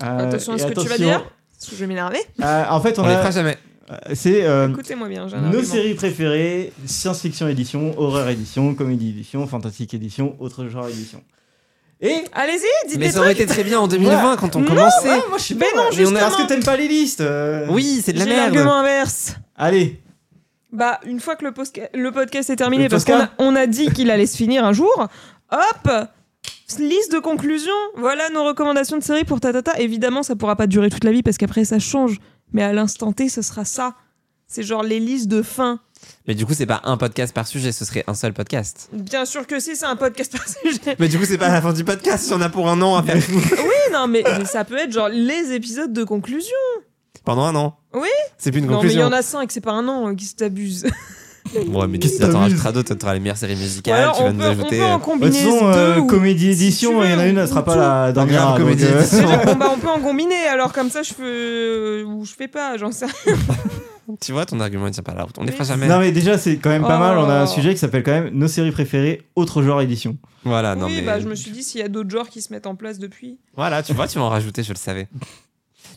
A: Euh,
C: attention à
A: et
C: ce que tu vas
A: attention-
C: dire. parce que Je vais m'énerver.
A: Euh, en fait, on,
B: On les
A: a.
B: fera jamais.
A: euh, C'est euh,
C: Écoutez-moi bien, j'ai un
A: nos
C: argument.
A: séries préférées science-fiction édition, horreur édition, comédie édition, fantastique édition, autre genre édition. Et.
C: Allez-y, dites
B: Mais
C: des
B: ça aurait
C: trucs.
B: été très bien en 2020
A: Voilà.
B: quand on
C: Non,
B: commençait.
A: Ah, moi, je suis
C: Mais
A: pas-
C: non,
A: mais on est-
C: justement.
A: Parce que t'aimes pas les listes euh.
B: Oui, c'est de la
C: J'ai
B: merde.
C: l'argument inverse.
A: Allez,
C: Bah, une fois que le, posca- le podcast est terminé,
A: Le
C: parce qu'on a,
A: posca
C: on a dit qu'il allait se finir un jour, hop Liste de conclusion Voilà nos recommandations de séries pour Tatata. Évidemment, ça pourra pas durer toute la vie parce qu'après ça change. Mais à l'instant T, ce sera ça. C'est genre les listes de fin.
B: Mais du coup, c'est pas un podcast par sujet, ce serait un seul podcast.
C: Bien sûr que si, c'est un podcast par sujet.
B: Mais du coup, c'est pas la fin du podcast si on a pour un an à faire
C: Oui, non, mais, mais ça peut être genre les épisodes de conclusion.
B: pendant un an.
C: Oui.
B: C'est plus une
C: Non, mais il y
B: conclusion.
C: en a cinq, c'est pas un an euh, qui s'abuse.
B: Ouais, mais qu'est-ce que t'en rajouteras d'autre T'auras les meilleures séries
C: Ou
B: musicales,
C: alors,
B: tu vas
C: on
B: nous
C: peut, on
B: ajouter.
C: peut
B: euh,
C: en
A: de toute
C: combiner
A: façon, euh,
C: deux ou-
A: comédie
C: tu
A: édition,
C: veux,
A: il y en a une, elle
C: ou
A: sera pas
C: tout.
A: la
B: Regarde,
A: dernière. donc,
B: comédie
A: euh,
B: édition.
C: Déjà, bon, bah, on peut en combiner, alors comme ça je peux. ou je fais pas, j'en sais rien.
B: euh, Tu vois, ton argument il tient pas la route. On les fera
C: Oui.
B: jamais.
A: Non mais déjà c'est quand même pas
C: Oh.
A: mal, on a un sujet qui s'appelle quand même nos séries préférées, autre genre édition.
B: Voilà, Ah non
C: oui,
B: mais.
C: bah je me suis dit s'il y a d'autres genres qui se mettent en place depuis.
B: Voilà, tu vois, tu vas en rajouter, je le savais.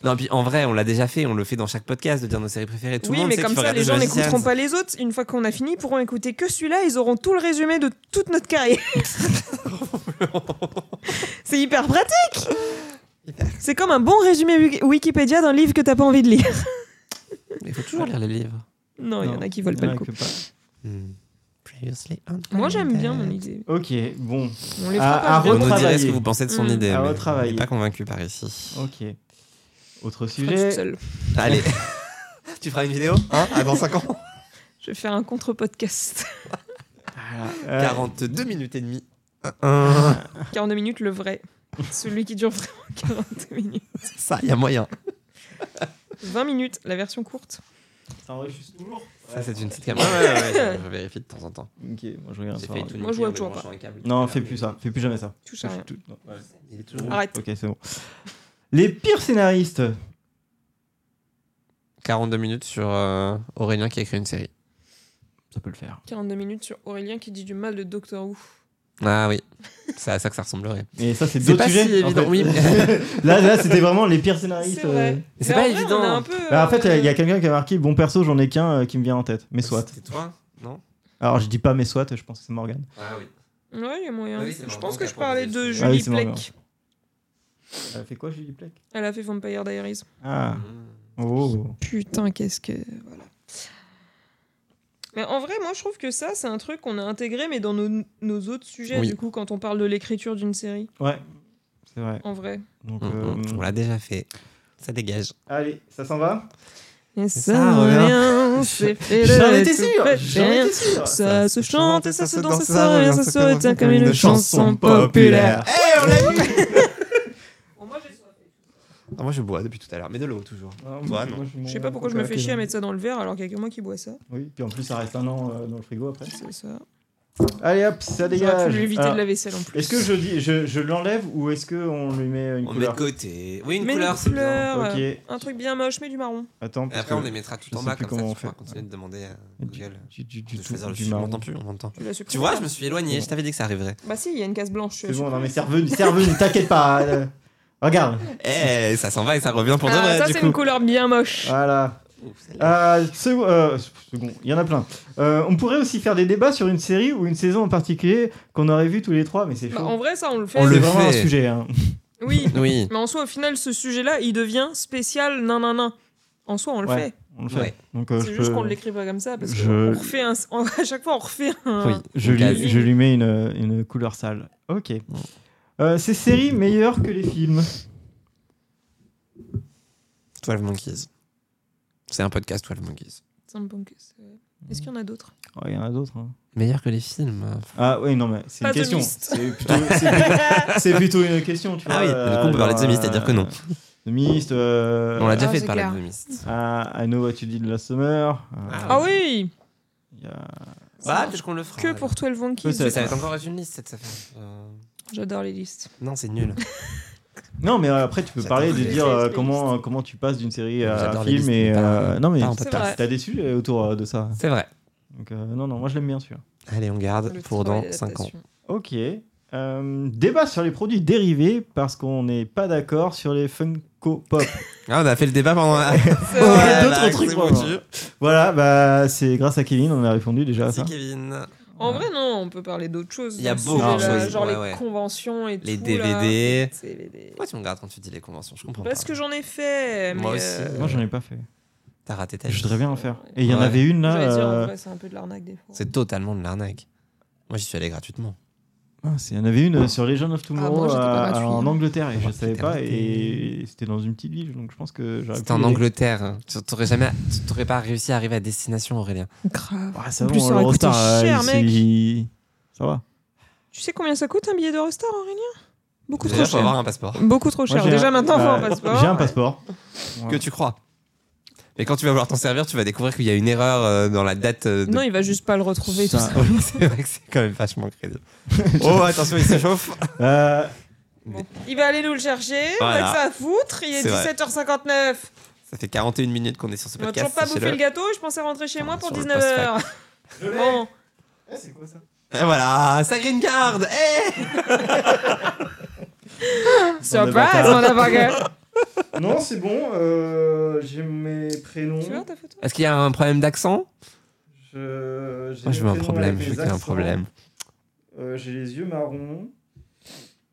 B: Non, puis en vrai, on l'a déjà fait, on le fait dans chaque podcast de dire nos séries préférées. Tout
C: oui,
B: le monde
C: mais
B: sait
C: comme
B: qu'il faut
C: ça les
B: regarder
C: gens
B: The
C: n'écouteront
B: Magicians.
C: pas les autres. Une fois qu'on a fini, ils pourront écouter que celui-là, ils auront tout le résumé de toute notre carrière. C'est hyper pratique C'est comme un bon résumé Wik- Wikipédia d'un livre que t'as pas envie de lire.
B: Mais il faut toujours lire les livres.
C: Non, il y en a qui veulent
A: Non,
C: pas
A: il y en
C: le
A: a
C: coup.
A: que
B: Hmm. Previously on
C: Moi j'aime bien mon
B: Planet.
C: idée.
A: Ok, bon,
C: On
B: Ah,
C: les fera
A: À-
C: pas,
A: à
C: je
B: On
C: vais-
B: nous dirait ce que
A: Retravailler.
B: vous pensez de son
C: Hmm.
B: idée.
A: À
B: mais
A: retravailler.
B: on n'est pas convaincu par ici.
A: ok. Autre
C: je ferai toute
A: sujet.
C: seule.
B: Allez. tu feras une vidéo hein Ah, Dans 5 ans
C: Je vais faire un contre-podcast.
A: Voilà, euh,
B: 42 minutes et demie. Euh,
C: 42 minutes, le vrai. Celui qui dure vraiment 42 minutes.
B: Ça, il y a moyen.
C: 20 minutes, la version courte.
A: Ça enregistre toujours
B: Ça, c'est une petite caméra. Ouais, ouais, ouais, je vérifie de temps en temps.
A: Ok, moi je regarde. ça.
C: Moi, je vois toujours pas.
A: Non, fais plus ça, fais plus jamais ça.
C: Touche à rien.
A: Tout- non, ouais.
B: Il est toujours...
C: Arrête.
A: Ok, c'est bon. Les pires scénaristes.
B: 42 minutes sur euh, Aurélien qui a écrit une série.
A: Ça peut le faire.
C: 42 minutes sur Aurélien qui dit du mal de Doctor Who.
B: Ah oui, c'est à ça que ça ressemblerait.
A: Et ça c'est
B: C'est
A: d'autres
B: pas si
A: sujets. en
B: évident,
A: fait.
B: oui.
A: là, là c'était vraiment les pires scénaristes.
C: C'est vrai.
A: euh.
B: Mais c'est
C: Mais en
B: pas
C: vrai,
B: évident.
C: on a un peu,
A: Bah, en fait, il
C: euh,
A: y a quelqu'un qui a marqué bon perso, j'en ai qu'un euh, qui me vient en tête, mais soit.
B: C'était toi Non
A: Alors je dis pas mais soit, je pense que c'est Morgan.
B: Ah oui.
C: Ouais, il y a moyen.
B: Ah oui, c'est
C: je
B: Morgan
C: pense
B: qui
C: que
B: a
C: je parlais
B: proposé
C: de
B: le
A: sujet. Ah
C: Julie
A: oui, c'est Morgan.
C: Plec.
A: Elle fait Euh, quoi Julie Plec
C: Elle a fait Vampire Diaries.
A: Ah.
B: Mmh.
A: Oh.
C: Putain, qu'est-ce que. Voilà. Mais en vrai, moi, je trouve que ça, c'est un truc qu'on a intégré, mais dans nos, nos autres sujets,
B: Oui.
C: du coup, quand on parle de l'écriture d'une série,
A: Ouais, c'est vrai.
C: en vrai.
A: Donc,
B: Mm,
A: euh,
B: mm, On l'a déjà fait. Ça dégage.
A: Allez, ça s'en va
C: Et
B: ça, ça, revient.
C: c'est
A: J'en étais sûr J'en étais sûr
C: Ça se chante et ça se danse, ça
B: revient,
C: revient, ça se retient comme une chanson populaire.
B: Eh, on l'a eu
C: Moi, j'ai
B: Ah, Moi, je bois depuis tout à l'heure, mais de l'eau toujours.
A: Bah, Non,
B: Toi, non.
A: moi, m'en-
C: Eh Je sais pas pourquoi je me fais chier à mettre ça dans le verre alors qu'il y a que moi qui bois ça.
A: Oui, puis en plus, ça reste un an euh, dans le frigo après.
C: C'est ça.
A: Allez hop, ça
C: J'aurais
A: dégage Ah.
C: pu éviter
B: Ah.
A: Alors,
C: de la vaisselle en plus.
A: Est-ce que je, dis, je, je l'enlève ou est-ce qu'on lui met une
B: On le met de
A: couleur
B: côté. Oui, une
C: Mais
B: couleur, c'est bien.
C: couleur, euh,
A: Ok,
C: Un truc bien moche, mais du marron.
A: attends.
B: Et
A: parce
B: après, on
A: que
B: les mettra tout
A: je
B: en
A: sais
B: bas,
A: plus
B: comme ça,
A: comment on
B: tu pourras
A: fait.
B: continuer de demander à
A: Du-
B: Google
A: Du, du, du,
B: de choisir
A: tout-
B: le
A: du
B: sujet. On
A: marron.
B: m'entend plus, on m'entend.
C: Tu l'as supprimé.
B: Tu vois, je me suis éloigné, je t'avais dit que ça arriverait.
C: Bah si, il y a une case blanche.
A: C'est
C: je-
A: bon, non mais c'est revenu, c'est revenu, t'inquiète pas. euh, Regarde,
B: Eh, ça s'en va et ça revient pour de
C: Ah,
B: vrai,
C: ça,
B: du
C: c'est
B: coup.
C: une couleur bien
A: Ah,
C: moche.
A: voilà. Euh, c'est euh, c'est bon, il y en a plein. Euh, on pourrait aussi faire des débats sur une série ou une saison en particulier qu'on aurait vu tous les trois, mais c'est
C: Bah,
A: chaud.
C: en vrai, ça, on le fait.
B: On
A: C'est
B: le
A: vraiment
B: fait.
A: un sujet. hein.
C: Oui.
B: Oui.
C: Mais en soi, au final, ce sujet-là, il devient spécial nan nan nan. En soi, on le
A: Ouais.
C: fait.
A: On le fait.
B: Ouais.
A: Donc, euh,
C: C'est
A: je
C: juste
A: peux-
C: qu'on ne l'écrit pas comme ça parce que
A: je-
C: on refait un... on- à chaque fois, on refait un.
B: Oui.
A: Je
B: Donc,
A: lui,
B: à-
A: je lui mets une, une couleur sale. Ok. Euh, ces séries meilleures que les films.
B: 12 Monkeys. C'est un podcast 12 Monkeys.
C: C'est un bon que c'est- Euh, Est-ce qu'il y en a d'autres
A: Oh, Il y en a d'autres. hein.
B: Meilleur que les films.
A: Ah oui, non, mais c'est
C: Pas
A: une
C: The
A: question.
C: Mist.
A: C'est plutôt, c'est plutôt- c'est plutôt une question, tu vois. euh,
B: Ah oui, du coup, on peut parler de The Mist, c'est-à-dire que non.
A: The Mist, euh,
B: on l'a déjà
C: ah,
B: fait
C: c'est
B: de parler
C: clair.
B: de Mist.
A: ah, I Know What You Did Last Summer. euh,
B: Ah.
C: Ah oui
A: il y a-
C: Ça marche
B: Bah, peut-être qu'on le fera.
C: Que pour 12 Monkeys.
B: Mais
A: Peut-être.
B: ça va être encore une liste cette affaire. Euh,
C: J'adore les listes.
B: Non, c'est nul.
A: Non, mais euh, après, tu peux
B: Ça
A: parler de
C: t'intéresse.
A: dire
C: Les
A: euh,
C: listes.
A: comment, euh, comment tu passes d'une série à
B: J'adore
A: un
B: les listes,
A: film. Et,
B: mais pas-
A: euh, non, mais
B: pas en
C: C'est
B: podcast.
C: vrai.
A: t'as des sujets autour euh, de ça.
B: C'est vrai.
A: Donc, euh, non, non, moi je l'aime bien celui-là.
B: Allez, on garde
C: Le
B: pour
C: travail
B: dans 5 ans.
C: d'adaptation.
A: Ok. Euh, débat sur les produits dérivés parce qu'on n'est pas d'accord sur les Funko Pop.
B: Ah, on a fait le débat pendant.
C: bah,
B: un- bah,
C: C'est
A: Ouais,
C: vrai.
A: d'autres
B: c'est
A: trucs,
B: mon
A: vraiment.
B: Dieu.
A: voilà, bah c'est grâce à Kevin, on a répondu déjà à
B: Merci
A: ça.
B: Kevin.
C: En vrai, non, on peut parler d'autres choses.
B: Il y a
C: dans ce
B: beaucoup
A: de
C: sujet-là,
A: choses,
C: Genre
B: ouais,
C: les
B: ouais.
C: conventions et
B: Les
C: tout.
B: DVD.
C: Là. DVD.
B: Pourquoi tu me regardes quand tu dis les conventions Je comprends
C: Parce
B: pas.
C: que j'en ai fait.
B: Moi
C: mais,
B: aussi.
C: euh,
A: Moi j'en ai pas fait.
B: T'as raté ta
A: Je
B: vie.
A: voudrais bien en faire. Et il y en
B: Ouais.
A: avait une là.
C: J'allais dire, en
A: euh,
C: vrai, c'est un peu de l'arnaque des fois.
B: C'est totalement de l'arnaque. Moi, j'y suis allé gratuitement.
A: mince, Il y en avait une euh, sur Legend of
C: Ah, moi,
A: Tomorrow
C: j'étais pas
A: à-
C: gratuit,
A: en
C: hein.
A: Angleterre et je
B: Moi,
A: savais
B: j'étais
A: pas
B: Oh, raté.
A: et c'était dans une petite ville donc je pense que j'aurais
B: C'était
A: pu
B: en
A: y aller.
B: Angleterre. hein. Tu t'aurais jamais, tu t'aurais pas réussi à arriver à destination, Aurélien.
C: Grave.
A: Ah, ça
C: En
A: va,
C: plus,
A: on
C: ça aurait coûté
A: l'Eurostar,
C: cher,
A: euh,
C: mec.
A: c'est- Ça va.
C: Tu sais combien ça coûte un billet de Eurostar, Aurélien Beaucoup trop
B: Déjà, faut
C: cher.
B: avoir un passeport.
C: Beaucoup trop
A: Moi,
C: cher.
A: j'ai
C: Déjà
A: un-
C: maintenant, faut
A: bah,
C: un passeport.
A: J'ai un passeport.
B: Que tu crois. Et quand tu vas vouloir t'en servir, tu vas découvrir qu'il y a une erreur euh, dans la date. euh, de-
C: Non, il va juste pas le retrouver.
A: Ça-
C: tout ça.
B: c'est vrai que c'est quand même vachement crédible. oh, attention, il s'échauffe.
A: Euh,
C: Il va aller nous le chercher.
B: Voilà.
C: On a que ça à foutre. Il est,
B: C'est vrai.
C: 17h59.
B: Ça fait 41 minutes qu'on est sur ce
C: On n'a
B: podcast.
C: toujours pas bouffé
B: sachez-le.
C: le gâteau. Je pensais rentrer chez moi pour
B: Sur le
C: 19h. Bon.
A: Eh, C'est quoi ça
B: Et voilà, ça green card. Eh
C: Surprise, motherfucker.
A: Non, c'est bon. euh, J'ai mes prénoms.
C: Tu vois ta photo
B: Est-ce qu'il y a un problème d'accent
A: Je, j'ai
B: Moi, je
A: les
B: veux un
A: prénoms
B: problème.
A: avec les
B: Je veux qu'il y ait un
A: accents,
B: problème.
A: euh, j'ai les yeux marrons.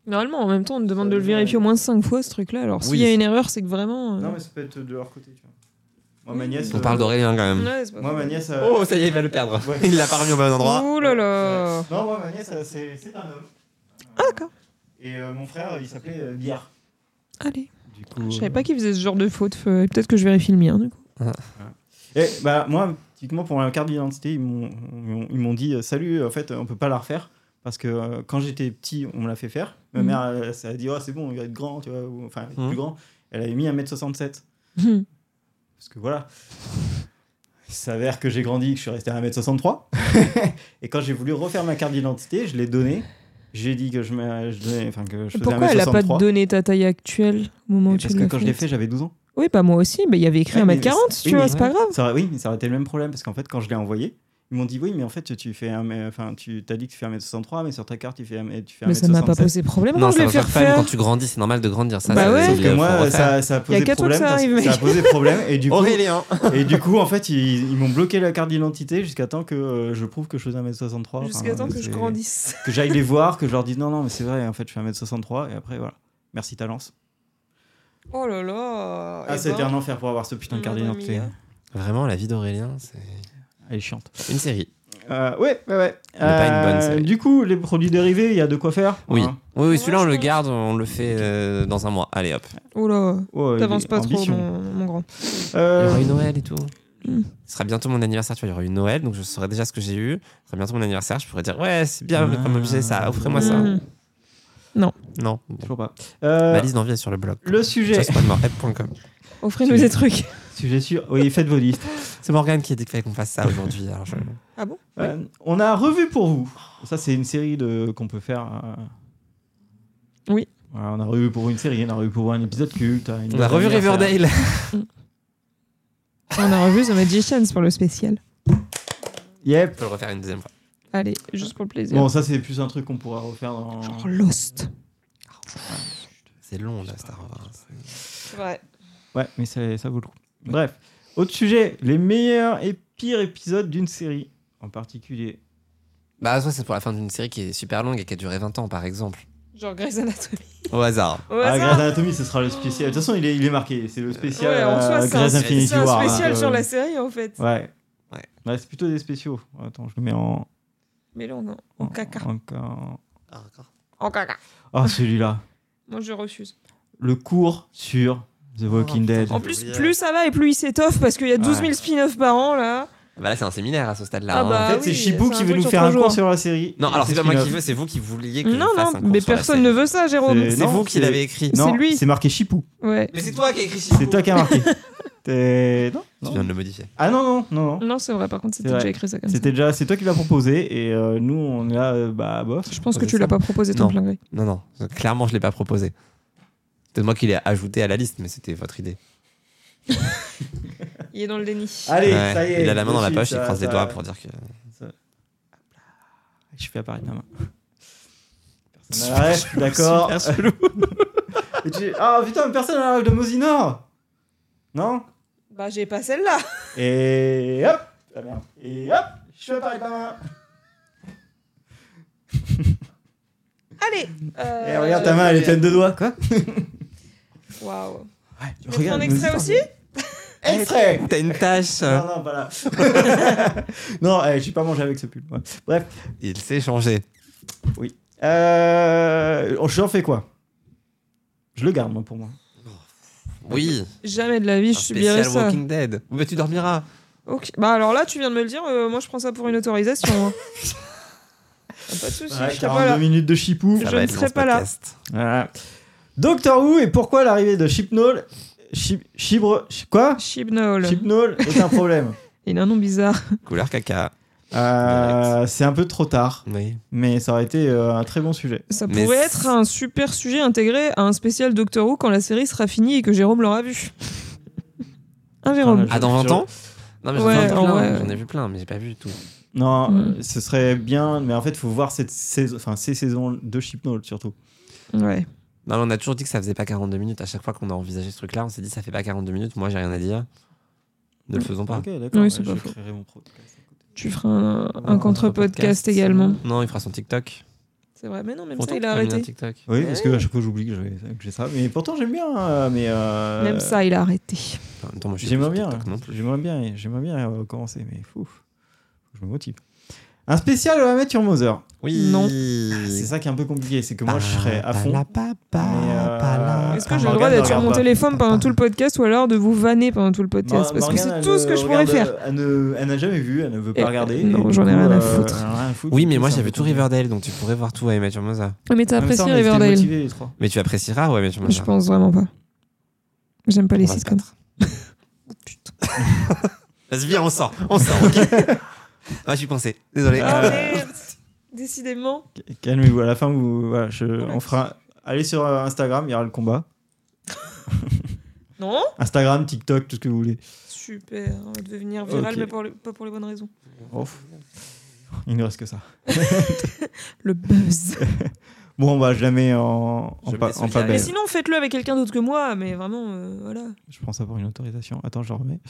C: Normalement, en même temps, on te demande de le vérifier au moins 5 fois ce truc-là. Alors, s'il
B: Oui.
C: y a une erreur, c'est que vraiment. euh,
A: Non, mais ça peut être de leur côté. Tu vois. Moi, ma
C: Oui.
A: nièce.
B: On
A: euh,
B: parle d'Aurélien quand même.
C: ouais, c'est pas
A: Moi,
C: faux.
A: ma nièce. euh,
B: Oh, ça y est, il va le perdre.
A: Ouais.
B: Il l'a pas remis au bon endroit.
C: Ouh Oh là là.
A: Non, moi, ma nièce, euh, c'est c'est un homme.
C: Ah, d'accord.
A: Et euh, mon frère, il s'appelait euh, Biard.
C: Allez.
A: Du coup.
C: Je savais pas qu'il faisait ce genre de faute. Faut- Peut-être que je vérifie le mien, du coup.
A: Et, bah, moi, typiquement, pour la carte d'identité, ils m'ont- ils m'ont ils m'ont dit euh, Salut, en fait, on peut pas la refaire. Parce que euh, quand j'étais petit, on me l'a fait faire. Ma
C: Mhm.
A: mère, elle, ça a dit Oh, c'est bon, il va être grand, tu vois, ou- enfin, il va être
B: Mhm.
A: plus grand. Elle avait mis 1m67.
C: Hmm.
A: Parce que voilà. Il s'avère que j'ai grandi, que je suis resté à 1m63. et quand j'ai voulu refaire ma carte d'identité, je l'ai donnée. J'ai dit que je, me- je donnais- enfin, que je faisais
C: Pourquoi elle a pas
A: 1m63.
C: donné ta taille actuelle au moment où
A: Et
C: tu
A: Parce que
C: l'as
A: quand je l'ai fait, j'avais 12 ans.
C: Oui, bah moi aussi. Bah, il y avait écrit
A: Ouais, mais
C: 1m40,
A: c'est-
C: tu
A: oui,
C: vois,
A: mais-
C: c'est pas grave.
A: Ça, aurait- oui, mais ça aurait été le même problème. Parce qu'en fait, quand je l'ai envoyé, ils m'ont dit Oui, mais en fait, tu fais un m- enfin, tu t'as dit que tu fais 1m63, mais sur ta carte, tu fais, un m- tu fais 1m67.
C: Mais ça m'a pas posé problème quand je l'ai fait
B: faire fun
C: refaire.
B: quand tu grandis, c'est normal de grandir. Ça,
C: Bah
B: ça,
C: ouais.
B: c'est
A: Euh, Sauf que
B: obligé, faut
A: moi,
B: refaire.
A: ça, ça a posé
C: qu'à toi que
A: problème.
C: ça arrive,
A: parce-
C: mec.
A: ça a posé problème. Et du coup,
B: Aurélien.
A: Et du coup, en fait, ils, ils m'ont bloqué la carte d'identité jusqu'à temps que euh, je prouve que je faisais 1m63.
C: Jusqu'à
A: Enfin,
C: temps que je
A: hein, c'est-
C: grandisse.
A: Que j'aille les voir, que je leur dise non, non, mais c'est vrai, en fait, je fais 1m63. Et après, voilà. Merci, Talence.
C: Oh là là.
A: Ah,
C: eh
A: ça a été
C: ben.
A: un enfer pour avoir ce putain de carte
C: Madre
A: d'identité.
B: hein.
C: mia.
B: Vraiment, la vie d'Aurélien, c'est
A: Elle est chiante.
B: une série.
A: Euh, ouais, ouais, ouais.
B: Mais pas une bonne
A: Euh,
B: série.
A: du coup, les produits dérivés, il y a de quoi faire.
B: Oui.
A: Hein.
B: Oui, oui,
C: Ouais,
B: celui-là, on
C: je
B: le
C: pense.
B: garde, on le fait euh, dans un mois. Allez, hop.
C: Oh là.
A: Oh, il
C: T'avances
A: est
C: pas trop,
A: ambition.
C: mon, mon grand.
B: Il y
A: Euh, Hmm.
B: aura eu Noël et tout.
C: Mm.
B: Ce sera bientôt mon anniversaire, tu vois. Il y aura eu Noël, donc je saurai déjà ce que j'ai eu. Ce sera bientôt mon anniversaire, je pourrais dire Ouais, c'est bien
A: Ah.
B: comme objet, ça, offrez-moi ça.
C: Hmm.
B: Non,
A: Toujours pas. Euh,
B: ma liste d'envie est sur le blog.
A: le sujet.
B: Justpointmorep.com.
C: Offrez-nous
A: Tu-
C: des trucs.
A: Sujet sûr. Oui, faites vos listes.
B: C'est Morgane qui a dit qu'il fallait qu'on fasse ça aujourd'hui. alors je-
C: Ah bon
A: Euh, on a revu pour vous. Ça, c'est une série de qu'on peut faire. euh,
C: Oui.
A: voilà, on a revu pour vous une série, on a revu pour vous un épisode culte. hein, une
B: On a revu
A: dernière série.
B: Riverdale.
C: On a revu The Magicians pour le spécial.
A: Yep.
B: On peut le refaire une deuxième fois.
C: Allez, juste pour le plaisir.
A: Bon, ça, c'est plus un truc qu'on pourra refaire dans.
C: Genre Lost.
B: C'est long, là, Star Wars. hein,
C: Ouais.
A: Ouais, mais ça, ça vaut le coup. Bref, autre sujet, les meilleurs et pires épisodes d'une série en particulier.
B: Bah, soit c'est pour la fin d'une série qui est super longue et qui a duré 20 ans, par exemple.
C: Genre Grey's Anatomy.
B: Au hasard.
C: Au
A: Ah,
C: hasard.
A: Grey's Anatomy, ce sera le spécial. De toute façon, il est, il est marqué. C'est le spécial
C: Ouais, en soi,
A: euh,
C: c'est un,
A: Grey's
C: c'est
A: Infinity
B: spécial
C: un
A: War, hein,
C: spécial
A: euh,
C: sur la série en fait.
A: Ouais.
B: Ouais.
A: Ouais, c'est plutôt des spéciaux. Attends, je le mets en.
C: Mais là, on est
A: Oh.
C: en caca.
A: en- en-
C: En caca.
A: Ah, celui-là.
C: Moi, je refuse.
A: Le cours sur The Walking
B: putain.
A: Dead.
B: Oh,
C: En plus,
B: oublié.
C: plus ça va et plus il s'étoffe parce qu'il y a 12 000
A: Ouais.
C: spin-offs par an là.
B: Bah là, c'est un séminaire à ce stade-là.
C: Ah
B: hein.
C: bah.
A: En fait, c'est
C: oui,
A: Chibou
C: c'est
A: qui
C: un
A: veut
C: truc
A: nous
C: sur
A: faire un
C: trois
A: cours
C: jours.
A: sur la série.
B: Non, alors c'est
A: Ce
B: pas moi qui
A: spin-off.
B: veux, c'est vous qui vouliez que. je
C: Non,
B: fasse
C: non,
B: un cours
C: mais
B: sur la
C: personne
B: série.
C: ne veut ça, Jérôme.
A: C'est-
B: C'est
A: Non,
B: vous qui
A: c'est-
B: l'avez écrit.
C: c'est
A: Non,
C: lui.
A: c'est marqué Chipou.
C: Ouais.
B: Mais c'est toi qui as écrit
A: C'est toi qui as marqué. T'es- non,
B: Tu
A: non.
B: viens de le modifier.
A: Ah non, non, non, non.
C: Non, c'est vrai, par contre, c'était
A: C'est vrai.
C: déjà écrit ça comme ça.
A: C'était déjà, c'est toi qui l'as proposé et euh, nous on est là, euh, bah bof.
C: Je pense que
B: Proposé
C: tu l'as
B: ça.
C: pas proposé ton
B: Non.
C: plein gré.
B: Non, non, ça, clairement, je l'ai pas proposé. C'est moi qui l'ai ajouté à la liste, mais c'était votre idée.
C: Il est dans le déni.
A: Allez,
B: Ouais,
A: ça y est.
B: il a la main dans la
A: dessus,
B: poche, il
A: ça-
B: croise les
A: ça-
B: doigts pour dire que.
A: Ah, Je fais apparaître ma main. Personne n'a la ref, d'accord.
B: Super
A: Et tu- Ah putain, mais personne n'a la ref de Mosinor Non
C: Bah, j'ai pas celle-là.
A: Et hop Ah merde. Et hop Je fais apparaître ma main
C: Allez. euh,
A: Et Eh, regarde, ta main elle est pleine de doigts. Quoi
C: Waouh. Tu veux
A: Regarde.
C: prendre un extrait
A: Mosinor.
C: aussi
A: Extrait
B: T'as une tâche.
A: Non, non, pas là. non, eh, j'ai pas mangé avec ce pull. ouais. Bref,
B: Il s'est changé.
A: euh, j'en fais quoi Je le garde, moi, pour moi.
B: Oui.
C: Jamais de la vie, je
B: un
C: subirais
B: spécial
C: ça.
B: Walking Dead. Oui, mais tu dormiras.
C: Ok. Bah, alors là, tu viens de me le dire, euh, moi je prends ça pour une autorisation. hein. Ah, pas de soucis,
A: Ouais,
C: je serai pas
A: 42
C: là.
A: minutes de chipou.
C: Je ne serai pas là.
A: Voilà. Doctor Who et pourquoi l'arrivée de Chipnol Chip- Chibre Chi- quoi
C: Chibnall.
A: Chipnol est un problème.
C: Il a un nom bizarre.
B: Couleur caca.
A: Euh, c'est un peu trop
C: Mm.
A: tard,
B: Oui.
A: mais ça aurait été euh, un très bon sujet.
C: Ça
B: Mais
C: pourrait
B: c'est-
C: être un super sujet intégré à un spécial Doctor Who quand la série sera finie et que Jérôme l'aura vu. Un Jérôme.
A: Putain,
B: Ah, dans 20 ans Non, mais j'en ai
C: Ouais,
B: vu plein.
C: ouais.
B: J'en ai vu plein, mais j'ai pas vu tout.
A: Non,
C: Mm.
A: euh, ce serait bien, mais en fait, faut voir cette saison, enfin ces saisons de Chipnol surtout.
C: Ouais.
B: Non, mais on a toujours dit que ça faisait pas 42 minutes. À chaque fois qu'on a envisagé ce truc-là, on s'est dit ça fait pas 42 minutes. Moi, j'ai rien à dire. Ne le faisons pas.
A: Ok, d'accord.
C: Oui, c'est
A: je
C: pas faux.
A: créerai mon podcast.
C: Tu feras un, un contre-podcast également.
B: Non, il fera son TikTok.
C: C'est vrai, mais non, même
B: Pourtant,
C: ça, il a
B: t'as mis un
C: arrêté.
B: TikTok.
A: Oui, parce que à chaque fois j'oublie que j'ai- que j'ai ça, mais pourtant j'aime bien. hein, mais euh,
C: Même ça, il a arrêté.
B: En même temps, moi, je suis
A: J'aimerais
B: plus sur
A: bien,
B: TikTok non plus.
A: j'aimerais bien, j'aimerais bien euh, commencer, mais fou, faut que je me motive. Un spécial on va mettre sur Mother.
B: Oui.
C: Non.
A: Ah, C'est ça qui est un peu compliqué, c'est que moi je serais à fond. euh,
C: Est-ce que j'ai le
A: Morgane
C: droit d'être
A: ne
C: sur mon
A: Ah, regarde pas.
C: téléphone pendant tout le podcast ou alors de vous vanner pendant tout le podcast
A: Mor-
C: Parce que
A: Morgane,
C: c'est
A: elle
C: tout ce que
A: ne
C: je pourrais
A: regarde,
C: faire.
A: euh, Elle ne- elle n'a jamais vu, elle ne veut
C: Et-
A: pas regarder.
C: non,
A: et du
C: j'en ai
A: coup,
C: rien à
A: euh,
C: foutre.
A: elle en a rien à foutre.
B: Oui,
A: Du
B: mais
A: coup,
B: moi
A: c'est un
B: j'avais
A: peu
B: tout
A: compliqué.
B: Riverdale, donc tu pourrais voir tout à Mathieu Moza.
C: Mais t'as
A: En même temps,
C: apprécié
A: on était
C: Riverdale
A: motivés, les trois.
B: Mais tu apprécieras ouais Mathieu
C: Je
B: Moza.
C: pense vraiment pas. J'aime pas les
B: On va se
C: sites comme ça.
B: Vas-y, viens, on sort. On sort, ok Ah, j'y pensais. Désolé.
C: Ah
B: Euh,
C: merde Décidément.
A: Calmez-vous, à la fin, vous, voilà, je,
C: Ouais.
A: on fera. Allez sur euh, Instagram, il y aura le combat.
C: Non
A: Instagram, TikTok, tout ce que vous voulez.
C: Super, on va devenir viral,
A: Ok.
C: mais pour le- pas pour les bonnes raisons.
A: Ouf. Il ne reste que ça.
C: Le buzz.
A: Bon, bah, je la mets en, en, pas,
B: Je mets
A: en pas
B: solidarité.
C: Mais
A: belle.
C: sinon, faites-le avec quelqu'un d'autre que moi, mais vraiment, euh, voilà.
A: Je prends ça pour une autorisation. Attends, je le remets.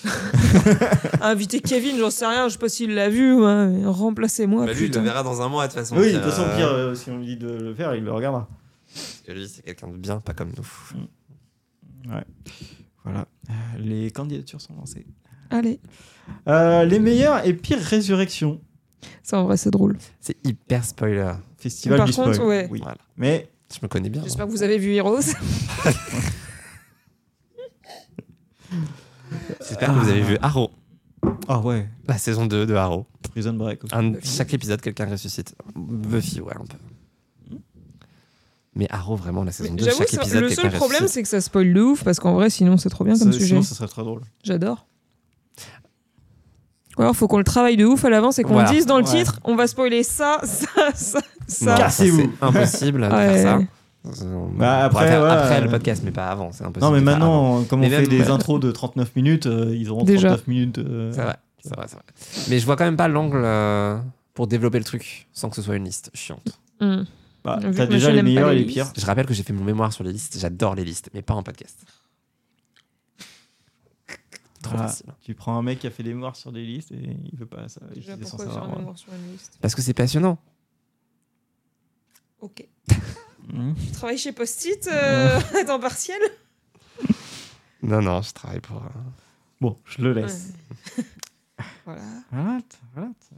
C: Ah, Invitez Kevin, j'en sais rien, je sais pas s'il l'a vu, moi, mais remplacez-moi.
B: bah, lui, il le
C: putain.
B: verra dans un mois, de toute façon.
A: Oui, de toute façon,
B: euh,
A: pire, euh, si on lui dit de le faire, il le regardera.
B: parce que Lui, c'est quelqu'un de bien, pas comme nous.
A: Voilà. Euh, Les candidatures sont lancées.
C: Allez,
A: Euh, les meilleures et pires résurrections.
C: ça en vrai, c'est drôle.
B: C'est hyper spoiler.
A: Festival
C: Par
A: du spoil.
C: contre, ouais.
A: Oui.
B: Voilà.
A: Mais
B: Je me connais bien.
C: J'espère que vous avez vu Heroes.
B: hein. J'espère que vous avez vu Arrow,
A: ah ouais,
B: la saison 2 de Arrow.
A: Prison Break.
C: Ah,
A: aussi.
B: Un- chaque épisode, quelqu'un ressuscite. Buffy, ouais, un peu. Mais Arrow, vraiment, la saison 2,
C: J'avoue,
B: chaque
C: c'est-
B: épisode,
C: le
B: quelqu'un
C: seul problème,
B: ressuscite.
C: c'est que ça spoil de ouf, parce qu'en vrai, sinon, c'est trop bien comme
A: Ça,
C: sujet.
A: Sinon, ça serait très drôle.
C: J'adore. Ou alors, faut qu'on le travaille de ouf à l'avance et qu'on
B: Voilà.
C: le dise dans le
A: Ouais.
C: titre, on va spoiler ça, ça, ça,
B: Non, ça,
C: ça.
B: c'est
A: Cassez-vous.
B: impossible de
C: Ouais.
B: faire ça. On
A: Bah,
B: pourra
A: après,
B: faire
A: ouais.
B: après le podcast, mais pas avant. C'est impossible.
A: Non, mais
B: de faire avant.
A: maintenant, comme on
B: Mais
A: fait
B: même-
A: des intros de 39 minutes, euh, ils auront
C: Déjà.
A: 39 minutes. euh,
B: C'est vrai, c'est vrai, c'est vrai. Mais je vois quand même pas l'angle euh, pour développer le truc sans que ce soit une liste chiante.
C: Hmm.
A: Bah,
C: Vu
A: t'as déjà
C: que monsieur
A: les
C: n'aime pas
A: meilleurs et
C: les
A: les
C: listes.
A: pires.
B: Je rappelle que j'ai fait mon mémoire sur les listes. J'adore les listes, mais pas en podcast. Trop
C: Ah.
A: Voilà.
B: facile.
A: Tu prends un mec qui a fait des morts sur des listes et il veut pas ça. il
C: Déjà,
A: est
C: pourquoi
A: censé
C: faire
A: avoir-
C: un mémoire sur une liste
B: Parce que c'est passionnant.
C: Ok.
A: Mhm.
C: Tu travailles chez Post-it euh, à temps partiel
B: Non, non, je travaille pour. euh,
A: Bon, je le laisse.
C: Voilà.
A: Voilà, t- voilà, t-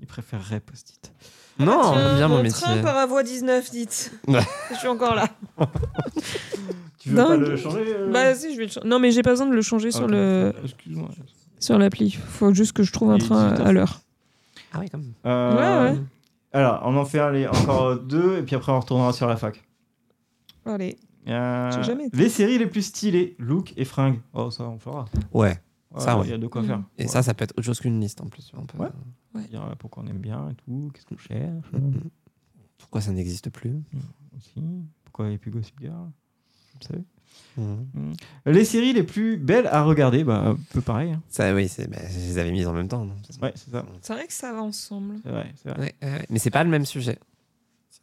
A: Il préférerait post-it.
B: Non,
C: Ah, bah, Tiens,
B: Oh, bien mon
C: train
B: métier.
C: par la voie 19, dites.
B: Ouais.
C: je suis encore là.
A: Tu veux
C: Dingue.
A: pas le changer euh
C: Bah si, je vais le changer. Non, mais j'ai pas besoin de le changer
A: Ah,
C: sur
A: ok.
C: le
A: Excuse-moi.
C: sur l'appli. Faut juste que je trouve un
A: Il est
C: train
A: 18
C: à
A: heures.
C: l'heure.
B: Ah oui, quand même.
A: Euh,
C: Ouais, ouais.
A: Alors, on en fait allez, encore deux, et puis après, on retournera sur la fac.
C: Allez.
A: Euh,
C: J'ai jamais été.
A: les séries les plus stylées, look et fringues. Oh, ça, on fera.
B: Ouais.
A: Ouais,
B: Ça, ouais.
A: Il y a de quoi
C: Mhm.
A: faire.
B: Et
A: Ouais.
B: ça, ça peut être autre chose qu'une liste en plus. On peut-
A: Ouais. Dire, euh, pourquoi on aime bien et tout, qu'est-ce qu'on cherche
B: Pourquoi ça n'existe plus
A: aussi, pourquoi il n'y a plus Gossip Girl. Vous savez.
B: Mhm.
A: Les séries les plus belles à regarder, bah, un peu pareil. hein.
B: Ça, oui, c'est- bah, je les avais mises en même temps. non
A: Ouais, c'est ça.
C: C'est vrai que ça va ensemble.
A: C'est vrai, c'est vrai.
B: Ouais, ouais, ouais. Mais c'est pas le même sujet.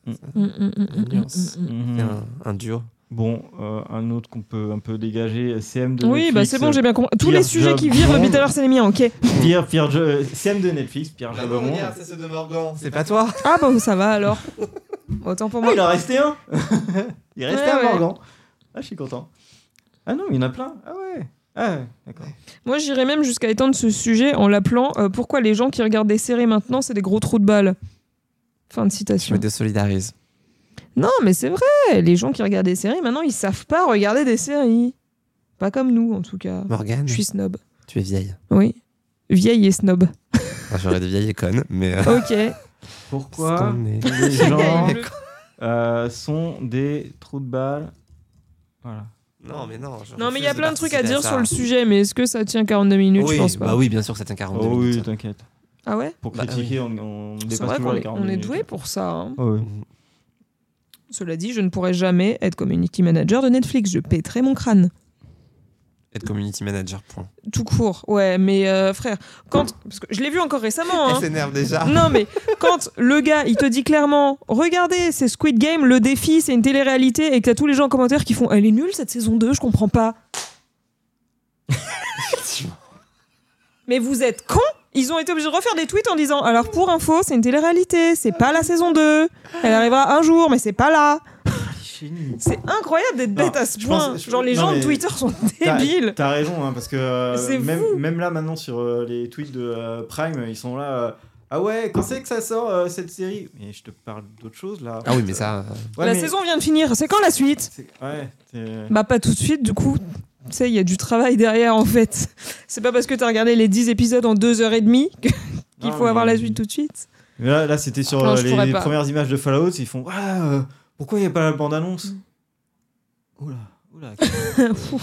C: Hum,
B: Nuance.
C: Mm.
A: Mhm.
B: C'est un, un duo.
A: Bon, euh, un autre qu'on peut un peu dégager, CM de
C: Oui,
A: Netflix.
C: bah c'est bon, j'ai bien compris. Tous les
A: Pierre
C: sujets qui
A: Job
C: virent depuis
A: Blonde.
C: tout à l'heure, c'est les miens, ok.
A: Pierre, Pierre, Jo- CM de Netflix, Pierre Jabomon.
B: c'est ceux de Morgan. C'est pas toi
C: Ah bah ça va alors. Autant pour
A: Ah,
C: moi.
A: il en restait un Il restait
C: Ouais,
A: un
C: ouais.
A: Morgan. Ah, je suis content. Ah non, il y en a plein. Ah ouais. Ah ouais, d'accord.
C: Moi, j'irais même jusqu'à étendre ce sujet en l'appelant euh, Pourquoi les gens qui regardent des séries maintenant, c'est des gros trous de balles Fin de
B: Je
C: citation.
B: me désolidarise.
C: Non, mais c'est vrai, les gens qui regardent des séries maintenant, ils savent pas regarder des séries. Pas comme nous, en tout cas.
B: Morgane,
C: Je suis snob.
B: tu es vieille.
C: Oui. Vieille et snob.
B: Enfin, J'aurais des vieilles et connes, mais. euh,
C: Ok.
B: parce
A: Pourquoi
B: qu'on est-
A: les gens
C: Le-
A: euh, sont des trous de balles Voilà.
B: Non, mais non. je
C: Non, mais il
B: refuse
C: y a plein de trucs à dire
B: participer
C: sur
B: ça.
C: le sujet, mais est-ce que ça tient 42 minutes
B: Oui,
C: Je pense pas.
B: bah oui, bien sûr que ça tient 42
A: Oh oui,
B: minutes.
A: t'inquiète.
C: Ah ouais
A: Pour
B: Bah,
A: critiquer, on, on
C: C'est
A: dépasse
C: vrai
A: toujours
C: qu'on
A: les
C: est,
A: 40
C: on est
A: minutes.
C: doué pour ça. hein.
A: Oh, oui.
B: Mhm.
C: Cela dit, je ne pourrais jamais être community manager de Netflix. Je péterais mon crâne.
B: Être community manager, point.
C: Tout court, ouais, mais euh, frère, quand. Parce que je l'ai vu encore récemment, hein.
B: s'énerve déjà.
C: Non, mais quand le gars, il te dit clairement Regardez, c'est Squid Game, le défi, c'est une télé-réalité, et que t'as tous les gens en commentaire qui font Elle est nulle cette saison 2, je comprends pas. Mais vous êtes cons Ils ont été obligés de refaire des tweets en disant Alors pour info, c'est une télé-réalité, c'est pas la saison 2. Elle arrivera un jour, mais c'est pas là. C'est incroyable d'être
A: Non,
C: bête à ce
A: je
C: point.
A: pense- je-
C: Genre, les
A: non,
C: gens de
A: mais-
C: Twitter sont
A: T'as-
C: débiles.
A: T'as raison, hein, parce que euh,
C: C'est
A: même,
C: fou.
A: même là maintenant sur euh, les tweets de euh, Prime, ils sont là. euh, ah ouais, quand c'est que ça sort euh, cette série Mais je te parle d'autre chose là.
B: Ah oui, mais ça. euh,
A: Ouais,
C: la
A: mais-
C: saison vient de finir, c'est quand la suite
A: c'est- Ouais, c'est-
C: Bah pas tout de suite, du coup, tu sais, il y a du travail derrière en fait. C'est pas parce que t'as regardé les 10 épisodes en 2h30 qu'il
A: Non,
C: faut
A: mais-
C: avoir la suite tout de suite.
A: Mais Là, là, c'était sur
C: Non,
A: euh,
C: je
A: les,
C: pourrais
A: les
C: pas.
A: premières images de Fallout, ils font Ah, euh, pourquoi il n'y a pas la bande-annonce
C: Mm.
A: Oula, oula.
C: Ouh.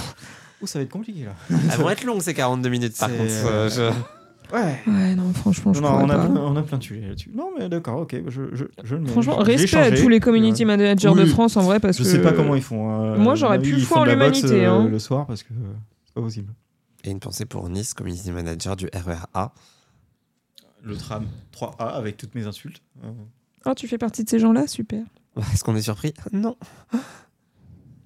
A: Oh, ça va être compliqué là.
B: Elles vont être longues ces 42 minutes par
A: C'est-
B: contre. euh, je-
A: Ouais.
C: ouais, non, franchement, je
A: Non, non,
C: pourrais
A: on, a
C: pas.
A: plein, on a plein de sujets là-dessus. Non, mais d'accord, ok, bah, je, je, je le mets.
C: Franchement,
A: Je- je l'ai
C: respect à
A: changé.
C: tous les community
A: Ouais.
C: managers
A: Oui.
C: de France en vrai parce
A: Je
C: que
A: sais pas comment ils font. hein.
C: Moi, j'aurais
A: Euh,
C: pu
A: ils
C: foi en
A: font de la boxe,
C: l'humanité,
A: euh,
C: hein.
A: Le soir, parce que euh, c'est pas possible.
B: Et une pensée pour Nice, community manager du E RERA.
A: Le tram 3A avec toutes mes insultes. Euh,
C: Ah, tu fais partie de ces gens-là, super.
B: Est-ce qu'on est surpris Non.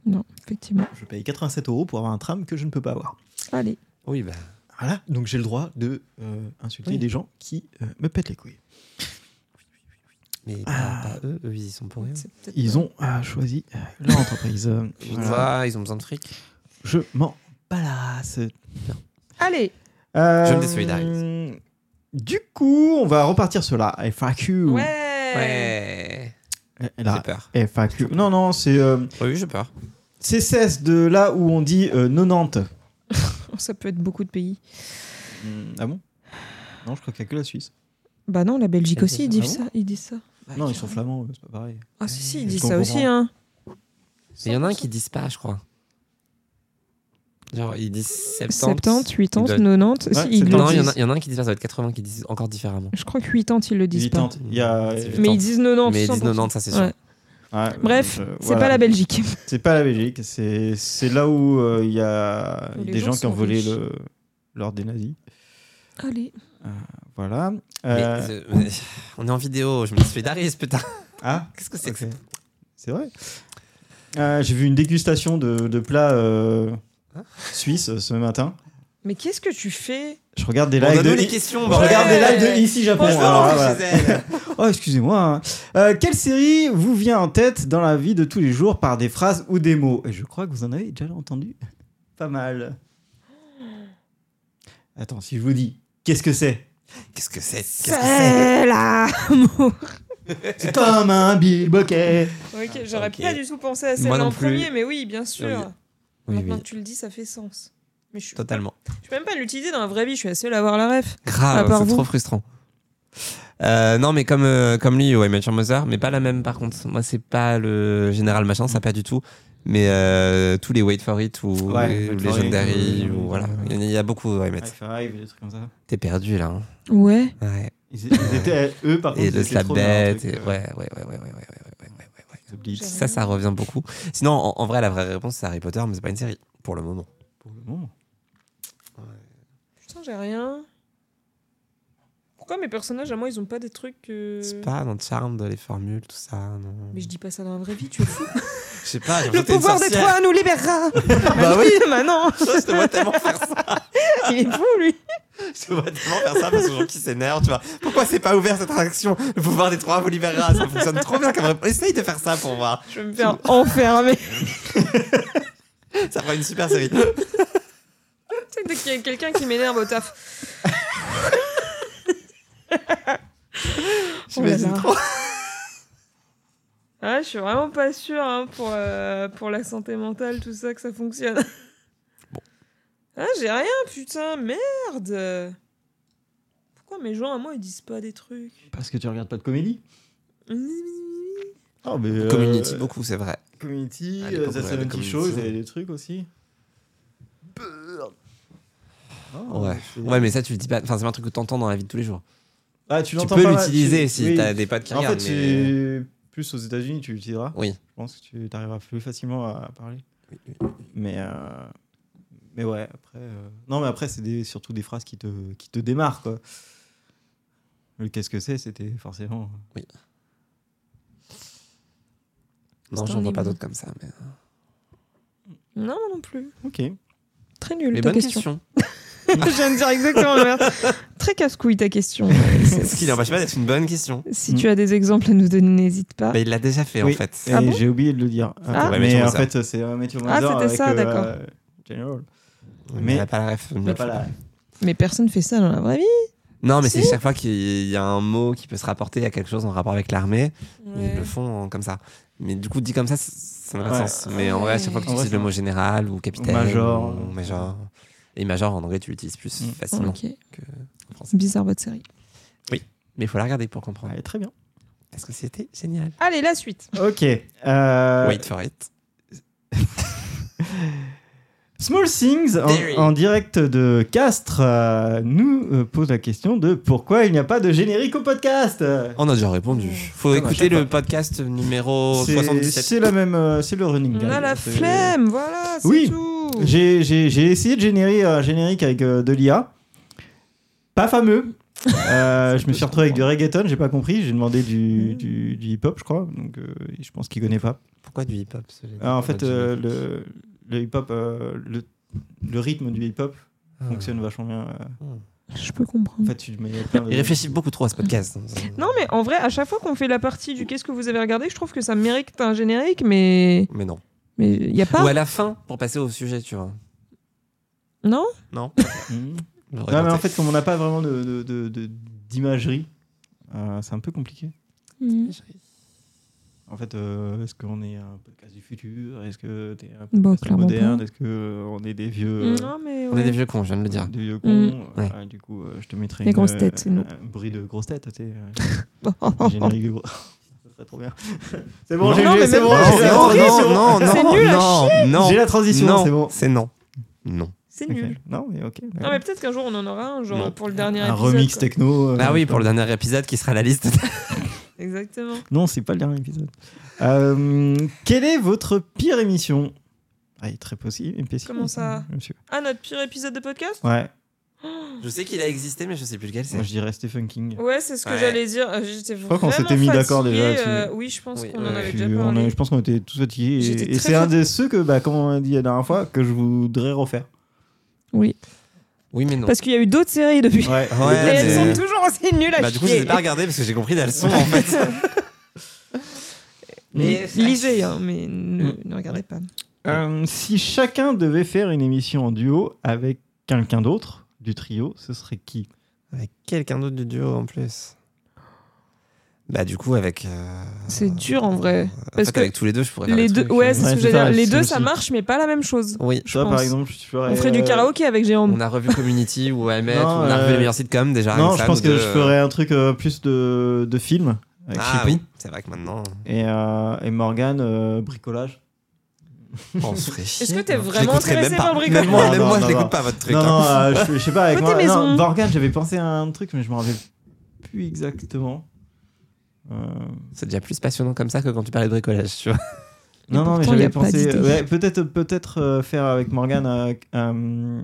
C: Non, effectivement.
A: Je paye 87 euros pour avoir un tram que je ne peux pas avoir.
C: Allez.
B: Oui, bah.
A: Voilà, donc j'ai le droit de euh, insulter
B: Oui.
A: des gens qui euh, me pètent les couilles.
B: Mais pas, pas eux, eux ils y sont pour rien.
C: Ah. c'est peut-être
A: Ils
C: pas-
A: ont euh, choisi euh, leur entreprise. Euh,
B: Putain,
A: voilà.
B: ils ont besoin de fric.
A: Je m'en balasse.
C: Allez.
A: Euh,
B: Je me désolidarise.
A: Du coup, on va repartir sur la FAQ.
C: Ouais.
B: Ouais. J'ai
A: Euh, La
B: peur.
A: FAQ. Non, non, c'est euh,
B: Oui, j'ai peur.
A: c'est cesse de là où on dit euh, 90.
C: Oh, ça peut être beaucoup de pays.
B: Hmm.
A: Ah bon Non, je crois qu'il n'y a que la Suisse.
C: Bah non, la Belgique
A: Eh ben,
B: Ah
C: aussi, ils disent
A: bon
C: ça. Ils disent ça.
B: Bah,
A: non, ils sont flamands, c'est pas pareil.
C: Ah si, si, ils
A: Ils
C: disent
A: sont
C: ça aussi,
A: courants.
C: hein.
B: Il y en a un qui disent pas, je crois. Genre, ils disent 70.
C: 70, 80,
B: Ils
C: 90.
A: Ouais,
C: si, ils
A: c'est
C: le
B: Non, il y, en
C: disent.
B: a- il y en a un qui dit ça, ça doit être 80 qui disent encore différemment.
C: Je crois que 80 ils le disent pas.
A: Militante. Il y a.
B: C'est
A: euh,
B: huit
C: Mais
B: ans.
C: ils disent 90.
B: Mais ils
C: 100%.
B: disent 90, ça c'est sûr.
C: Ouais.
A: ouais,
C: Bref,
A: euh,
C: c'est
A: voilà.
C: pas la Belgique.
A: C'est pas la Belgique. C'est c'est là où euh, il y a
C: Où les
A: des
C: gens
A: gens qui ont
C: sont
A: volé
C: riches.
A: le- l'or des nazis.
C: Allez.
A: Voilà.
B: Mais,
A: Euh,
B: euh, on est en vidéo, je me solidarise, putain.
A: Ah,
B: Qu'est-ce que c'est que
A: ok. C'est vrai. Euh, J'ai vu une dégustation de, de plats euh,
B: Hein
A: suisses euh, ce matin.
C: Mais qu'est-ce que tu fais
A: Je regarde des
B: ça
A: lives
B: Donne-nous
A: de.
B: les questions,
A: Je
C: Ouais.
B: bordel.
A: regarde des lives de ici Japon.
B: Bonjour,
A: Alors,
B: chez
A: voilà.
B: elle.
A: Oh, excusez-moi. Euh, quelle série vous vient en tête dans la vie de tous les jours par des phrases ou des mots Et je crois que vous en avez déjà entendu pas mal. Attends, si je vous dis, qu'est-ce que c'est
B: Qu'est-ce que c'est Qu'est-ce que c'est
C: C'est là
A: C'est comme un bilboquet.
C: Ok, j'aurais
B: ok.
C: pas du tout pensé à
B: Moi
C: celle-là
B: non
C: en
B: plus.
C: premier, mais oui, bien sûr.
B: Oui. Oui,
C: Maintenant
B: oui,
C: que tu le dis, ça fait sens. Mais je suis,
B: totalement.
C: je peux même pas l'utiliser dans la vraie vie, je suis la seule à avoir la ref. À
B: Grave,
C: part
B: c'est
C: vous.
B: trop frustrant. Euh, non, mais comme, euh, comme lui, ouais, Mathieu Mother, mais pas la même par contre. Moi, c'est pas le général machin, ça pas du tout. Mais euh, tous les Wait for It ou
A: Ouais,
B: les
A: Wait for It,
B: Legendary,
A: euh,
B: ou voilà. Il y en a- il y a beaucoup, ouais, mais
A: High five, des trucs comme ça.
B: t'es perdu là. hein.
C: Ouais.
B: Ouais.
A: Ils, ils étaient, eux, par contre,
B: Et le
A: c'était
B: slap
A: trop bien, leur
B: bet,
A: truc. euh,
B: et ouais, ouais, ouais, ouais, ouais, ouais, ouais, ouais, ouais, ouais, ouais.
A: The Blitz.
B: Ça, ça revient beaucoup. Sinon, en, en vrai, la vraie réponse, c'est Harry Potter, mais c'est pas une série, pour le moment.
A: Pour le moment.
C: Putain, j'ai rien. Pourquoi mes personnages à moi, ils ont pas des trucs. euh,
B: C'est pas dans Charmed, les formules, tout ça. Non.
C: Mais je dis pas ça dans la vraie vie, tu es fou.
B: Je sais pas, j'ai
C: le
B: l'impression que t'es une
C: pouvoir des
B: sorcière.
C: trois nous libérera Bah oui Bah non
B: Je te vois tellement faire ça.
C: Il est fou, lui
B: Je te vois tellement faire ça parce que gens qui s'énerve, tu vois. Pourquoi c'est pas ouvert cette attraction Le pouvoir des trois vous libérera, ça fonctionne trop bien comme réponse. Essaye de faire ça pour voir.
C: Je vais me faire enfermer
B: Ça fera une super série.
C: Tu sais, dès qu'il y a quelqu'un qui m'énerve au taf. Oh là
B: J'imagine
C: là.
B: trop.
C: Ah, je suis vraiment pas sûre hein, pour, euh, pour la santé mentale, tout ça, que ça fonctionne.
B: Bon.
C: Ah, j'ai rien, putain, merde Pourquoi mes gens à moi, ils disent pas des trucs
A: Parce que tu regardes pas de comédie oh, mais,
B: Community,
A: euh,
B: beaucoup, c'est vrai.
A: Community,
B: Allez,
A: euh,
B: on
A: The
B: regarde
A: Seventy
B: Community.
A: Show, vous avez des trucs aussi. Oh,
B: Ouais.
A: c'est-
B: ouais, mais ça, tu le dis pas. Enfin, c'est pas un truc que t'entends dans la vie de tous les jours.
A: Ah, tu
B: Tu
A: l'entends
B: peux
A: pas mal,
B: l'utiliser
A: tu-
B: si
A: oui.
B: t'as des potes qui
A: En fait,
B: regardent. mais- euh,
A: c'est plus aux États-Unis, tu l'utiliseras.
B: Oui.
A: Je pense que tu arriveras plus facilement à parler. Mais, euh, mais ouais, après. euh, Non, mais après, c'est des- surtout des phrases qui te, qui te démarrent, quoi. Le qu'est-ce que c'est, c'était forcément. euh,
B: Non, j'en
C: C'est
B: vois
C: horrible.
B: pas d'autres comme ça. Mais,
C: Non, moi non plus.
A: Ok.
C: Très nul,
B: mais
C: ta
B: bonne
C: question.
B: question.
C: je viens de dire exactement la merde. Très casse-couille, ta question.
B: Ce qui n'empêche pas d'être une bonne question.
C: Si
A: Mm.
C: tu as des exemples à nous donner, n'hésite pas.
B: Mais Bah, il l'a déjà fait
A: Oui.
B: en fait.
A: Et
C: Ah bon
A: j'ai oublié de le dire.
B: Ah. Ouais,
A: mais
B: Matthew
A: en
B: Mazar.
A: fait, euh, c'est un Matthew
C: Ah,
A: Mazar
C: c'était
A: avec,
C: ça,
A: euh,
C: d'accord.
A: General.
B: Mais
A: Mais-
B: il a pas la ref.
A: Mais pas là.
C: Mais personne fait ça dans la vraie vie.
B: Non, mais
C: Si.
B: c'est chaque fois qu'il y a un mot qui peut se rapporter à quelque chose en rapport avec l'armée, ils le font en- comme ça. Mais du coup, dit comme ça, c- ça n'a pas de
A: Ouais.
B: sens. Mais en vrai, à chaque fois que tu
A: En vrai,
B: utilises le
A: ça-
B: mot général ou capitaine,
A: Ou major.
B: ou major. Et major en anglais, tu l'utilises plus
A: Mm.
B: facilement
C: ok.
B: que en français.
C: Bizarre votre série.
B: Mais il faut la regarder pour comprendre.
A: Allez, très bien.
B: Parce que c'était génial.
C: Allez, la suite.
A: Ok. euh,
B: Wait for it.
A: Small Things, en,
B: Very.
A: en direct de Castres, euh, nous euh, pose la question de pourquoi il n'y a pas de générique au podcast
B: On a déjà répondu. Faut
A: Ah,
B: écouter
A: bah,
B: le podcast numéro
A: C'est
B: 77.
A: c'est la même, euh, c'est le running.
C: On
A: gag.
C: a la
A: C'est-
C: flemme, voilà, c'est
A: Oui.
C: tout.
A: J'ai j'ai- j'ai essayé de générer un générique avec euh, de l'IA. Pas fameux. Euh, je me suis retrouvé avec du reggaeton, j'ai pas compris. J'ai demandé du,
C: Mm.
A: du- du hip-hop, je crois. Donc euh, je pense qu'il connaît pas.
B: Pourquoi du hip-hop ce générique
A: Ah, en fait,
B: Pas de
A: euh,
B: générique.
A: le, le hip-hop, euh, le, le rythme du hip-hop
B: Ah.
A: fonctionne vachement bien. euh.
C: Je peux
A: En
C: comprendre.
A: fait, tu mets plein de-
B: Il réfléchit beaucoup trop à ce podcast.
C: Non, mais en vrai, à chaque fois qu'on fait la partie du qu'est-ce que vous avez regardé, je trouve que ça mérite un générique, mais
B: Mais non.
C: mais il y a pas.
B: Ou à la fin, pour passer au sujet, tu vois.
C: Non
B: Non.
A: Mm. Non, mais en fait, comme on n'a pas vraiment de- de- de- de- d'imagerie, euh, c'est un peu compliqué.
B: Mm.
A: En fait, euh, est-ce qu'on est un podcast du futur Est-ce que t'es un
C: Bon,
A: podcast
C: clairement
A: moderne
C: pas. Mm.
A: Est-ce que euh, on est des vieux, euh,
C: Non, mais
B: on est
C: ouais.
B: des vieux cons, je viens de le dire.
A: des vieux
C: Mm.
A: cons
B: Ouais.
A: Ah, Du coup, euh, je te mettrai
C: Les
A: une, euh,
C: grosses têtes, c'est nous.
A: un bruit de grosses têtes. tu sais, euh, un générique de gros- Ça serait trop bien. C'est bon,
B: Non,
A: j'ai
C: non, mais
A: c'est
C: même
A: bon.
C: pas,
A: j'ai
C: c'est
A: la
C: horrible.
A: transition.
C: C'est nul à
B: non, non,
A: J'ai la transition,
B: non,
A: c'est bon.
B: C'est non. Non.
C: C'est
A: Ok.
C: nul.
A: Non, mais ok.
C: Non, mais peut-être qu'un jour on en aura un, genre
B: Non.
C: pour le dernier
A: un
C: épisode.
A: remix
C: quoi.
A: techno. euh,
B: Ah oui, pour le dernier épisode qui sera la liste.
C: Exactement.
A: Non, c'est pas le dernier épisode. Euh, quelle est votre pire émission Ah, il est très possible.
C: Comment ça
A: monsieur.
C: Ah, notre pire épisode de podcast
A: Ouais.
B: Je sais qu'il a existé, mais je sais plus lequel c'est.
A: Moi, je dirais Stephen King.
C: ouais, c'est ce que
B: Ouais.
C: j'allais dire. Euh, J'étais vraiment
A: crois qu'on s'était mis d'accord
C: fatiguée,
A: déjà
C: euh,
A: là-dessus.
C: oui, je pense
B: Oui,
C: qu'on en
B: ouais.
C: avait
A: Puis,
C: déjà
A: on
C: parlé.
A: a- je pense qu'on était tous fatigués.
C: J'étais
A: Et, et
C: très
A: c'est un de ceux que, bah, comme on a dit la dernière fois, que je voudrais refaire.
C: Oui.
B: Oui, mais non.
C: Parce qu'il y a eu d'autres séries depuis.
A: Ouais.
C: Et
B: Ouais,
C: elles
B: mais-
C: sont toujours aussi nulles à
B: Bah, du coup, je
C: chier.
B: les ai pas regardés parce que j'ai compris la leçon en fait.
C: Mais
B: Mais-
C: Lisez, hein, mais ne, ne regardez pas.
A: Euh, si chacun devait faire une émission en duo avec quelqu'un d'autre du trio, ce serait qui
B: Avec quelqu'un d'autre du duo en plus. Bah, du coup, avec. euh,
C: C'est dur en vrai.
B: En
C: Parce
B: fait,
C: que
B: avec tous les deux, je pourrais faire
C: Les
B: des
C: deux,
B: trucs,
C: ouais,
B: euh,
C: c'est
A: Ouais,
C: ce que
A: c'est
C: j'allais
A: ça,
C: dire. Les
A: c'est
C: deux,
A: le
C: ça
A: style.
C: marche, mais pas la même chose.
B: Oui.
A: Toi,
C: pense.
A: par exemple, je ferais.
C: On ferait du
A: euh,
C: karaoké avec Jérôme.
B: On a revu Community ou AMF,
A: Non,
B: on a revu
A: euh,
B: les meilleurs sitcoms déjà. rien
A: Non,
B: ça,
A: je pense
B: ou
A: que
B: deux,
A: je
B: euh,
A: ferais un truc euh, plus de, de film. Avec
B: Ah
A: Chipou.
B: oui, c'est vrai que maintenant,
A: Et, euh, et Morgane, euh, bricolage.
B: on se ferait Oh, chier.
C: Est-ce que t'es
B: Je
C: vraiment
B: l'écouterais
C: intéressé
B: même
C: par
B: pas.
C: le bricolage
B: Même moi,
A: Non,
B: même
A: non,
B: moi, je
A: non,
B: l'écoute
A: non.
B: pas votre truc.
A: Non,
B: hein.
A: non, euh, je, je sais pas. Avec
C: Côté
A: Mor- non,
C: maison.
A: Morgane, j'avais pensé à un truc, mais je me rappelle plus exactement. Euh,
B: C'est déjà plus passionnant comme ça que quand tu parlais de bricolage, tu vois.
C: Et
A: Non, non, mais
C: pourtant, y
A: j'avais
C: a pas
A: pensé.
C: d'idée.
A: ouais, peut-être peut-être euh, faire avec Morgane euh, euh,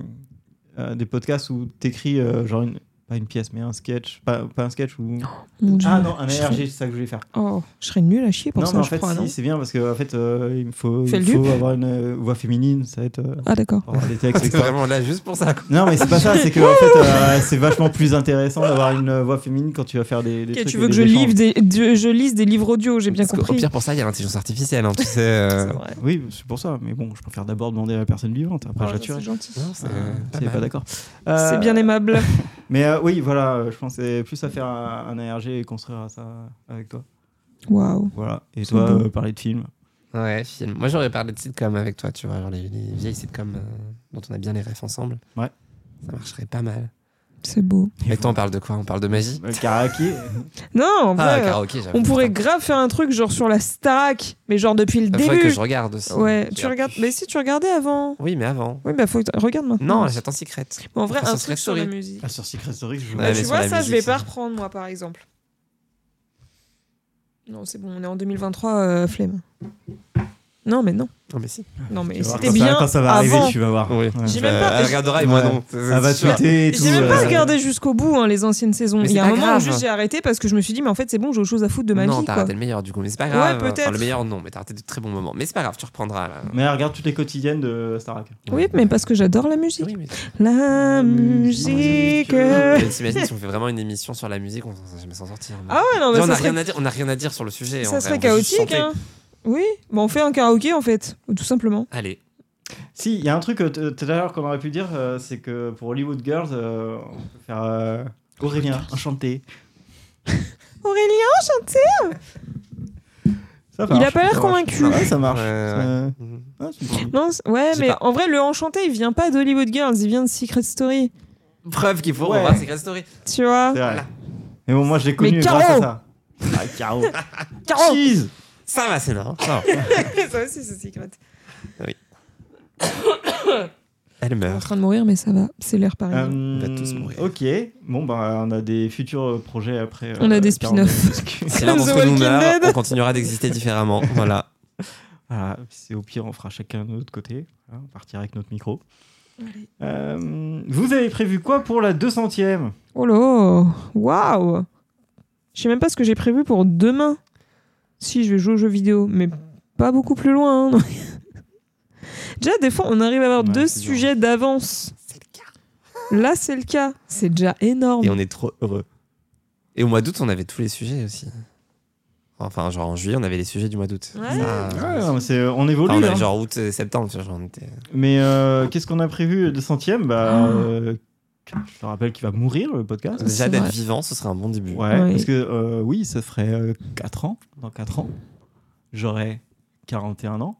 A: euh, des podcasts où t'écris euh, genre une. Pas une pièce, mais un sketch. Pas, pas un sketch ou.
C: Oh Mon Dieu.
A: Ah non, un
C: Je
A: ARG,
C: serais-
A: c'est ça que je voulais faire.
C: Oh, je serais nul à chier pour
A: non,
C: ça,
A: mais en
C: je
A: fait,
C: crois,
A: si,
C: non
A: c'est bien parce que en fait, euh, il me faut,
C: Fais
A: il
C: le
A: faut
C: dupe.
A: avoir une euh, voix féminine, ça va être. euh,
C: Ah d'accord.
A: pour avoir des textes,
B: C'est
A: etc.
B: vraiment là juste pour ça. quoi.
A: Non, mais c'est pas ça, c'est que en fait, euh, c'est vachement plus intéressant d'avoir une euh, voix féminine quand tu vas faire des. des
C: Ok,
A: trucs
C: tu
A: et
C: veux
A: des
C: que je,
A: échanges.
C: livre des, du- je lise des livres audio, j'ai bien
B: Parce qu'au-
C: compris.
B: Au pire, pour ça, il y a l'intelligence artificielle, hein, tu sais.
C: C'est
B: euh,
C: vrai.
A: Oui, c'est pour ça, mais bon, je préfère d'abord demander à la personne vivante, après
C: Ah,
A: je la tuerai.
C: c'est gentil.
B: non, c'est,
A: Euh,
B: euh,
A: si elle est
B: mal.
A: pas d'accord.
C: C'est
A: Euh,
C: bien aimable.
A: Mais euh, oui, voilà, euh, je pensais plus à faire un, un ARG et construire à ça avec toi.
C: Waouh.
A: Voilà. Et
C: C'est
A: toi,
C: beau.
A: euh, parler de films.
B: Ouais, film. Moi, j'aurais parlé de sitcoms avec toi, tu vois, genre les, les vieilles sitcoms euh, dont on a bien les refs ensemble.
A: Ouais.
B: Ça marcherait pas mal.
C: C'est beau.
B: Et toi, on parle de quoi On parle de magie
A: Le karaoké.
C: Non, en
B: Ah,
C: vrai, euh,
B: karaoké, j'avoue.
C: on pourrait
B: Putain.
C: grave faire un truc genre sur la Starac, mais genre depuis le
B: Il faudrait que
C: début.
B: je regarde aussi.
C: Ouais,
B: Je
C: tu
B: regarde
C: regardes. Mais si tu regardais avant.
B: plus. Oui, mais avant.
C: Oui, bah faut que t- regarde maintenant.
B: Non, j'attends Secret.
C: Mais en vrai,
B: Enfin,
C: un
B: ça serait
C: truc sur la
B: story.
C: musique.
A: Ah, sur Secret Story, je
B: Ouais,
C: Bah,
B: mais
C: tu
B: sur
C: vois,
B: la
C: ça, je vais
B: musique,
C: pas
B: ça.
C: reprendre, moi, par exemple. Non, c'est bon, on est en 2023, euh, flemme. Non, Ah, mais non.
B: Non, mais si.
C: Non, mais
A: Tu vas voir,
C: c'était
A: quand ça-
C: bien.
A: Quand ça va
C: avant.
A: arriver, tu vas voir.
B: Oui.
A: Ouais.
C: J'ai même pas-
B: Euh, Elle regardera et moi
A: Ouais.
B: non. C'est-
A: Elle va
B: c'est sûr.
A: tweeter et tout.
C: J'ai même pas
A: euh,
C: regardé jusqu'au bout hein, les anciennes saisons.
B: Mais
C: Il y a
B: c'est
C: un
B: pas
C: moment où
B: grave.
C: juste j'ai arrêté parce que je me suis dit, mais en fait, c'est bon, j'ai autre chose à foutre de ma
B: non,
C: vie.
B: t'as
C: Quoi.
B: raté le meilleur du coup, mais c'est pas grave. Enfin,
C: peut-être.
B: le meilleur, non, mais t'as raté de très bons moments. Mais c'est pas grave, tu reprendras. Là.
A: Mais elle regarde toutes les quotidiennes de Starac.
C: Oui, mais parce que j'adore la musique.
B: Oui, mais
C: La musique.
B: Mais t'imagines si on fait vraiment une émission sur la musique, on s'en va jamais s'en sortir.
C: Ah ouais, non, mais
B: Genre, on
C: ça
B: a
C: serait,
B: rien à dire, on a rien à dire sur le sujet.
C: ça
B: en vrai,
C: serait
B: on veut juste
C: chaotique.
B: chanter.
C: hein. Oui, bah, on fait un karaoké en fait, tout simplement.
B: Allez.
A: Si, il y a un truc euh, t- tout à l'heure qu'on aurait pu dire, euh, c'est que pour Hollywood Girls, euh, on peut faire euh, Aurélien, enchanté.
C: Aurélien,
A: Ça
C: il a
A: marche,
C: pas l'air
A: ça marche.
C: convaincu.
A: Ouais, ça marche.
B: Ouais,
A: Ça-
C: Mm.
B: Mhm.
A: Ah, c'est une bonne idée.
C: Non, c- ouais,
B: Je sais
C: mais
B: pas.
C: en vrai, le enchanté, il vient pas d'Hollywood Girls, il vient de Secret Story.
B: Preuve qu'il faut
A: Ouais.
B: revoir Secret Story.
C: Tu vois
A: C'est vrai. Mais bon, moi je l'ai
C: Mais
A: connu grâce à
C: Caro
A: ça. Ah, Caro.
C: Caro
A: Cheese
B: Ça va, c'est normal.
C: Ça aussi, c'est Secret.
B: Elle
C: Je suis en
B: meurt.
C: train de mourir, mais ça va, c'est l'air pareil.
A: Euh,
B: va tous mourir.
A: Ok, bon, bah, on a des futurs euh, projets après.
C: On a des
A: Caro,
C: spin-offs.
A: parce que-
B: Si l'un
C: The
B: d'entre nous
C: Walking
B: meurt,
C: Dead.
B: on continuera d'exister différemment. Voilà.
A: Voilà, Ah, c'est au pire, on fera chacun de notre côté. Voilà, On partira avec notre micro.
C: Allez.
A: Euh, vous avez prévu quoi pour la 200ème
C: Oh là Waouh Je sais même pas ce que j'ai prévu pour demain. Si, je vais jouer aux jeux vidéo, mais pas beaucoup plus loin. hein, non. déjà, des fois, on arrive à avoir
A: Ouais,
C: deux
A: c'est dur.
C: sujets d'avance. Là, c'est le cas. C'est déjà énorme.
B: Et on est trop heureux. Et au mois d'août, on avait tous les sujets aussi. Enfin, genre en juillet, on avait les sujets du mois d'août.
C: Ah, Ouais.
A: Ah,
B: Ça, enfin,
A: On évolue.
B: on avait
A: hein.
B: genre août, euh, septembre. tu vois, genre, on était-
A: Mais euh, qu'est-ce qu'on a prévu de centième
C: Ah.
A: bah, euh, Je te rappelle qu'il va mourir le podcast.
B: Déjà
C: C'est
B: d'être
C: vrai.
B: vivant, ce serait un bon début.
A: Ouais,
C: Ouais.
A: parce que euh, oui, ça ferait 4 ans. Dans 4 ans, j'aurai 41 ans.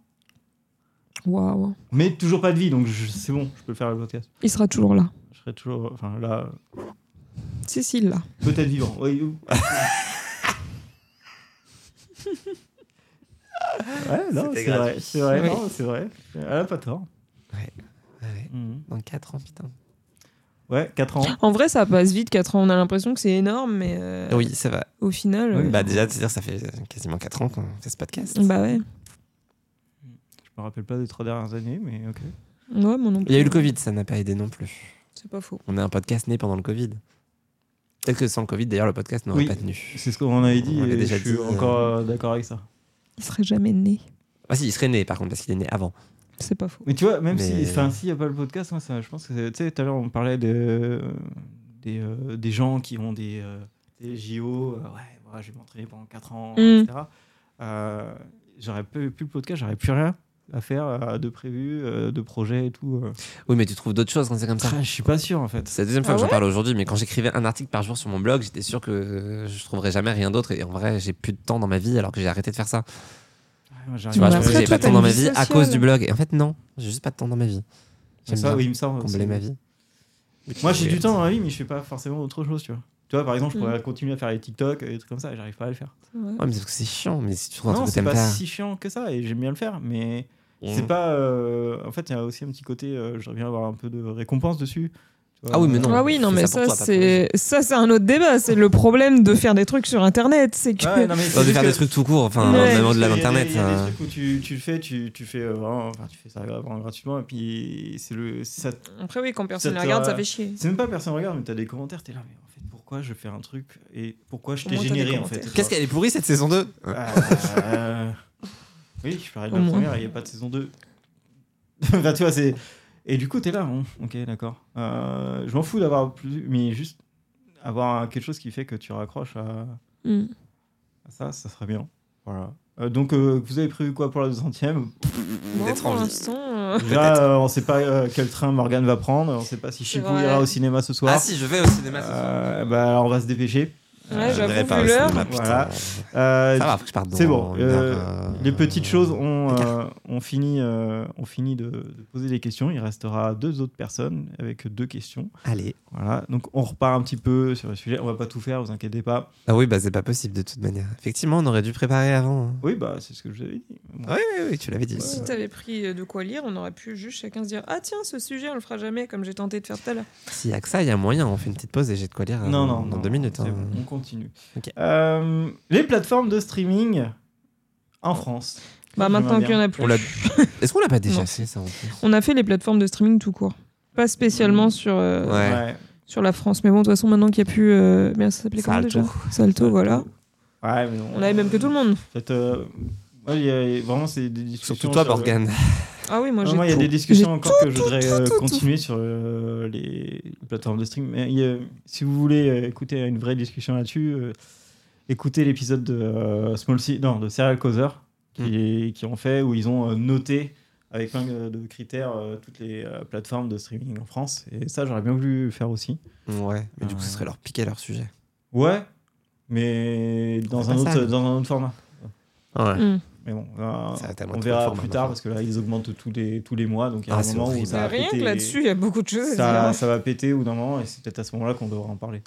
C: Waouh
A: Mais toujours pas de vie, donc je- c'est bon, je peux faire le podcast.
C: Il sera toujours là.
A: Je serai toujours. Enfin là,
C: Cécile, là.
A: peut-être vivant. Oui, ou- ouais, non,
B: C'était
A: c'est vrai.
B: gratuit.
A: C'est vrai,
C: Oui.
A: non, c'est vrai. Elle a pas tort.
B: Ouais.
A: Mhm.
B: Dans 4 ans, putain.
A: Ouais, 4 ans.
C: En vrai, ça passe vite, 4 ans. On a l'impression que c'est énorme, mais euh,
B: Oui, ça va.
C: au final. euh,
B: Bah déjà, c'est-à-dire ça fait euh, quasiment 4 ans qu'on fait ce podcast.
C: bah ouais.
A: Je me rappelle pas des 3 dernières années, mais ok.
C: Ouais, mon nom.
B: Il y a eu le Covid, ça n'a pas aidé non plus.
C: C'est pas faux.
B: On est un podcast né pendant le Covid. Peut-être que sans le Covid, d'ailleurs, le podcast n'aurait
A: Oui.
B: pas tenu.
A: C'est ce qu'on avait dit
B: On
A: et
B: l'avait déjà
A: je suis
B: dit, euh.
A: encore euh, d'accord avec ça.
C: Il serait jamais né.
B: Ah si, il serait né par contre, parce qu'il est né avant.
C: C'est pas faux.
A: Mais tu vois, même
B: Mais-
A: si, enfin, s'il n'y a pas le podcast, moi, ça, je pense que, c'est- tu sais, tout à l'heure, on parlait de, des, euh, des gens qui ont des, euh, des JO, euh, ouais, moi, je vais m'entraîner pendant 4 ans,
C: Mm.
A: etc. Euh, j'aurais plus, plus le podcast, j'aurais plus rien à faire euh, de prévu, euh, de projet et tout. euh.
B: Oui, mais tu trouves d'autres choses quand c'est comme ça.
A: Ah, je suis pas sûr, en fait.
B: C'est la deuxième fois
C: Ah
B: que j'en
C: ouais
B: parle aujourd'hui, mais quand j'écrivais un article par jour sur mon blog, j'étais sûr que euh, je trouverais jamais rien d'autre. Et en vrai, j'ai plus de temps dans ma vie alors que j'ai arrêté de faire ça.
A: Ouais, moi, j'arrive
B: Tu vois,
C: Mais
B: je pense que
C: Bah, après,
B: j'ai
C: toi,
B: pas de temps
C: t'as
B: dans
C: une
B: ma
C: vie
B: vie à
C: sociale.
B: cause du blog. Et en fait, non, j'ai juste pas de temps dans ma vie. J'aime
A: ça,
B: bien
A: oui, il me semble.
B: combler
A: c'est-
B: ma vie.
A: Moi, j'ai du temps dans la vie, mais je fais pas forcément autre chose, tu vois. Tu vois, par exemple, je pourrais continuer à faire les TikTok et des trucs comme ça, et j'arrive pas à le faire.
B: Ouais, Ah, mais c'est parce que c'est chiant. Mais si tu trouves un
A: Non,
B: truc que
A: c'est
B: t'aimes
A: pas
B: pas.
A: si chiant que ça, et j'aime bien le faire, mais
B: on-
A: C'est pas. euh, en fait, il y a aussi un petit côté. euh, J'aimerais bien avoir un peu de récompense dessus. Tu vois,
B: Ah oui, mais non.
C: ah oui, non,
B: fais
C: mais
B: ça pour toi,
C: ça,
B: pas pour
C: c'est ça, c'est un autre débat. C'est le problème de faire des trucs sur Internet, c'est que.
A: Ouais, non, mais c'est
B: Ouais, de
A: juste
B: faire
A: que-
B: des trucs tout court, enfin,
C: Ouais.
B: même de
A: Il y a des-
B: l'internet.
A: Il y a des,
B: euh,
A: trucs où tu, tu le fais, tu, tu fais euh, vraiment, enfin, tu fais ça vraiment gratuitement, et puis c'est le. ça-
C: Après, oui, quand
A: Ça
C: personne les
A: te-
C: regarde, ça fait chier.
A: C'est même pas personne regarde, mais t'as des commentaires, t'es là, mais en fait, pourquoi je fais un truc et pourquoi je
C: Au
A: t'ai
C: moins, t'as
A: généré
C: des
A: en fait
C: commentaires.
B: Qu'est-ce qu'elle est pourrie cette saison 2
A: Euh, Oui, je parlais de
C: Au
A: la
C: moins.
A: première, il n'y a pas de saison 2. Bah, tu vois, c'est. Et du coup, t'es là, bon, ok, d'accord. Euh, je m'en fous d'avoir plus. Mais juste avoir quelque chose qui fait que tu raccroches à,
C: Mm.
A: à ça, ça serait bien. Voilà. Euh, donc, euh, vous avez prévu quoi pour la 200ème
C: Moi,
B: D'être
C: pour
B: en vie.
C: l'instant, euh,
A: Déjà, euh, on sait pas euh, quel train Morgane va prendre, on sait pas si Chipou
C: vrai.
A: ira au cinéma ce soir.
B: Ah si, je vais au cinéma ce soir.
A: Euh, bah, alors, on va se dépêcher.
C: ouais,
B: Je
C: j'avoue,
B: n'irai
C: vu
B: pas au
C: l'heure,
B: cinéma, putain.
A: Voilà. Euh,
B: Ça va, faut que je parte dans
A: C'est bon.
B: une
A: euh,
B: heure, euh,
A: les petites choses, on,
B: écart.
A: euh, on finit, euh, on finit de, de poser des questions. Il restera deux autres personnes avec deux questions.
B: Allez.
A: Voilà. Donc on repart un petit peu sur le sujet. On va pas tout faire, vous inquiétez pas.
B: Ah oui, bah c'est pas possible de toute manière. Effectivement, on aurait dû préparer avant. hein. Ah
A: Oui, bah c'est ce que je vous avais dit. Bon.
B: Oui, oui, oui, tu l'avais dit.
C: si t'avais pris euh, de quoi lire, on aurait pu juste chacun se dire Ah, tiens, ce sujet, on le fera jamais, comme j'ai tenté de faire tout à l'heure.
B: S'il y a que ça, il y a moyen. On fait une petite pause et j'ai de quoi lire euh,
A: non, non, non,
B: dans deux minutes.
A: c'est
B: hein.
A: bon, on continue.
B: Ok.
A: Euh, les plateformes de streaming en France.
C: Bah,
A: Je
C: maintenant
A: m'en
C: qu'il y en a
B: On l'a-
C: plus.
B: Est-ce qu'on l'a pas déjà
C: Non.
B: fait ça en plus
C: On a fait les plateformes de streaming tout court. Pas spécialement
A: Mm.
C: sur, euh,
B: Ouais.
A: Ouais.
C: sur la France. Mais bon, de toute façon, maintenant qu'il n'y a plus. euh, merde, ça s'appelait comment
B: Salto.
C: déjà Salto, voilà.
A: Ouais, mais bon,
C: On avait même que tout le monde.
A: en fait, euh, ouais, il y a- vraiment, c'est des discussions.
B: Surtout toi,
A: sur le-
B: Morgane.
C: Ah oui, moi
A: Non,
C: j'ai.
A: Moi, il y a
C: tout.
A: des discussions
C: J'ai-
A: encore que je voudrais euh,
C: tout, tout.
A: continuer sur euh, les plateformes de stream. Mais euh, si vous voulez euh, écouter une vraie discussion là-dessus, euh, écoutez l'épisode de euh, Small C- non, de Serial Causer
B: Hmm.
A: qui, qui ont fait où ils ont euh, noté avec plein de de critères euh, toutes les euh, plateformes de streaming en France. Et ça, j'aurais bien voulu faire aussi.
B: Ouais, mais du coup,
A: Ouais.
B: ce serait leur piquer leur sujet.
A: Ouais, mais dans
B: C'est
A: un
B: pas ça,
A: autre
B: mais-
A: dans un autre format.
B: Ouais.
C: Mm.
A: Mais bon, euh,
B: Ça va tellement
A: on
B: être
A: verra
B: le format
A: plus tard
B: maintenant.
A: parce que là, ils augmentent tous les tous les mois, donc il y a
B: Ah,
A: un
B: c'est
A: moment où
B: horrible.
A: ça. va
C: Rien que
A: péter.
C: là-dessus, il y a beaucoup de choses. à
A: ça,
C: dire.
A: ça va péter au bout d'un moment et c'est peut-être à ce moment-là qu'on devra en parler.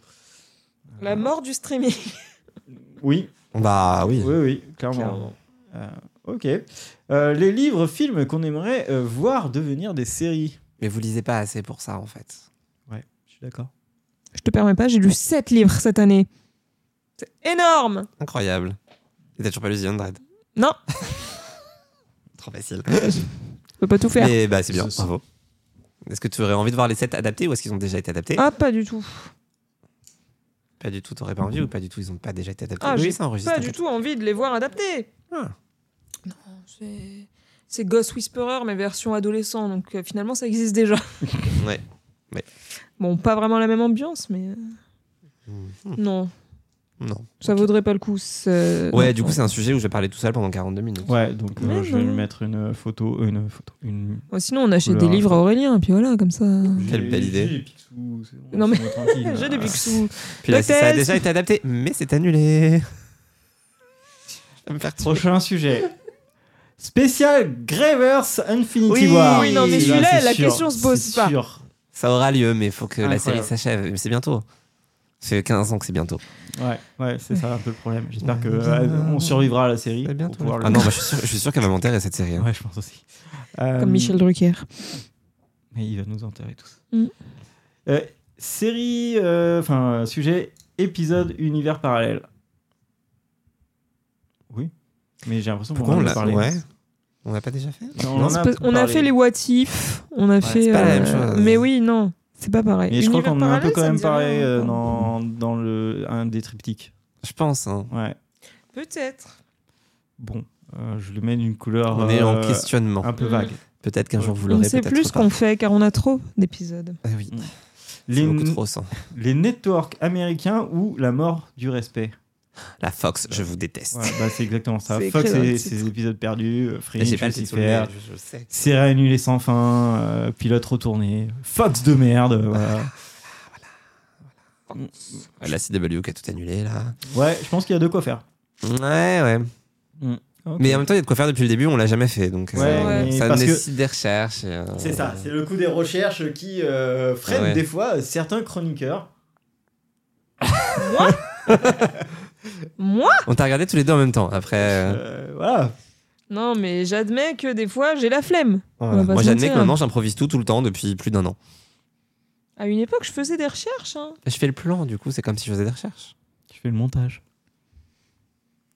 C: La mort du streaming.
A: Oui,
B: Bah oui.
A: oui, oui, clairement. Euh, ok. Euh, les livres, films qu'on aimerait euh, voir devenir des séries.
B: Mais vous lisez pas assez pour ça en fait.
A: Je suis d'accord.
C: Je te permets pas, j'ai lu 7 livres cette année. C'est énorme
B: Incroyable. Et t'as toujours pas lu The Undead
C: Non,
B: Trop facile.
C: je peux pas tout faire.
B: Mais bah c'est bien,
A: Ce sont-
B: bravo. Est-ce que tu aurais envie de voir les sets adaptés ou est-ce qu'ils ont déjà été adaptés
C: Ah, pas du tout.
B: Pas du tout, t'aurais pas envie ou pas du tout, ils ont pas déjà été adaptés
C: Ah,
B: Oui,
C: j'ai
B: ça enregistre.
C: Pas
B: en
C: du
B: fait.
C: tout envie de les voir adaptés.
B: Ah.
C: Non, c'est. C'est Ghost Whisperer, mais version adolescent, donc euh, finalement ça existe déjà.
B: Ouais.
C: Bon, pas vraiment la même ambiance, mais euh,
B: Mhm.
C: non,
B: Non.
C: ça vaudrait pas le coup. c'est-
B: Ouais,
C: non,
B: du coup, c'est un sujet où je vais parler tout seul pendant 42 minutes.
A: Ouais, donc euh,
C: Mais
A: je vais lui
C: non.
A: mettre une photo. euh, Une photo une...
C: Bon, Oh, sinon, on achète
A: Oula.
C: des livres à Aurélien, et puis voilà, comme ça.
B: Quelle
A: J'ai-
B: belle idée.
A: J'ai des Picsou, c'est bon,
C: Non, mais-
A: laissez-moi tranquille.
C: J'ai des
A: Euh,
C: Picsou.
B: Puis là,
C: Le
B: si ça a
C: test.
B: déjà été adapté, mais c'est annulé. Ça me faire trop
A: Prochain sujet. Spécial Gravers Infinity
B: Oui,
A: War.
B: oui, non, mais
A: Celui-là,
C: celui-là,
A: c'est
C: la
A: sûr,
C: question se pose
A: c'est
C: pas.
A: sûr.
B: Ça aura lieu, mais il faut que la
A: Incroyable.
B: série s'achève. Mais C'est bientôt. Ça fait 15 ans que c'est bientôt.
A: Ouais, ouais, c'est ça un peu le problème. J'espère que euh, on survivra à la série.
B: C'est
A: pour pouvoir le-
B: Ah non, bah, je suis sûr, je suis sûr qu'elle va m'enterrer cette série. hein.
A: Ouais, je pense aussi. Euh,
C: Comme Michel Drucker.
A: Mais il va nous enterrer tous.
C: Mm.
A: Euh, série, euh, enfin euh, sujet, épisode, univers parallèle. Oui, mais j'ai l'impression
B: Pourquoi on
A: en a
B: l'a
A: parlé.
B: ouais. On l'a pas déjà fait
A: Non, on,
B: Non,
A: en
C: On a,
A: parlé.
C: fait les what if, on a fait.
B: c'est pas la même chose.
C: Mais oui, non. C'est pas pareil.
A: Mais je crois
C: Univers
A: qu'on est un peu
C: parallèle,
A: quand
C: ça me
A: même
C: dit rien,
A: pareil euh,
C: pardon.
A: dans, dans le, un des triptyques.
B: Je pense. hein.
A: Ouais.
C: Peut-être.
A: Bon, euh, je lui mets une couleur
B: On est en
A: euh,
B: question.
A: un peu
C: Mm.
A: vague.
B: Peut-être qu'un jour vous
C: On ne
B: l'aurez.
C: sait
B: peut-être
C: plus ce
B: pas.
C: qu'on fait car on a trop d'épisodes.
B: Ah oui, c'est
A: Les,
B: beaucoup trop ça.
A: les networks américains ou la mort du respect.
B: La Fox, je vous déteste.
A: Ouais, bah, c'est exactement ça.
C: C'est écrit
A: Fox
C: dans le
A: et
C: titre.
A: ses épisodes perdus, euh,
B: Mais
A: Fringe,
B: J'ai pas le titre. sous les
A: Lucifer,
B: yeux, Je, je sais.
A: Serré annulé sans fin, euh, pilote retourné, Fox de merde. euh, voilà.
B: Ouais, La CW qui a tout annulé là.
A: Ouais, je pense qu'il y a de quoi faire.
B: Ouais, ouais. Mais en même temps, il y a de quoi faire depuis le début. On l'a jamais fait, donc
A: Ouais,
B: euh,
A: mais
B: ça
A: parce que-
B: nécessite des recherches. et, euh,
A: C'est ça, c'est le coup des recherches qui euh, freine
B: Ah Ouais.
A: des fois euh, certains chroniqueurs.
C: Moi
B: On t'a regardé tous les deux en même temps. Après, euh,
A: Euh, voilà.
C: Non, mais j'admets que des fois j'ai la flemme.
B: voilà.
C: va pas
B: moi
C: se
B: j'admets que
C: mentir.
B: maintenant j'improvise tout tout le temps depuis plus d'un an.
C: À une époque, je faisais des recherches. hein.
B: Je fais le plan, du coup, c'est comme si je faisais des recherches.
A: Je fais le montage.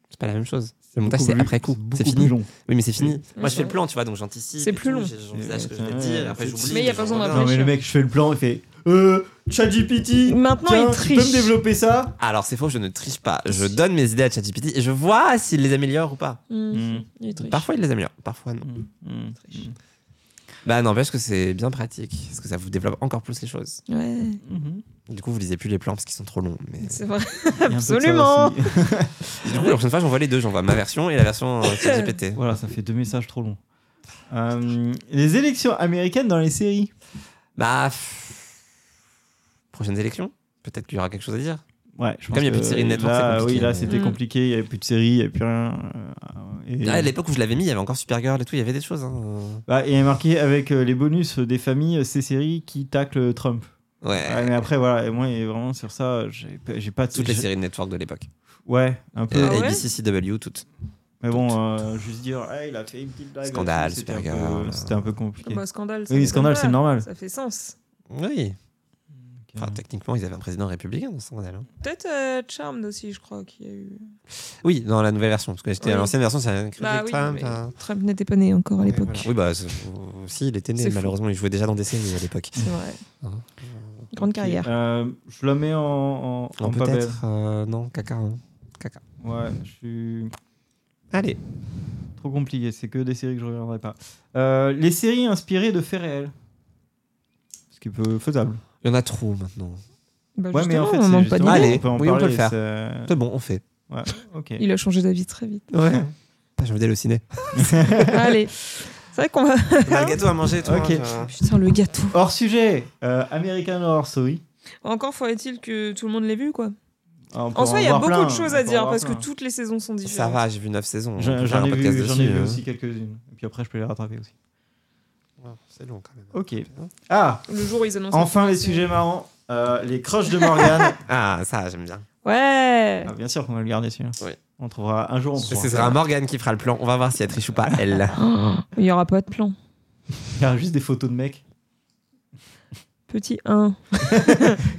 B: C'est pas la même chose. Le montage, c'est après coup. C'est
A: beaucoup
B: fini.
A: plus long.
B: Oui, mais c'est fini.
C: Mm.
B: Moi, je fais le plan, tu vois, donc j'anticipe.
C: C'est
B: et
C: plus
B: tout,
C: long.
B: j'ai- J'envisage ce que je
A: Ouais,
B: vais dire,
A: ouais,
B: après
A: c'est-
B: j'oublie.
C: Mais y a pas besoin
B: j'en-
A: Non mais le
C: Réfléchir.
A: mec, je fais le plan, il fait euh, ChatGPT.
C: Maintenant,
A: tiens,
C: il
A: tu peux me
C: triche.
A: développer ça
B: Alors, c'est faux, je ne triche pas. Je donne mes idées à ChatGPT et je vois s'il les améliore ou pas.
C: Mmh,
A: Mm.
C: il est triste.
B: Parfois, il les améliore, parfois non.
C: Triche.
B: Bah, n'empêche que c'est bien pratique, parce que ça vous développe encore plus les choses.
C: Ouais,
A: mm.
B: Du coup, vous lisez plus les plans parce qu'ils sont trop longs. Mais...
C: c'est vrai.
A: Il y a un peu de ça
C: Absolument.
A: aussi.
B: Et Du coup, la prochaine fois, j'envoie les deux. J'envoie ma version et la version euh, ChatGPT.
A: Voilà, ça fait deux messages trop longs. Euh, les élections américaines dans les séries.
B: Bah. pff, Prochaines élections Peut-être qu'il y aura quelque chose à dire.
A: Ouais, je pense
B: Comme il y a
A: que
B: plus de séries de network,
A: là,
B: c'est compliqué,
A: Oui, là
B: mais-
A: c'était
C: Mm.
A: compliqué, il n'y avait plus de séries, il n'y avait plus rien. euh, Et,
B: Ah, à l'époque où je l'avais mis, il y avait encore Supergirl et tout, il y avait des choses. hein, euh.
A: Bah, et il y a marqué avec euh, les bonus des familles, euh, ces séries qui taclent Trump.
B: Ouais.
A: Ouais, mais après, voilà, et moi, et vraiment sur ça, j'ai pas- j'ai pas de
B: Euh. Toutes les séries de network de l'époque.
A: Ouais, un peu.
B: Euh,
C: Ah ouais
B: ABC, CW, toutes.
A: Mais bon, euh, juste dire, Hey, il a fait une petite blague. là-dessus,
B: Scandale,
A: c'était un
B: Supergirl,
A: peu-
B: euh,
A: C'était un peu compliqué.
C: Bah, scandale, ça
A: Oui,
C: m'étonne
A: scandale,
C: pas.
A: c'est normal.
C: Ça fait sens.
B: Oui. Enfin,
A: Ok.
B: techniquement, ils avaient un président républicain dans ce scandale. hein.
C: Peut-être euh, Charmed aussi, je crois, qu'il y a eu.
B: Oui, dans la nouvelle version. Parce que j'étais
C: Oui.
B: à l'ancienne version, ça a
C: Bah oui,
B: Trump.
C: mais
B: hein.
C: Trump n'était pas né encore à
B: Oui,
C: l'époque.
B: voilà. Oui, bah, c'est- si, il était né,
C: C'est fou.
B: malheureusement, il jouait déjà dans des séries à l'époque.
C: C'est vrai.
B: Hein.
C: Grande carrière.
A: Euh, je la mets en, en, en
B: Non,
A: pas belle.
B: peut-être. euh, non, caca. hein. Caca.
A: Ouais, je suis
B: Allez.
A: trop compliqué. C'est que des séries que je regarderai pas. Euh, les séries inspirées de faits réels. Ce qui peut faisable.
B: Il y en a trop maintenant.
C: Bah,
A: Ouais, mais en
C: justement,
A: fait,
C: on
A: c'est
C: manque pas
A: justement-
C: d'idées.
B: Allez, oui, on peut le faire.
A: c'est- euh,
B: C'est bon, on fait.
A: Ok.
C: Il a changé d'avis très vite.
B: Ouais. J'ai envie d'aller au ciné.
C: Allez. C'est vrai qu'on va.
B: On a le gâteau à manger, toi.
A: Ok.
B: hein,
C: Putain, le gâteau.
A: Hors sujet, euh, American Horror Story.
C: Encore faudrait-il que tout le monde l'ait vu, quoi.
A: Ah, on peut
C: En soi, il y a
A: voir
C: beaucoup
A: plein,
C: de choses
A: on
C: à
A: peut
C: dire
A: voir
C: parce
A: plein.
C: que toutes les saisons sont
B: je- Ça
C: différentes.
B: va, j'ai vu 9 saisons. hein. on
A: J'en
B: peut faire
A: j'en
B: un
A: ai
B: podcast
A: vu, j'en ai
B: dessus,
A: vu
B: euh.
A: aussi quelques-unes. Et puis après, je peux les rattraper aussi.
B: Ouais, Ah, C'est long quand même.
A: Ok. Ah,
C: Le jour où ils annoncent.
A: enfin les sujets marrants. Euh, les crushs de Morgane.
B: Ah, ça, j'aime bien.
C: Ouais.
A: Ah, bien sûr qu'on va le garder celui-là.
B: Oui.
A: On trouvera un jour. On
B: Ce
A: trouvera.
B: sera Morgane qui fera le plan. On va voir si elle triche ou pas, elle.
C: Oh. Il y aura pas de plan.
A: Il y aura juste des photos de mecs.
C: Petit 1.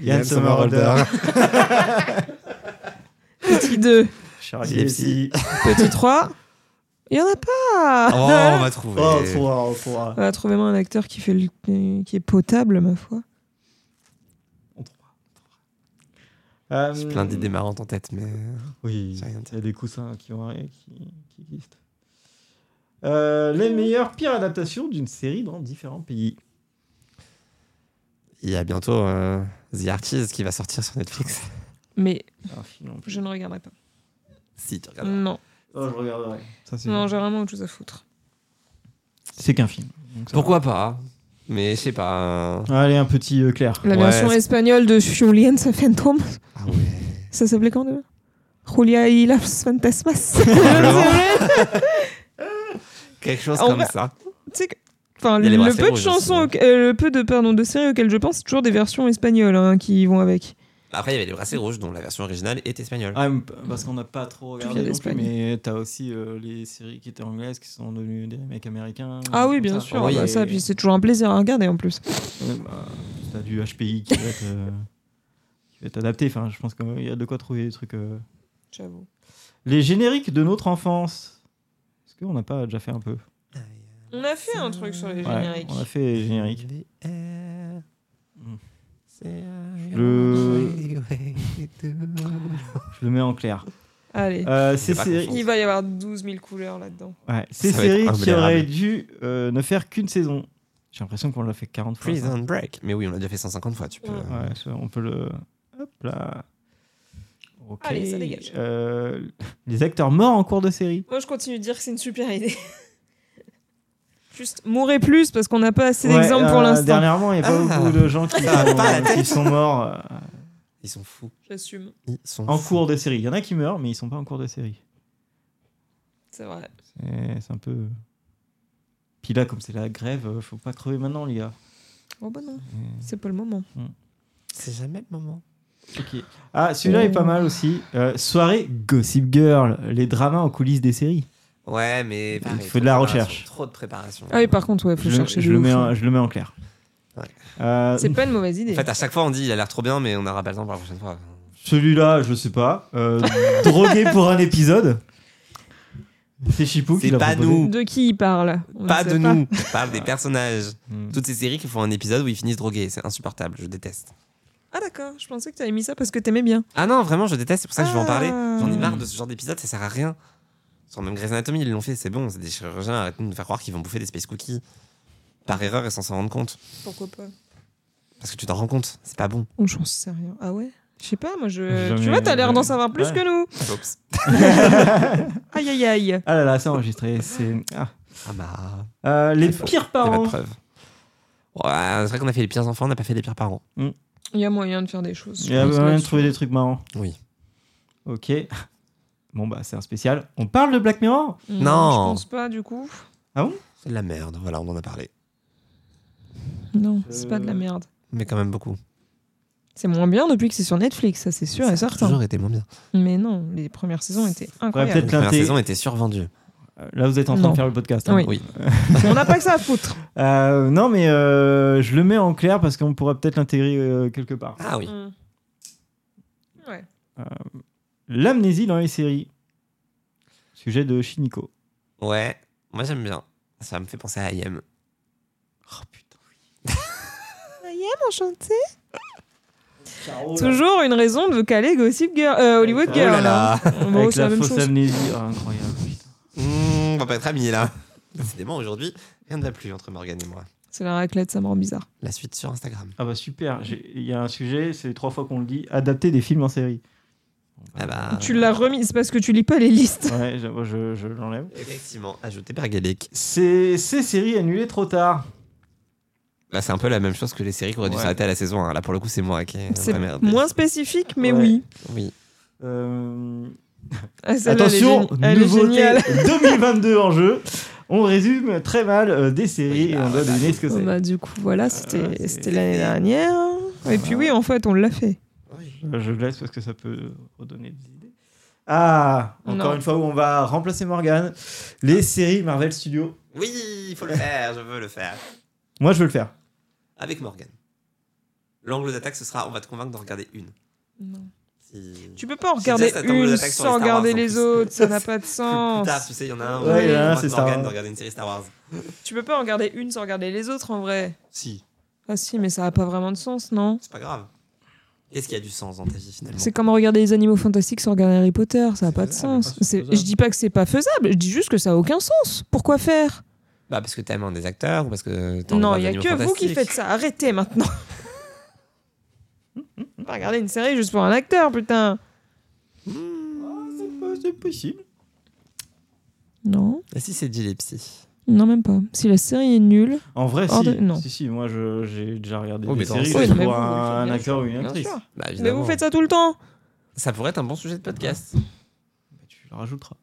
A: Yann Somerhalder.
C: Petit 2.
A: Charlie
B: Gypsy.
A: Gypsy.
C: Petit 3. Il y en a
B: Oh,
C: pas.
B: on va trouver.
A: Oh, on trouvera, on trouvera.
C: Voilà, Trouvez-moi un acteur qui, fait le- euh, qui est potable, ma foi.
B: J'ai plein d'idées marrantes en tête, mais.
A: Euh, Oui.
B: J'ai rien
A: Il y a des coussins qui, ont, qui, qui existent. Euh, les meilleures pires adaptations d'une série dans différents pays.
B: Il y a bientôt euh, The Artist qui va sortir sur Netflix.
C: Mais
A: Un film en plus.
C: je ne regarderai pas.
B: si, tu regardes.
C: Non,
A: Oh, je regarderai. Ça, c'est
C: non j'ai vraiment autre chose à foutre.
A: C'est qu'un film. Donc ça va.
B: Pourquoi pas Mais je sais pas. euh,
A: Allez, un petit euh, clair.
C: La
B: Ouais,
C: version
B: c'est-
C: espagnole de Julian Phantom,
B: Ah ouais.
C: ça s'appelait quand déjà Julia y las fantasmas.
B: Quelque chose
C: Ah, On
B: comme
C: va-
B: ça.
C: Tu sais que- Enfin,
B: Il y a les
C: le, le
B: bracelets
C: peu de
B: rouges
C: chansons,
B: aussi.
C: auxque- euh, le peu de pardon de séries auxquelles je pense, c'est toujours des versions espagnoles hein, qui y vont avec.
B: Après, il y avait les bracelets rouges, dont la version originale est espagnole.
A: Ah, mais p- parce qu'on n'a pas trop regardé
C: viens
A: non plus,
C: d'Espagne.
A: mais t'as aussi euh, les séries qui étaient anglaises qui sont devenues des mecs américains.
C: Ah
A: des
C: oui,
A: trucs
C: bien
A: comme
C: sûr.
B: oui,
C: bah,
A: Et-
C: ça, puis c'est toujours un plaisir à regarder en plus.
A: Ouais, bah, T'as du HPI qui va être, euh, qui va être adapté. Enfin, je pense qu'il y a de quoi trouver des trucs. euh.
C: J'avoue.
A: Les génériques de notre enfance. Est-ce qu'on n'a pas déjà fait un peu
C: On a fait un truc sur
A: Ouais,
C: les génériques.
A: On a fait les génériques. Le-
B: Mm.
A: Je le mets en clair.
C: Allez.
A: Euh, ces
B: pas
A: séries,
B: confiance.
C: Il va y avoir 12 000 couleurs là-dedans.
A: ouais, ces
B: Ça va être
A: séries qui
B: imbérable.
A: auraient dû euh, ne faire qu'une saison. J'ai l'impression qu'on l'a fait 40 fois. ça.
B: Prison Break. Mais oui, on l'a déjà fait 150 fois. Tu peux...
A: Ouais, ça, on peut le. Hop là. Ok.
C: Allez, ça dégage.
A: Euh, les acteurs morts en cours de série.
C: Moi, je continue de dire que c'est une super idée. Juste, mourrez plus parce qu'on n'a pas assez
A: Ouais,
C: d'exemples pour
A: euh,
C: l'instant.
A: Dernièrement, il n'y a pas
B: Ah.
A: beaucoup de gens qui,
B: Ça va
A: sont,
B: pas la
A: qui
B: tête.
A: sont morts euh,
B: Ils sont fous.
C: J'assume,
B: Ils sont
A: en
B: fous.
A: cours de série. Il y en a qui meurent, mais ils sont pas en cours de série.
C: c'est vrai.
A: Eh, C'est c'est un peu. Puis là, comme c'est la grève, euh, faut pas crever maintenant, les gars.
C: Oh bah non,
A: Euh,
C: c'est pas le moment.
B: C'est jamais le moment.
A: ok. Ah, celui-là est pas mal aussi. Euh, soirée Gossip Girl, les dramas en coulisses des séries.
B: Ouais, mais. pareil,
A: faut de la
B: trop préparation,
A: recherche.
B: Trop de préparation.
C: Ah oui, par contre, ouais, faut
A: Je,
C: chercher
A: je
C: de
A: le
C: ouf,
A: mets
C: hein.
A: en, je le mets en clair.
B: Ouais.
A: Euh,
C: C'est pas une mauvaise
B: En
C: idée.
B: fait, à chaque fois, on dit il a l'air trop bien, mais on n'aura pas le temps pour la prochaine fois.
A: Celui-là, je sais pas. Euh, drogué pour un épisode. C'est Chipou qui
B: C'est
A: l'a
B: pas
A: proposé.
B: nous.
C: De qui il parle On ne
B: Pas
C: sait
B: de nous. Parle des personnages.
A: Mm.
B: Toutes ces séries qui font un épisode où ils finissent drogués. C'est insupportable. Je déteste.
C: Ah d'accord, je pensais que t'avais mis ça parce que t'aimais bien.
B: Ah non, vraiment, je déteste. C'est pour ça que je vais en parler.
C: Ah.
B: J'en ai marre de ce genre d'épisode. Ça sert à rien. Sur même Grey's Anatomy, ils l'ont fait. C'est bon. C'est des chirurgiens. Arrêtez de nous faire croire qu'ils vont bouffer des space cookies. Par erreur et sans s'en rendre compte.
C: Pourquoi pas
B: Parce que tu t'en rends compte. C'est pas bon.
C: On j'en sais rien. Ah ouais Je sais pas, moi je.
A: Jamais-
C: Tu vois, t'as l'air d'en savoir plus
A: Ouais.
C: que nous.
B: Oups.
C: Aïe aïe aïe.
A: Ah là là, c'est enregistré. C'est... ah.
B: Ah bah.
A: Euh, les
B: C'est faux.
A: pires
B: y a pas
A: parents.
B: de preuve. Ouais, c'est vrai qu'on a fait les pires enfants, on n'a pas fait les pires parents.
C: Il y a moyen de faire des choses.
A: Il y a moyen de trouver des trucs marrants.
B: Oui.
A: Ok. Bon bah c'est un spécial. On parle de Black Mirror
C: Non.
B: Non.
C: Je pense pas du coup.
B: C'est de la merde, voilà, on en a parlé.
C: Non, c'est pas de la
A: Euh,
C: merde.
B: Mais quand même beaucoup.
C: C'est moins bien depuis que c'est sur Netflix, ça c'est sûr et
B: Ça a
C: certain.
B: toujours été moins bien.
C: Mais non, les premières saisons
B: La
C: étaient
A: peut-être
C: incroyables.
B: première
A: l'inté-
B: saison était survendue.
A: Euh, Là vous êtes en train
C: Non.
A: de faire le podcast. hein.
C: Oui. On n'a pas que ça à foutre.
A: Euh, non mais euh, je le mets en clair parce qu'on pourra peut-être l'intégrer euh, quelque part.
B: Ah oui.
C: Mm. Ouais.
A: L'amnésie dans les séries. Sujet de Shiniko.
B: Ouais, moi j'aime bien. Ça me fait penser à IM.
A: Oh putain.
C: enchanté. Toujours une raison de caler Gossip Girl, euh, Hollywood
A: Oh
C: Girl.
B: là là.
C: hein. Bon,
A: Avec
C: c'est la,
A: la
C: même
A: fausse
C: chose.
A: amnésie. Ah, incroyable. putain.
B: Mmh, on va pas être amis là. Décidément, aujourd'hui, rien ne va plus entre Morgane et moi.
C: C'est la raclette, ça me rend bizarre.
B: La suite sur Instagram.
A: Ah bah super, j'ai- il y a un sujet, c'est trois fois qu'on le dit, adapter des films en série.
B: Ah bah.
C: Tu l'as remis, c'est parce que tu lis pas les listes.
A: Ouais, je, moi, je- je l'enlève.
B: Effectivement, ajouté par Gallic.
A: Ces, ces séries annulées trop tard.
B: Là, Bah, c'est un peu la même chose que les séries qui auraient dû
A: Ouais.
B: s'arrêter à la saison. hein. Là, pour le coup, c'est moi qui.
C: C'est
B: Ouais, merde.
C: moins spécifique, mais
A: Ouais.
C: oui.
B: Oui.
A: Euh,
C: Ah, celle-là, elle est
A: Attention,
C: génie- elle est
A: nouveauté
C: géniale.
A: 2022 en jeu. On résume très mal euh, des séries
B: Oui,
A: et
B: bah,
A: on doit
B: voilà.
A: deviner ce que
C: Bon,
A: c'est.
C: bah, du coup,
B: Ah,
C: voilà,
A: Euh,
C: c'était
A: c'est-
C: c'était l'année dernière. Et puis oui, en fait, on l'a fait.
A: Euh, Je laisse parce que ça peut redonner des idées. Ah, encore
C: Non. Ah.
A: une fois où on va remplacer Morgane. Les séries Marvel Studios.
B: Oui, il faut le faire, je veux le faire.
A: Moi, je veux le faire.
B: Avec Morgan. L'angle d'attaque, ce sera on va te convaincre d'en regarder une. Si-
C: Tu peux pas en
B: J'ai
C: regarder
B: déjà cet angle
C: une
B: d'attaque sur les
C: sans
B: Star Wars,
C: regarder
B: en
C: les
B: plus.
C: autres, ça n'a pas de
B: Plus-
C: sens.
B: Plus tard, tu sais, il y en a un.
A: Ouais,
B: on
A: il y en a un,
B: convainc
A: c'est Star
B: Morgan
A: Wars.
B: de regarder une série Star Wars.
C: Tu peux pas en regarder une sans regarder les autres en vrai.
B: Si,
C: Ah si, mais ça a pas vraiment de sens, non
B: c'est pas grave. Qu'est-ce qu'il y a du sens dans ta vie finalement
C: C'est comme regarder les animaux fantastiques sans regarder Harry Potter, ça a
A: C'est
C: pas de
A: faisable,
C: sens.
A: c'est
C: C'est-
A: faisable.
C: Je dis pas que c'est pas faisable, je dis juste que ça a aucun sens. Pourquoi faire
B: Bah, parce que t'aimes un des acteurs ou parce que t'as envie
C: Non,
B: de voir
C: il y a
B: des
C: que
B: animaux
C: vous qui
B: fantastiques.
C: faites ça. Arrêtez maintenant. Pas regarder une série juste pour un acteur, putain. Ah,
A: C'est possible.
C: Non,
B: Et Ah, si c'est Gypsy
C: non même pas. Si la série est nulle,
A: En vrai,
C: Hors
A: si.
C: de- Ah, non.
A: Si, si, moi je- j'ai déjà regardé
B: Oh,
A: des
B: mais dans-
A: séries
B: Oui,
A: juste
B: non,
C: mais
A: pour
C: vous, vous le
A: un,
C: faites bien
A: acteur ou une
C: bien
A: actrice.
C: sûr.
B: Bah,
C: Mais
B: évidemment.
C: vous faites ça tout le temps.
B: Ça pourrait être un bon sujet de podcast.
A: Bah, tu le rajouteras.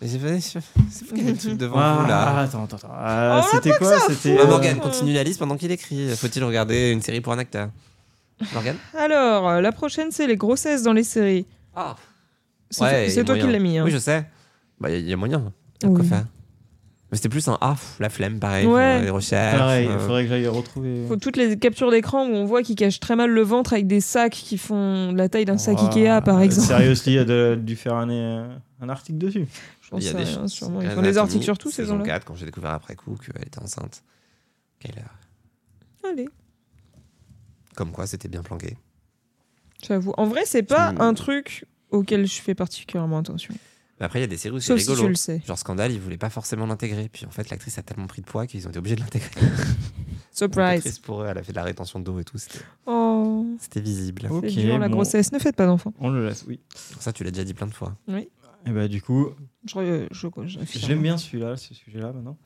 B: Mais j'ai pas. C'est pas qu'il y a des trucs devant vous là.
A: Ah, attends, attends, attends. Euh,
C: Oh,
A: C'était quoi C'était.
B: Bah,
A: euh,
B: Morgan,
C: Ah. Euh.
B: continue la liste pendant qu'il écrit. Faut-il regarder une série pour un acteur Morgan
C: Alors, euh, la prochaine, c'est les grossesses dans les séries.
B: Ah
C: C'est c'est toi qui l'as mis. hein.
B: Oui, je sais. Bah, il y, a moyen. Y a de
C: Oui.
B: quoi faire. Mais c'était plus un ah, pff, la flemme, pareil.
C: Ouais.
B: pour Les recherches.
A: Pareil, il
B: euh,
A: faudrait que j'aille retrouver.
C: Faut toutes les captures d'écran où on voit qu'ils cachent très mal le ventre avec des sacs qui font la taille d'un sac
B: Oh,
A: Ouah,
C: Ikea, par exemple.
A: Oh, euh, Seriously, il y a de- dû faire un, euh, un article dessus.
C: J'en
B: Il y a
C: sais
B: des
C: rien,
B: choses.
C: hein, sûrement. Ils
B: Grey's
C: font des
B: Anatomy,
C: articles sur tout, ces
B: saison
C: gens-là.
B: 4, quand j'ai découvert après coup qu'elle était enceinte. Quelle heure
C: Allez.
B: Comme quoi, c'était bien planqué.
C: J'avoue. En vrai, c'est pas
B: Mmh.
C: un truc auquel je fais particulièrement attention.
B: Mais après, il y a des séries où c'est
C: Sauf si tu
B: rigolo.
C: le sais.
B: Genre Scandale, ils voulaient pas forcément l'intégrer. Puis en fait, l'actrice a tellement pris de poids qu'ils ont été obligés de l'intégrer.
C: Surprise.
B: L'actrice, pour eux, elle a fait de la rétention d'eau et tout. C'était
C: Oh.
B: c'était visible.
A: Ok,
C: C'est dur, la
A: bon,
C: grossesse. Ne faites pas d'enfants.
A: On le laisse, oui.
B: Ça, tu l'as déjà dit plein de fois.
A: Et bah, du coup,
C: Je, re- je, je- j'affirme.
A: J'aime bien celui-là, ce sujet-là maintenant.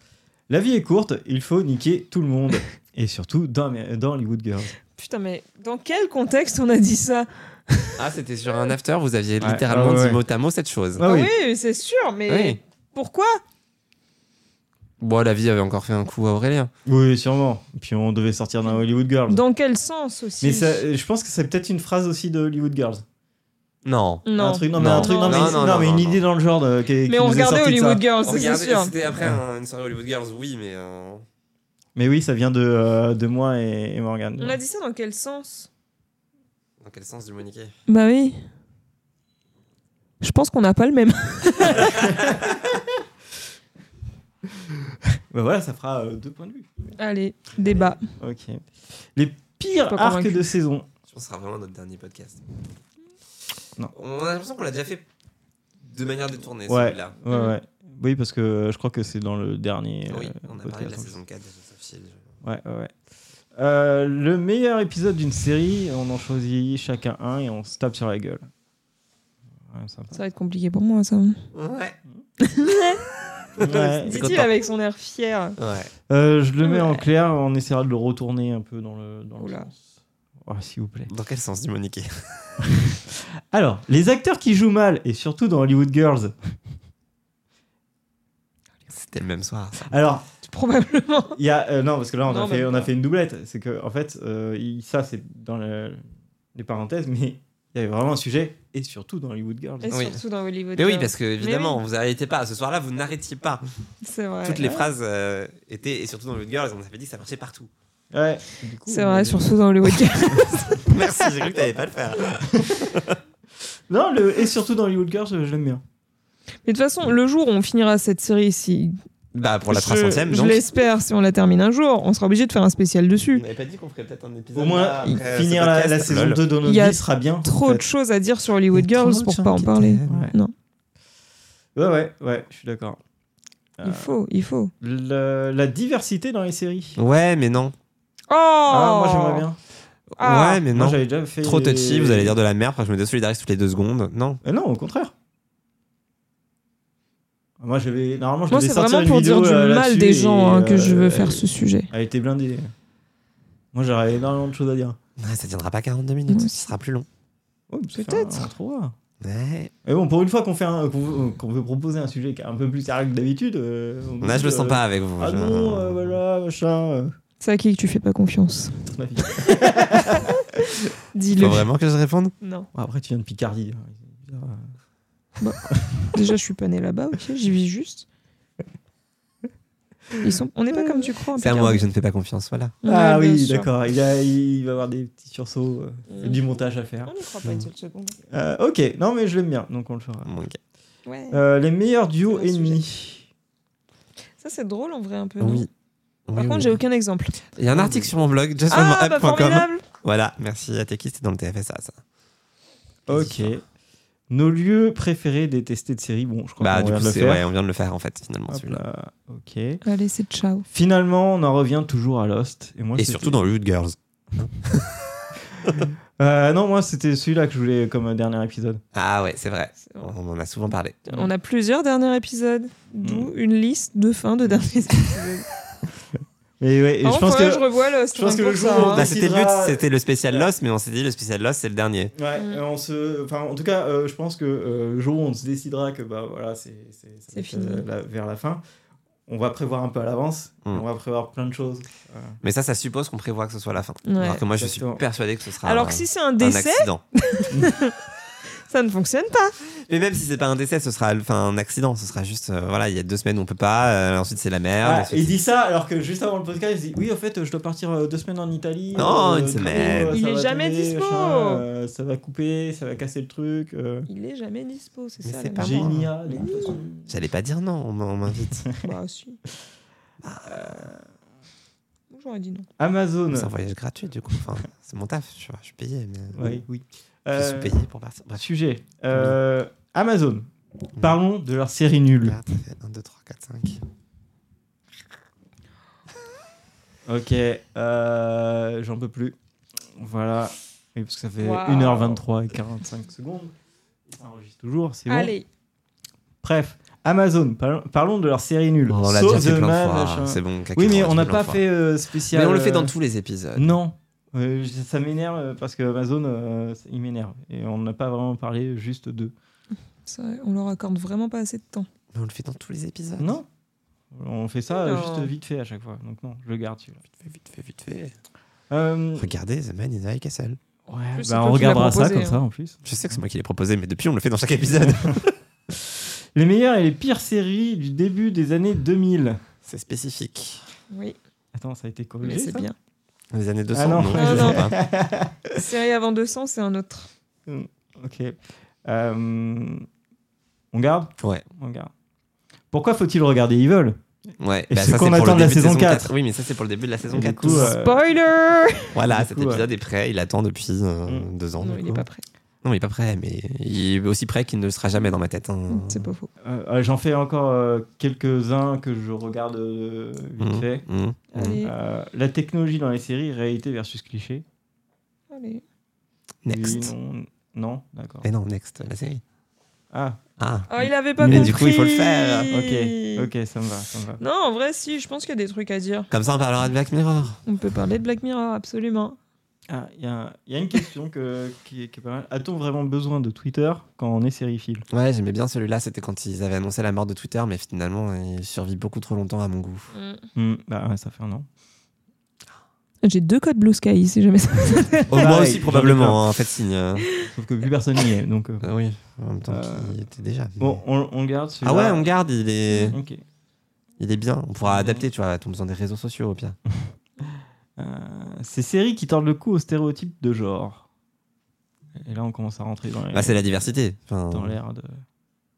A: La vie est courte, il faut niquer tout le monde. Et surtout dans, dans Hollywood Girls.
C: Putain, mais dans quel contexte on a dit ça
B: Ah, c'était sur un after, vous aviez
A: Ouais,
B: littéralement
C: Ah
A: ouais, ouais.
B: dit mot à mot cette chose.
A: Ah oui.
C: c'est sûr, mais
B: Oui.
C: pourquoi
B: Bon, la vie avait encore fait un coup à Aurélien.
A: Oui, sûrement. Puis on devait sortir d'un Hollywood Girls.
C: Dans quel sens aussi
A: mais ça, euh, je pense que c'est peut-être une phrase aussi de Hollywood Girls.
B: Non.
C: Non.
A: Un truc, non, mais, un truc, non,
C: Non,
A: mais,
B: non,
A: non,
B: non,
A: mais une
B: non,
A: idée dans le genre. De, qui, qui
C: Mais
A: nous
C: on
A: est
C: regardait
A: sortie de ça.
C: Hollywood Girls, ça, c'est
B: Regardez,
C: sûr.
B: C'était après un- une soirée Hollywood Girls, oui, mais. euh,
A: Mais oui, ça vient de, euh, de moi et, et Morgan.
C: On a dit ça dans quel sens
B: Dans quel sens du mot niquer
C: Bah oui. Je pense qu'on n'a pas le même.
A: Bah voilà, ça fera euh, deux points de vue.
C: Allez, débat.
A: Ok. Les pires
C: Pas
A: arcs
C: convaincu.
A: de saison.
B: Je pense que ce sera vraiment notre dernier podcast.
A: Non.
B: On a l'impression qu'on l'a déjà fait de manière détournée,
A: Ouais.
B: celui-là.
A: Ouais,
C: Mhm.
A: ouais. Oui, parce que euh, je crois que c'est dans le dernier.
B: oui,
A: euh,
B: on a parlé de
A: podcast,
B: la
A: en plus.
B: saison 4 de Joseph Shield.
A: Ouais, ouais, ouais. Euh, le meilleur épisode d'une série, on en choisit chacun un et on se tape sur la gueule. Ouais, sympa.
C: Ça va être compliqué pour moi, ça.
B: Ouais.
A: Ouais.
B: C'est
C: Dit-il
B: content.
C: avec son air fier.
B: Ouais.
A: Euh, je le mets en
C: Ouais.
A: clair, on essaiera de le retourner un peu dans le, dans le
C: Oula.
A: sens. Oh, S'il vous plaît.
B: Dans quel sens du mot niquer
A: Alors, les acteurs qui jouent mal, et surtout dans Hollywood Girls.
B: C'était le même soir. ça.
A: Alors,
C: Probablement.
A: il y a. euh, non, parce que là, on,
C: Non,
A: a, fait,
C: même
A: on a
C: pas.
A: fait une doublette. C'est que, en fait, euh, il- ça, c'est dans le- les parenthèses, mais il y avait vraiment un sujet, et surtout dans Hollywood Girls.
C: Et
B: Oui.
C: surtout dans Hollywood.
B: Mais oui,
C: Girls.
B: parce que évidemment, vous n'arrêtez pas. Ce soir-là, vous n'arrêtiez pas.
C: C'est vrai.
B: Toutes les phrases euh, étaient, et surtout dans Hollywood Girls, on avait dit que ça marchait partout.
A: Ouais, du coup,
C: C'est
A: on a
C: vrai,
A: dit-
C: surtout dans Hollywood. Girls.
B: Merci, j'ai cru que t'allais pas le faire.
A: Non, le... et surtout dans Hollywood Girls, je l'aime bien.
C: Mais de toute façon, le jour où on finira cette série, si
B: Bah, pour la
C: Je-
B: 300ème,
C: Je
B: donc.
C: l'espère, si on la termine un jour, on sera obligé de faire un spécial dessus.
B: n'avait pas dit qu'on ferait peut-être un épisode. euh,
A: Au moins, finir la, la saison 2 de notre
C: Il y a
A: vie sera bien.
C: Trop
A: en
C: de
A: fait.
C: choses à dire sur Hollywood Girls pour pas en parler.
A: Ouais.
C: Non,
A: Ouais, ouais, ouais, je suis d'accord. Euh,
C: il faut, il faut.
A: le- la diversité dans les séries.
B: Ouais, mais non.
C: Oh
A: Ah, moi j'aimerais bien.
C: Ah.
B: ouais, mais
A: Moi
B: non.
A: j'avais déjà fait.
B: Trop touchy, vous allez dire de la merde, parce que je me désolidarise toutes les deux secondes. Non.
A: Euh, non, au contraire. Moi j'avais. Normalement, je
C: Moi,
A: devais
C: c'est
A: sortir
C: vraiment
A: une
C: pour
A: vidéo,
C: dire du
A: euh,
C: mal
A: là-dessus
C: des gens
A: et,
C: hein, que je veux
A: euh,
C: faire ce sujet.
A: Elle était blindée. Moi j'aurais énormément de choses à dire.
B: Ouais, ça tiendra pas 42 minutes,
C: Ouais.
B: ce sera plus long. Oh,
A: Ouais, on peut faire
C: Peut-être.
A: un- un trois.
B: Ouais.
A: Mais bon, pour une fois qu'on fait un- qu'on veut, qu'on veut proposer un sujet qui est un peu plus sérieux que d'habitude. euh, on
B: Là,
A: dit,
B: je le
A: euh,
B: sens pas avec vous.
A: Ah
B: je-
A: non, euh, voilà, machin. euh,
C: C'est à qui que tu fais pas confiance
A: toute ma vie.
C: Dis-le.
B: Faut vraiment que je réponde
C: Non.
A: Bon, Après, tu viens de Picardie. hein.
C: Déjà, je suis pas né là-bas, ok J'y vis juste. Ils sont... On n'est pas comme tu crois.
B: C'est à moi que je ne fais pas confiance, voilà.
A: Ah oui,
C: d'accord.
A: d'accord. Il, y a- il va y avoir des petits sursauts, euh,
C: Mm.
A: et du montage à faire.
C: On n'y croit pas une seule seconde.
A: Euh, ok, non, mais je l'aime bien, donc on le fera.
B: Bon, ok.
C: Ouais.
A: Euh, les meilleurs duos
C: C'est mon
A: ennemis.
C: Ça, c'est drôle en vrai un peu. non
B: Oui.
C: Par
B: Oui,
C: contre,
B: oui.
C: j'ai aucun exemple.
B: Il y a un article sur mon blog,
C: Ah, bah
B: justformup.com.
C: formidable
B: voilà, merci à Teki, c'était dans le TFSA, ça.
A: Ok. Nos lieux préférés détestés de série. Bon, je crois
B: Bah,
A: qu'on
B: du
A: vient
B: coup,
A: de le
B: c'est-
A: faire.
B: ouais, on vient de le faire, en fait, finalement,
A: Hop
B: celui-là.
A: là, ok.
C: Allez, c'est ciao.
A: Finalement, on en revient toujours à Lost. Et, moi,
B: Et
A: c'était-
B: surtout dans Rude Girls.
A: Euh, non, moi, c'était celui-là que je voulais comme euh, dernier épisode.
B: Ah ouais, c'est vrai. On en a souvent parlé.
C: On a plusieurs derniers épisodes, d'où
A: Hmm.
C: une liste de fin de derniers épisodes.
A: Mais ouais, et
C: Par
A: je
C: contre,
A: pense que.
C: faudrait je revois Lost.
A: je pense
C: rien
A: que le
C: pour
A: jour
C: ça,
A: où on
C: hein.
B: Bah, c'était le but,
A: décidera-
B: c'était le spécial Lost, mais on s'est dit le spécial Lost, c'est le dernier.
A: Ouais,
C: Mm.
A: euh, on se, enfin, en tout cas, euh, je pense que euh, le jour où on se décidera que bah voilà, c'est c'est ça va
C: C'est
A: être,
C: fini.
A: euh, la- vers la fin, on va prévoir un peu à l'avance,
B: Mm.
A: on va prévoir plein de choses.
B: Mais ça, ça suppose qu'on prévoit que ce soit la fin.
C: Ouais.
B: Alors que moi, je suis
A: Exactement.
B: persuadé que ce sera
C: Alors
B: un,
C: que si c'est un
B: un
C: décès,
B: accident.
C: ça ne fonctionne pas.
B: Mais même si c'est pas un décès, ce sera enfin, un accident. Ce sera juste, euh, voilà, il y a deux semaines, on peut pas. euh, ensuite, c'est la merde.
A: Ah,
B: ensuite,
A: il dit ça alors que juste avant le podcast, il dit oui, au fait, euh, je dois partir euh, deux semaines en Italie.
B: Non, une
A: du coup,
B: semaine.
A: ça
C: Il est
A: va
C: jamais
A: tomber,
C: dispo.
A: machin, euh, ça va couper, ça va casser le truc. euh,
C: Il est jamais dispo, c'est
B: Mais
C: ça.
B: c'est
C: la
B: pas
C: merde.
A: J'ai
B: moi.
A: une IA, donc,
C: Oui.
A: de toute façon.
B: J'allais pas dire non, on m'in- on m'invite.
C: Bah, si. Ah, euh, J'aurais dit non.
A: Amazon.
B: C'est un voyage gratuit, du coup. Enfin, c'est mon taf, tu vois, je suis payé. Mais...
A: Oui, oui.
B: Je suis
A: Euh,
B: payé pour partir. Bref.
A: Sujet. Euh, Amazon. Parlons de leur série
B: Ah.
A: nulle.
B: 1, 2, 3, 4, 5.
A: Ok, euh, j'en peux plus. Voilà. Oui, parce que ça fait
C: Waouh.
A: 1h23 et 45 secondes. Ça enregistre toujours, c'est bon.
C: Allez.
A: Bref, Amazon, parlons- parlons de leur série nulle.
B: Oh, On l'a
A: So
B: déjà fait
A: the Man,
B: plein de
A: machin.
B: fois. hein. C'est bon.
A: Oui, mais
B: caca,
A: on n'a
B: plein
A: pas
B: de fois.
A: fait euh, spécial.
B: Mais on le fait dans
A: euh,
B: tous les épisodes.
A: Non. Euh, j- ça m'énerve euh, parce que Amazon, euh, ça- il m'énerve. Et on n'a pas vraiment parlé juste d'eux.
C: C'est vrai, on leur accorde vraiment pas assez de temps.
B: Mais on le fait dans tous les épisodes.
A: Non On fait ça euh,
C: Non.
A: juste vite fait à chaque fois. Donc non, je le garde celui-là.
B: Vite fait, vite fait, vite fait.
A: Euh,
B: Regardez The Man in the High Castle.
A: ouais,
C: plus, c'est
A: bah,
C: toi
A: on
C: qui
A: regardera
C: l'as
A: ça
C: proposé,
A: comme
C: hein.
A: ça en plus.
B: Je sais que c'est moi qui l'ai proposé, mais depuis on le fait dans chaque épisode.
A: Les meilleures et les pires séries du début des années 2000.
B: c'est spécifique.
C: Oui,
A: Attends, ça a été corrigé.
C: mais c'est
A: ça
C: bien.
B: Les années 200,
A: Ah non.
B: non,
C: Ah
B: je
C: non.
B: sais pas.
C: Série avant 200, c'est un autre.
A: Ok. Euh, on garde
B: Ouais,
A: On garde. Pourquoi faut-il regarder Evil
B: ouais.
A: Et
B: Bah,
A: ce
B: ça,
A: qu'on
B: pour le
A: attend de la
B: début
A: saison 4.
B: Oui, mais ça, c'est pour le début de la saison
A: Et du
B: 4.
A: coup, euh,
C: Spoiler
B: Voilà,
A: du
B: cet
A: coup, ouais.
B: épisode est prêt. Il attend depuis euh,
A: Mm.
B: deux ans.
C: Non,
B: du
C: il
B: coup.
C: est pas prêt.
B: Non, il est pas prêt, mais il est aussi prêt qu'il ne le sera jamais dans ma tête. hein.
C: Mm, C'est pas faux.
A: euh, euh, J'en fais encore euh, quelques-uns que je regarde euh, vite
B: Mm.
A: fait.
B: Mm.
C: Allez,
A: Euh, la technologie dans les séries, réalité versus cliché.
C: allez.
B: Next.
A: Oui, non, non d'accord.
B: Mais non, Next, la série.
A: Ah,
B: Ah.
C: Oh, il avait pas
A: Mais
B: du
C: compris
B: coup, il faut le faire.
A: ok, ok, ça me va, ça me va.
C: Non, en vrai, si, je pense qu'il y a des trucs à dire.
B: Comme ça, on parlera de Black Mirror.
C: On peut parler de Black Mirror, absolument.
A: Ah, il y, a- il y a une question que, qui, est- qui est pas mal. A-t-on vraiment besoin de Twitter quand on est sériephile
B: Ouais, j'aimais bien celui-là. C'était quand ils avaient annoncé la mort de Twitter, mais finalement, il survit beaucoup trop longtemps à mon goût.
C: Mm.
A: Hmm, Bah ouais, ça fait un an.
C: J'ai deux codes Blue Sky, si jamais ça.
B: Oh, moi
A: Pareil,
B: aussi, probablement. hein, En fait, signe. euh,
A: Sauf que plus personne n'y est. Donc, euh,
B: euh, oui, en même temps
A: Euh,
B: qu'il était déjà.
A: bon, on, on garde
B: ah
A: celui-là.
B: ouais, on garde. Il est,
C: Mm.
A: Ok.
B: il est bien. On pourra adapter, tu vois, à ton besoin des réseaux sociaux, au pire.
A: Euh, ces séries qui tordent le cou aux stéréotypes de genre. Et là, on commence à rentrer dans les-
B: Bah, c'est la diversité. Enfin,
A: dans l'air de.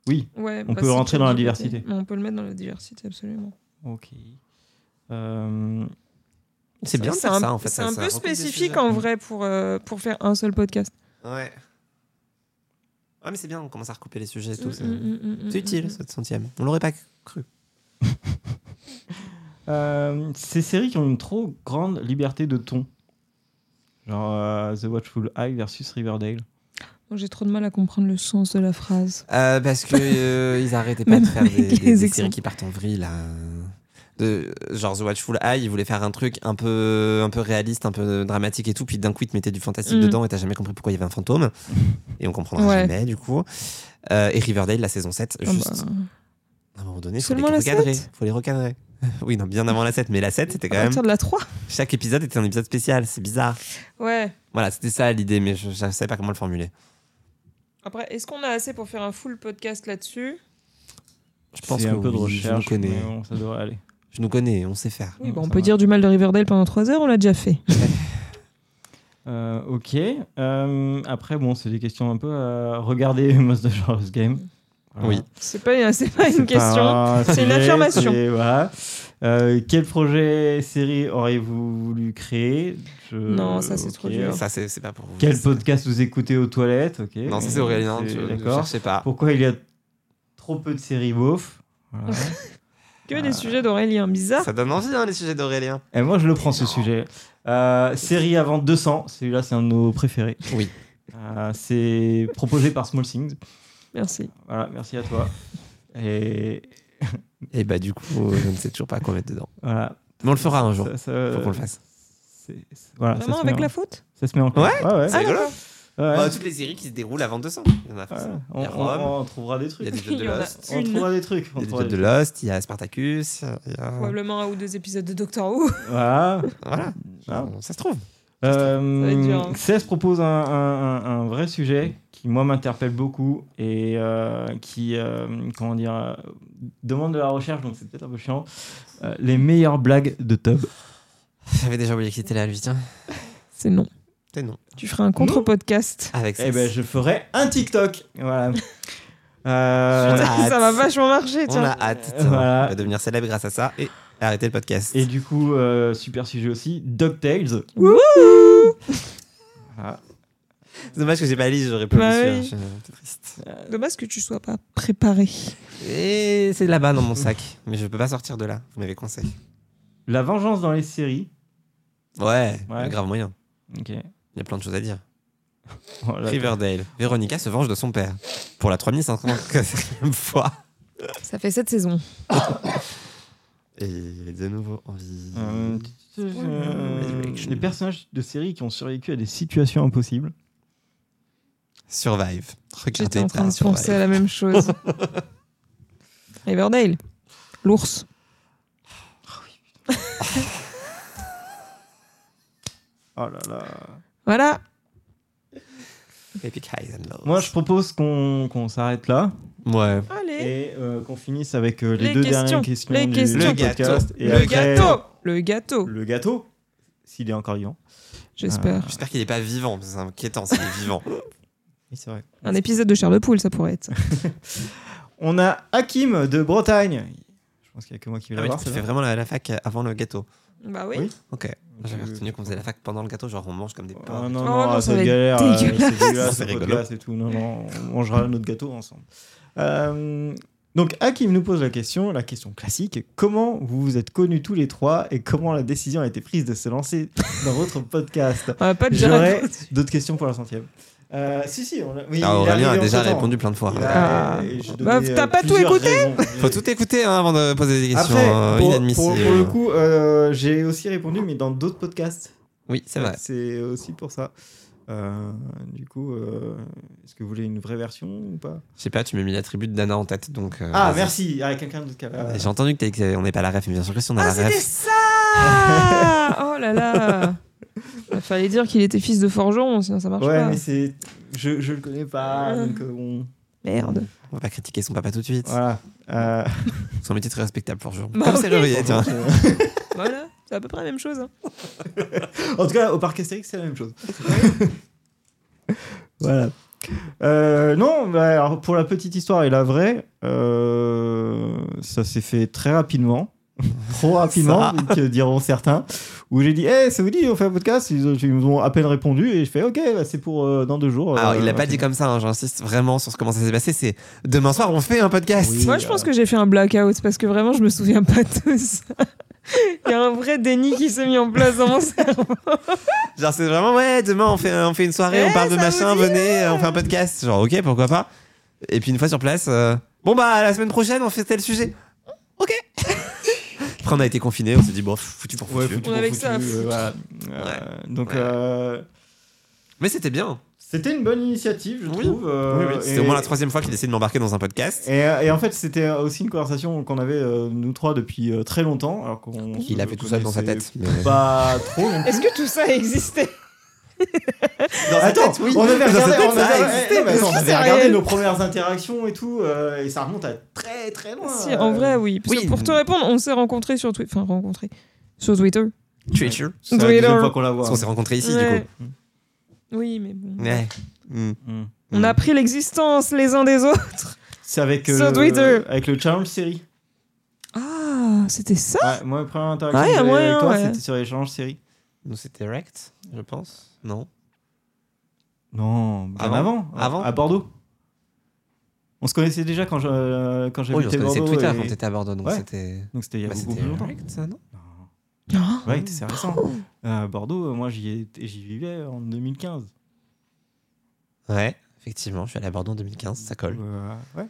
A: Oui,
C: Ouais,
A: On
C: bah,
A: peut
C: c'est
A: rentrer dans la
C: ChatGPT.
A: diversité.
C: Mais on peut le mettre dans la diversité, absolument.
A: ok. Euh,
B: c'est bien de
C: C'est
B: faire
C: un-
B: ça, en fait.
C: C'est
B: ça-
C: un
B: ça
C: peu
B: regroupe des
C: spécifique
B: sujets.
C: en vrai pour, euh, pour faire un seul podcast.
B: Ouais. Ouais, mais c'est bien. On commence à recouper les sujets et tout. C'est
C: Mm, mm, mm, mm,
B: c'est
C: mm,
B: utile,
C: mm.
B: cette centième. On l'aurait pas cru.
A: euh, ces séries qui ont une trop grande liberté de ton. Genre euh, The Watchful Eye versus Riverdale.
C: Moi, J'ai trop de mal à comprendre le sens de la phrase.
B: Euh, parce que euh, ils arrêtaient pas
C: Même
B: de faire des,
C: avec
B: des-
C: les
B: des séries
C: exemples.
B: qui partent en vrille là. De, genre The Watchful Eye, ils voulaient faire un truc un peu, un peu réaliste, un peu dramatique et tout, puis d'un coup ils te mettaient du fantastique
C: Mm.
B: dedans et t'as jamais compris pourquoi il y avait un fantôme. Et on comprendra
C: Ouais.
B: jamais du coup. Euh, et Riverdale, la saison 7,
C: Ah
B: juste
C: bah,
B: à un moment donné, faut les
C: Seulement la
B: recadrer.
C: 7?
B: Faut les recadrer. oui, non, bien avant la 7, mais la 7 c'était
C: à
B: quand même.
C: partir de la 3
B: Chaque épisode était un épisode spécial, c'est bizarre.
C: Ouais.
B: Voilà, c'était ça l'idée, mais je, je savais pas comment le formuler.
C: Après, est-ce qu'on a assez pour faire un full podcast là-dessus
B: Je pense
A: C'est
B: que
A: un peu de
B: oui,
A: recherche.
B: je nous connais.
A: mais bon, ça devrait aller.
B: Je nous connais, on sait faire.
C: Oui,
A: Non,
C: bah, on
A: ça
C: peut
A: va.
C: dire du mal de Riverdale pendant 3 heures, on l'a déjà fait.
A: Euh, ok. Euh, après, bon, c'est des questions un peu. à regarder Most Dangerous Game.
B: Oui.
C: C'est pas, c'est pas une
A: C'est
C: question.
A: pas un
C: c'est une
A: sujet,
C: affirmation.
A: c'est- voilà. Euh, quel projet série auriez-vous voulu créer Je-
C: Non, ça, c'est
A: ok.
C: trop dur.
B: Ça, c'est c'est pas pour vous.
A: Quel
B: Ça,
A: podcast vous écoutez aux toilettes Ok.
B: Non, ça c'est
A: Euh,
B: Aurélien,
A: c'est-
B: tu ne
A: D'accord.
B: cherchez pas.
A: Pourquoi il y a trop peu de séries beauf Voilà.
C: Que des sujets d'Aurélien, bizarre.
B: Ça donne envie, hein, les sujets d'Aurélien.
A: Et moi, je le prends ce sujet. Euh, série avant 200, celui-là, c'est un de nos préférés.
B: Oui.
A: Euh, c'est proposé par Small Things.
C: Merci.
A: Voilà, merci à toi. Et Eh
B: Et bah, du
A: euh,
B: coup, je ne sais toujours pas quoi mettre dedans.
A: voilà.
B: Mais on le fera un jour.
A: Ça- ça-
B: Faut qu'on le fasse.
A: c'est- c'est- voilà, ça se
C: Vraiment
A: met
C: avec
A: en-
C: la faute Ah,
A: Ça se met en
B: Ouais
A: ouais, ouais.
B: C'est rigolo.
A: Ouais.
B: Bah, toutes les séries qui se déroulent avant 200. Il y en a
A: Ouais,
B: forcément. Il
A: on,
B: y a Rome,
A: on- on trouvera des
B: il y a
A: trucs.
B: des épisodes de
C: Il y en a
B: Lost.
A: On
C: Une.
A: trouvera des trucs.
B: Il
A: On
B: y a des
A: trouvera
B: épisodes
A: des
B: de Lost, il y a Spartacus. il y a-
C: Probablement un ou deux épisodes de Doctor Who.
A: trucs. Voilà.
B: Voilà,
A: Ah.
B: ça se trouve.
A: Euh,
C: Ça va être dur, hein.
A: 16 propose un, un- un- un vrai sujet qui, moi, m'interpelle beaucoup et euh, qui, euh, comment dire, euh, demande de la recherche, donc c'est peut-être un peu chiant. Euh, les meilleures blagues de Tub.
B: J'avais déjà oublié qu'il était là, lui, tiens.
C: C'est non.
B: T'es non.
C: Tu feras un contre-podcast.
B: Avec ça.
A: Eh ben, je ferai un TikTok. Voilà. Euh,
B: Putain.
C: ça va vachement marcher,
B: On a
C: tiens.
B: hâte. tiens.
A: Euh, Voilà.
B: On va devenir célèbre grâce à ça. Et Arrêtez le podcast.
A: Et du coup, euh, super sujet aussi, DuckTales. Voilà.
B: C'est dommage que j'ai pas lu, j'aurais pu
C: Bah
B: le
C: oui.
B: suivre. Je suis triste.
C: Euh, Dommage que tu sois pas préparé.
B: Et c'est là-bas dans mon sac. Mais je peux pas sortir de là. Vous m'avez conseillé.
A: La vengeance dans les séries.
B: Ouais,
A: Ouais.
B: grave moyen.
A: Ok.
B: Il y a plein de choses à dire.
A: Voilà.
B: Riverdale. Véronica se venge de son père. Pour la 3500e fois.
C: Ça fait cette saison.
B: Et de nouveau en vie.
A: Euh, euh,
B: Resurrection.
A: les personnages de séries qui ont survécu à des situations impossibles.
B: Survive. Regardez
C: J'étais en
B: à
C: train de
B: Survive.
C: penser à la même chose. Riverdale. L'ours.
A: Oh là là.
C: Voilà.
B: Epic highs and lows.
A: Moi, je propose qu'on qu'on s'arrête là
B: Ouais.
C: Allez.
A: et euh, qu'on finisse avec euh, les,
C: Les
A: deux
C: questions.
A: dernières questions
C: Les
A: du
C: questions.
A: du
B: Le gâteau.
A: podcast. Et
C: le
A: après,
C: gâteau. Le gâteau.
A: Le gâteau. S'il est encore vivant.
C: J'espère.
B: J'espère qu'il est pas vivant. parce que C'est inquiétant s'il est vivant.
A: Oui, c'est vrai.
C: Un épisode de Charles Poule, ça pourrait être.
A: On a Hakim de Bretagne. Je pense qu'il n'y a que moi qui vais
B: Ah oui,
A: l'avoir.
B: tu
A: c'est
B: fais
A: vrai
B: vraiment la, la fac avant le gâteau.
C: Bah
A: Oui.
B: Ok. J'avais
A: Euh,
B: retenu qu'on faisait la fac pendant le gâteau, genre on mange comme des porcs.
A: Ah non, non,
C: Oh non,
A: ah,
C: ça
A: c'est
C: va être
A: galère. euh, C'est
C: dégueulasse.
A: dégueulasse,
B: C'est
A: c'est
B: rigolo.
A: dégueulasse et tout. Non, non, on mangera notre gâteau ensemble. Euh, donc, Hakim nous pose la question, la question classique comment vous vous êtes connus tous les trois et comment la décision a été prise de se lancer dans votre podcast
C: On va pas te dire.
A: J'aurais d'autres questions pour la centième. Euh, si, si, on a, hein. oui, il
B: Ah,
A: est
B: Aurélien a
A: arrivé
B: déjà
A: entre-temps.
B: répondu plein de fois.
A: Il a-
C: Ah.
A: et j'ai donné,
C: Bah, t'as
A: euh,
C: pas tout
A: plusieurs
C: écouté
A: raisons.
B: Faut tout écouter hein, avant de poser des questions
A: Après,
B: euh,
A: pour,
B: inadmissibles.
A: pour- pour le coup, euh, j'ai aussi répondu, mais dans d'autres podcasts.
B: Oui, c'est vrai.
A: C'est aussi pour ça. Euh, du coup, euh, est-ce que vous voulez une vraie version ou pas
B: Je sais pas, tu m'as mis l'attribut de Nana en tête, donc. euh,
A: Ah,
B: vas-y.
A: merci Ah, quelqu'un d'autre qui a-
B: J'ai entendu que t'as dit qu'on n'est pas à la ref, mais bien sûr que si on a
C: Ah,
B: la
C: c'était
B: ref.
C: ça Oh là là Il fallait dire qu'il était fils de forgeron, sinon ça marche
A: Ouais,
C: pas.
A: mais c'est. Je, je le connais pas,
C: Euh.
A: donc euh, bon.
C: Merde.
B: On va pas critiquer son papa tout de suite.
A: Voilà. Euh,
B: Son métier est très respectable, pour jour.
C: Bah
B: Comme
C: oui.
B: serrurier, tiens.
C: Voilà, c'est à peu près la même chose. hein.
A: en tout cas, au parc Astérix, c'est la même chose. voilà. Euh, non, bah, alors, pour la petite histoire et la vraie, euh, ça s'est fait très rapidement. Trop rapidement, que diront certains. Où j'ai dit, hey, ça vous dit, on fait un podcast Ils, ont- ils m'ont à peine répondu et je fais, ok, bah, c'est pour euh, dans deux jours.
B: Alors,
A: Euh,
B: il l'a pas
A: ok.
B: dit comme ça, hein, j'insiste vraiment sur ce- comment ça s'est passé. C'est demain soir, on fait un podcast.
A: Oui.
C: Moi, je pense que j'ai fait un blackout parce que vraiment, je me souviens pas de ça. Il y a un vrai déni qui s'est mis en place dans mon cerveau.
B: Genre, c'est vraiment, ouais, demain, on fait, on fait une soirée,
C: Eh,
B: on parle de
C: ça
B: machin,
C: vous dit
B: venez, euh, on fait un podcast. Genre, ok, pourquoi pas. Et puis, une fois sur place, euh, bon, bah, la semaine prochaine, on fait tel sujet. Ok. Après, on a été confinés, on s'est dit, bon, foutu pour
A: Ouais,
B: foutu.
A: foutu
C: On
A: pour
C: avait que
A: foutu,
C: ça à
A: euh,
C: foutre.
A: voilà. Euh, donc, euh,
B: Mais c'était bien.
A: c'était une bonne initiative, je
B: Oui.
A: trouve. euh,
B: Oui, oui, C'était
A: et-
B: au moins la troisième fois qu'il essaie de m'embarquer dans un podcast.
A: Et, euh, et en fait, c'était aussi une conversation qu'on avait euh, nous trois depuis euh, très longtemps, alors qu'on
B: Il
A: se
B: l'a fait tout seul dans sa
A: connaissait
B: tête. mais-
A: Pas trop. non plus.
C: Est-ce que tout ça existait
B: Dans sa
A: Attends,
B: tête, oui.
A: on avait
B: Dans sa
A: regardé,
B: tête,
A: on
B: ça
A: avait-
B: existait,
A: eh, non, mais
B: mais-
A: attends, on
C: c'est
A: avait regardé
C: réel
A: nos premières interactions et tout, euh, et ça remonte à très très loin.
C: Si, en vrai, oui. Parce que
B: Oui.
C: pour te répondre, on s'est rencontrés sur Twitter. Enfin, rencontrés. Sur Twitter.
B: Tu es sûr
A: c'est la
C: Thriller.
A: deuxième fois qu'on la voit.
B: Parce qu'on s'est rencontrés ici,
C: Ouais.
B: du
C: Oui, mais bon.
B: coup. Ouais. Mm.
A: Mm.
C: On a pris l'existence les uns des autres.
A: C'est avec,
C: Sur
A: euh,
C: Twitter.
A: avec le challenge série.
C: Ah, c'était ça
A: Ouais, moi, la première interaction
C: Ouais,
A: que j'avais
C: ouais,
A: avec toi,
C: ouais.
A: c'était sur les challenges série.
B: Nous, c'était Rect, je pense. Non
A: Non, bien
B: Avant.
A: avant. à-
B: Avant.
A: À Bordeaux. On se connaissait déjà quand je- euh, quand
B: Oh, Oui, on
A: j'habitais
B: se connaissait de
A: Bordeaux.
B: Twitter
A: et-
B: quand t'étais à Bordeaux, donc
A: Ouais.
B: c'était.
A: Donc c'était il y a
B: bah,
A: beaucoup
B: c'était euh,
A: plus longtemps.
B: Rect, ça, non
C: Ah.
A: Ouais, c'est récent. Euh, Bordeaux, euh, moi j'y étais- j'y vivais en 2015.
B: Ouais, effectivement, je suis allé à Bordeaux en 2015, ça colle.
A: Euh, ouais.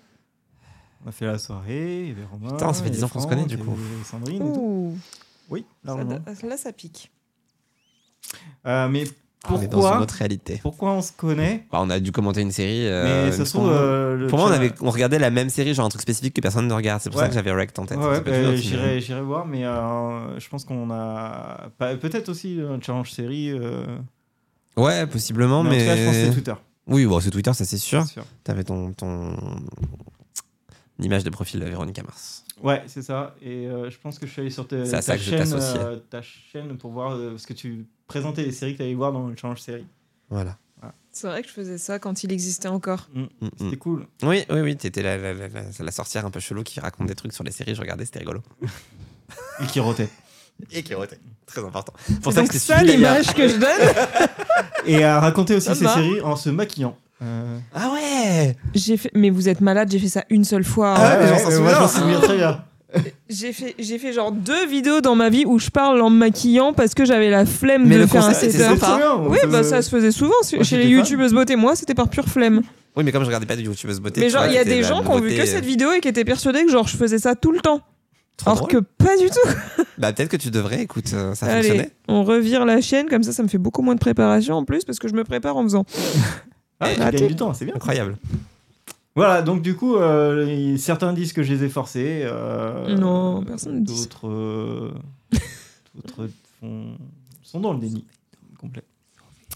A: On a fait la soirée, il y avait Romain.
B: Putain, ça fait
A: il y
B: 10 ans
A: avait
B: qu'on se connaît,
A: Franck,
B: du coup.
A: il y avait Sandrine et tout.
C: Ouh.
A: Oui,
C: Ça-
A: largement.
C: là, ça pique.
A: Euh, mais
B: Ah, on est dans
A: pourquoi,
B: une autre réalité.
A: pourquoi on se connaît
B: Bah, on a dû commenter une série. euh,
A: Mais
B: il
A: ça
B: me
A: se trouve.
B: semble.
A: euh, le
B: Pour moi, on,
A: channel-
B: avait, on regardait la même série, genre un truc spécifique que personne ne regarde. C'est pour ça
A: Ouais.
B: que j'avais Rect en tête.
A: Ouais,
B: C'est
A: ouais,
B: pas du
A: bah,
B: tout un film.
A: j'irai j'irai voir, mais euh, je pense qu'on a. pas- Peut-être aussi un challenge série. euh,
B: Ouais, possiblement,
A: mais en tout cas, je pense que
B: mais.
A: c'est Twitter.
B: oui, bon, c'est Twitter, ça c'est sûr.
A: c'est sûr.
B: T'avais ton. ton... L'image de profil de Véronica Mars.
A: Ouais, c'est ça. Et euh, je pense que je suis allé sur ta,
B: C'est à
A: ta
B: ça que je
A: chaîne,
B: t'associais.
A: euh, ta chaîne pour voir euh, parce que tu présentais les séries que tu allais voir dans le challenge série.
B: Voilà.
C: C'est vrai que je faisais ça quand il existait encore.
B: Mm, mm.
A: C'était cool.
B: Oui, oui, oui, t'étais la, la, la, la- la sorcière un peu chelou qui raconte des trucs sur les séries, je regardais, c'était rigolo.
A: et qui rotait.
B: Et qui rotait. Très important.
C: C'est
B: Pour ça
C: donc
B: que c'est
C: ça
B: celui-là, il y a-
C: l'image que je donne.
A: Et à raconter aussi
C: Ça
A: ses
C: va.
A: séries en se maquillant. Euh,
B: Ah ouais
C: J'ai fait, mais vous êtes malade, j'ai fait ça une seule fois. hein.
B: Ah ouais, mais j'en
A: mais
B: s'en
A: moi, je
B: souviens.
A: m'en souviens très bien.
C: J'ai fait, j'ai fait genre deux vidéos dans ma vie où je parle en me maquillant parce que j'avais la flemme
B: Mais
C: de
B: le
C: faire un
B: concept était
C: setup.
B: sympa.
A: Trop bien, on
C: Ah, Oui,
A: peut-
C: bah ça se faisait souvent
A: Moi,
C: chez
A: j'étais
C: les
A: fan.
C: youtubeuses beauté. Moi, c'était par pure flemme.
B: Oui, mais comme je regardais pas de youtubeuse beauté.
C: Mais
B: tu
C: genre,
B: vois,
C: il y a
B: c'était
C: des
B: la
C: gens qui ont vu
B: nouveauté,
C: que cette
B: euh,
C: vidéo et qui étaient persuadés que genre je faisais ça tout le temps.
B: trop
C: Alors
B: drôle.
C: que pas du tout.
B: Bah, peut-être que tu devrais, écoute, euh, ça
C: Allez,
B: fonctionnait.
C: on revire la chaîne comme ça, ça me fait beaucoup moins de préparation en plus parce que je me prépare en faisant.
A: Ah, tu gagnes du temps, c'est bien.
B: Incroyable.
A: Voilà, donc du coup, euh, il- certains disent que je les ai forcés. euh,
C: Non, personne ne dit ça.
A: D'autres, euh, d'autres font- sont dans le déni complet.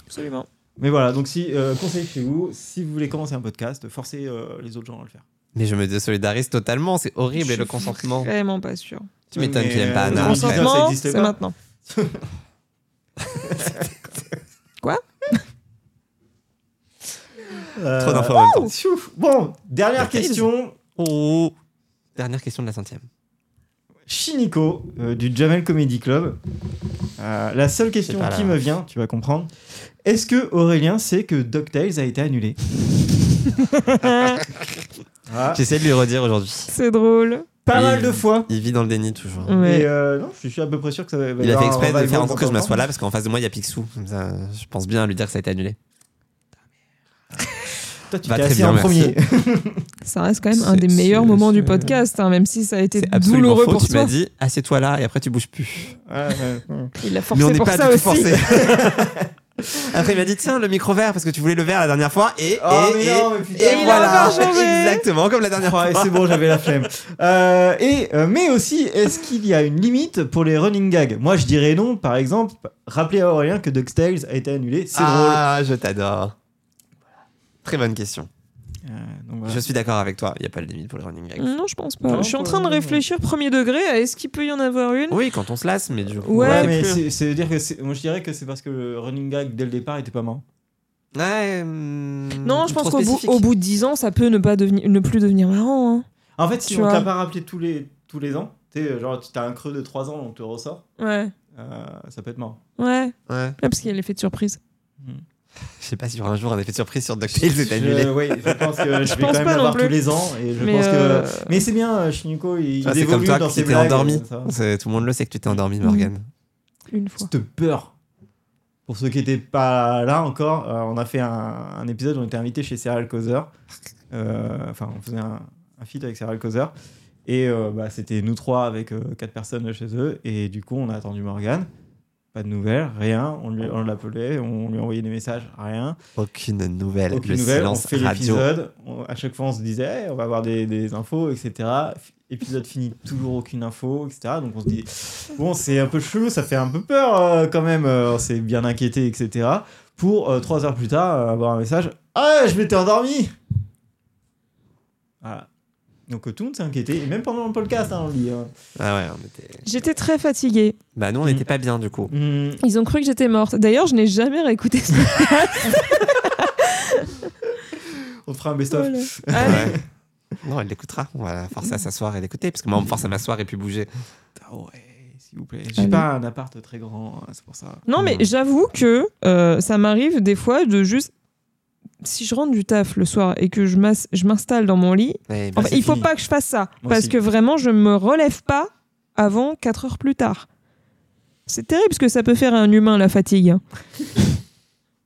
C: Absolument.
A: Mais voilà, donc si euh, conseil chez vous, si vous voulez commencer un podcast, forcez euh, les autres gens à le faire.
B: Mais je me désolidarise totalement, c'est horrible.
C: Je
B: Et le
C: suis
B: consentement.
C: Vraiment pas sûr.
B: Tu m'étonnes
A: Mais,
B: qu'il aime pas
A: euh,
B: Anna.
A: le
B: après.
A: consentement, ça
C: Maintenant,
A: existait
C: c'est
A: pas.
C: maintenant.
B: Trop
A: Euh,
B: d'infos en même temps.
A: Tchouf. Bon, dernière
B: La crise.
A: question.
B: Oh. Dernière question de la centième.
A: Shiniko euh, du Jamel Comedy Club. Euh, la seule question
B: pas, là.
A: qui me vient, tu vas comprendre. Est-ce que Aurélien sait que DuckTales a été annulé Ah,
B: J'essaie de lui redire aujourd'hui.
C: C'est drôle.
A: Pas
B: Il-
A: mal de fois.
B: Il vit dans le déni toujours.
C: Ouais.
A: Et, euh, non, je suis à peu près sûr que ça Bah, va. va y
B: Il a
A: avoir
B: fait
A: un
B: exprès de
A: revival
B: faire en sorte que je
A: dans
B: m'assoie là parce qu'en face de moi il y a Picsou. Comme ça, je pense bien à lui dire que ça a été annulé.
A: Toi, tu
B: Va
A: t'es
B: très
A: assis
B: bien,
A: en
B: merci.
A: premier.
C: Ça reste quand même un des
B: C'est-
C: meilleurs
B: c'est-
C: moments du
B: c'est-
C: podcast, hein, même si ça a été
B: C'est absolument
C: douloureux
B: faux.
C: pour
B: Tu m'as
C: toi.
B: dit assieds-toi là et après tu bouges plus.
A: Ouais, ouais, ouais.
C: Il l'a
B: Mais on
C: forcé
B: n'est
C: pour
B: pas
C: ça
B: du
C: aussi.
B: tout forcé. après il m'a dit tiens le micro vert parce que tu voulais le vert la dernière fois et
A: Oh,
B: et,
A: mais
B: et,
A: non, mais putain.
B: et
C: Et il a
B: voilà
C: encore changé.
B: exactement comme la dernière fois.
A: Ouais, c'est bon, j'avais la flemme. Euh, et, euh, mais aussi, est-ce qu'il y a une limite pour les running gags Moi, je dirais non. Par exemple, rappelez à Aurélien que DuckTales a été annulé. C'est
B: ah je t'adore. Très bonne question.
A: drôle. Euh, donc voilà.
B: Je suis d'accord avec toi. Il n'y a pas de limite pour le running gag.
C: Non, je pense pas.
A: Non,
C: je suis en train de
A: pas-
C: réfléchir premier degré à est-ce qu'il peut y en avoir une.
B: Oui quand on se lasse mais du coup.
C: Ouais,
A: Ouais,
B: on sait
A: mais
B: plus.
A: c'est- c'est veut dire que c'est- moi je dirais que c'est parce que le running gag dès le départ était pas marrant.
B: Ouais, hum,
C: Non, je
B: trop
C: pense qu'au bout,
B: spécifique.
C: au bout de 10 ans, ça peut ne, pas devenir, ne plus devenir marrant. hein.
A: En fait, si
C: Tu
A: on t'a
C: vois.
A: pas rappelé tous les tous les ans, tu sais, genre t'as un creux de 3 ans, on te ressort,
C: Ouais,
A: euh, ça peut être marrant.
C: ouais.
B: Ouais.
C: Là, parce qu'il y a l'effet de surprise.
B: Je sais pas si y aura un jour un effet de surprise sur DuckTales est
A: Je-
B: annulé.
A: ouais, je pense que je, vais
C: pense
A: quand même
C: pas non
A: l'avoir
C: plus.
A: tous les ans et je
C: Mais,
A: pense
C: euh,
A: que. Mais c'est bien, euh, Shiniko, il,
B: Ah,
A: il
B: c'est comme
A: évolue
B: toi
A: dans
B: qui
A: ses
B: t'es
A: blagues.
B: endormi.
A: euh, ça va.
B: C'est- Tout le monde le sait que tu t'es endormi,
C: Mm.
B: Morgan.
C: Une fois.
A: Cette peur. Pour ceux qui n'étaient pas là encore, euh, on a fait un, un épisode où on était invité chez Serial Causer. Euh, enfin, on faisait un, un feat avec Serial Causer. Et euh, bah, c'était nous trois avec euh, quatre personnes chez eux. Et du coup, on a attendu Morgan. Pas de nouvelles, rien. On lui- on l'appelait, on lui envoyait des messages, rien.
B: Aucune nouvelle.
A: Aucune
B: le
A: nouvelle. On
B: silence
A: fait
B: radio.
A: l'épisode. On- À chaque fois, on se disait, Hey, on va avoir des, des infos, etc. F- Épisode fini, toujours aucune info, etc. Donc on se dit, bon, c'est un peu chelou, ça fait un peu peur euh, quand même. euh, on s'est bien inquiété, etc. Pour euh, trois heures plus tard, euh, avoir un message, ah, je m'étais endormi. Voilà. Donc euh, tout le monde s'est inquiété, et même pendant le podcast, hein, on le dit. hein.
B: Ah ouais, on était.
C: J'étais très fatiguée.
B: Bah nous on
A: Mm.
B: n'était pas bien du coup.
A: Hmm.
C: Ils ont cru que j'étais morte. D'ailleurs, je n'ai jamais réécouté ce podcast.
A: on te fera un best-of.
C: Voilà. Allez.
B: Ouais. Non, elle l'écoutera. On va la forcer à s'asseoir et l'écouter parce que moi on me force à m'asseoir et puis bouger.
A: Ah ouais, s'il vous plaît. J'ai
C: Allez.
A: pas un appart très grand, hein, c'est pour ça.
C: Non, mais j'avoue que euh, ça m'arrive des fois de juste. Si je rentre du taf le soir et que je m'as- je m'installe dans mon lit,
B: Ouais, bah,
C: enfin,
A: Ah, c'est
C: il faut
A: fini.
C: pas que je fasse ça.
A: Moi
C: parce
A: aussi.
C: que vraiment, je me relève pas avant 4 heures plus tard. C'est terrible ce que ça peut faire à un humain, la fatigue. hein.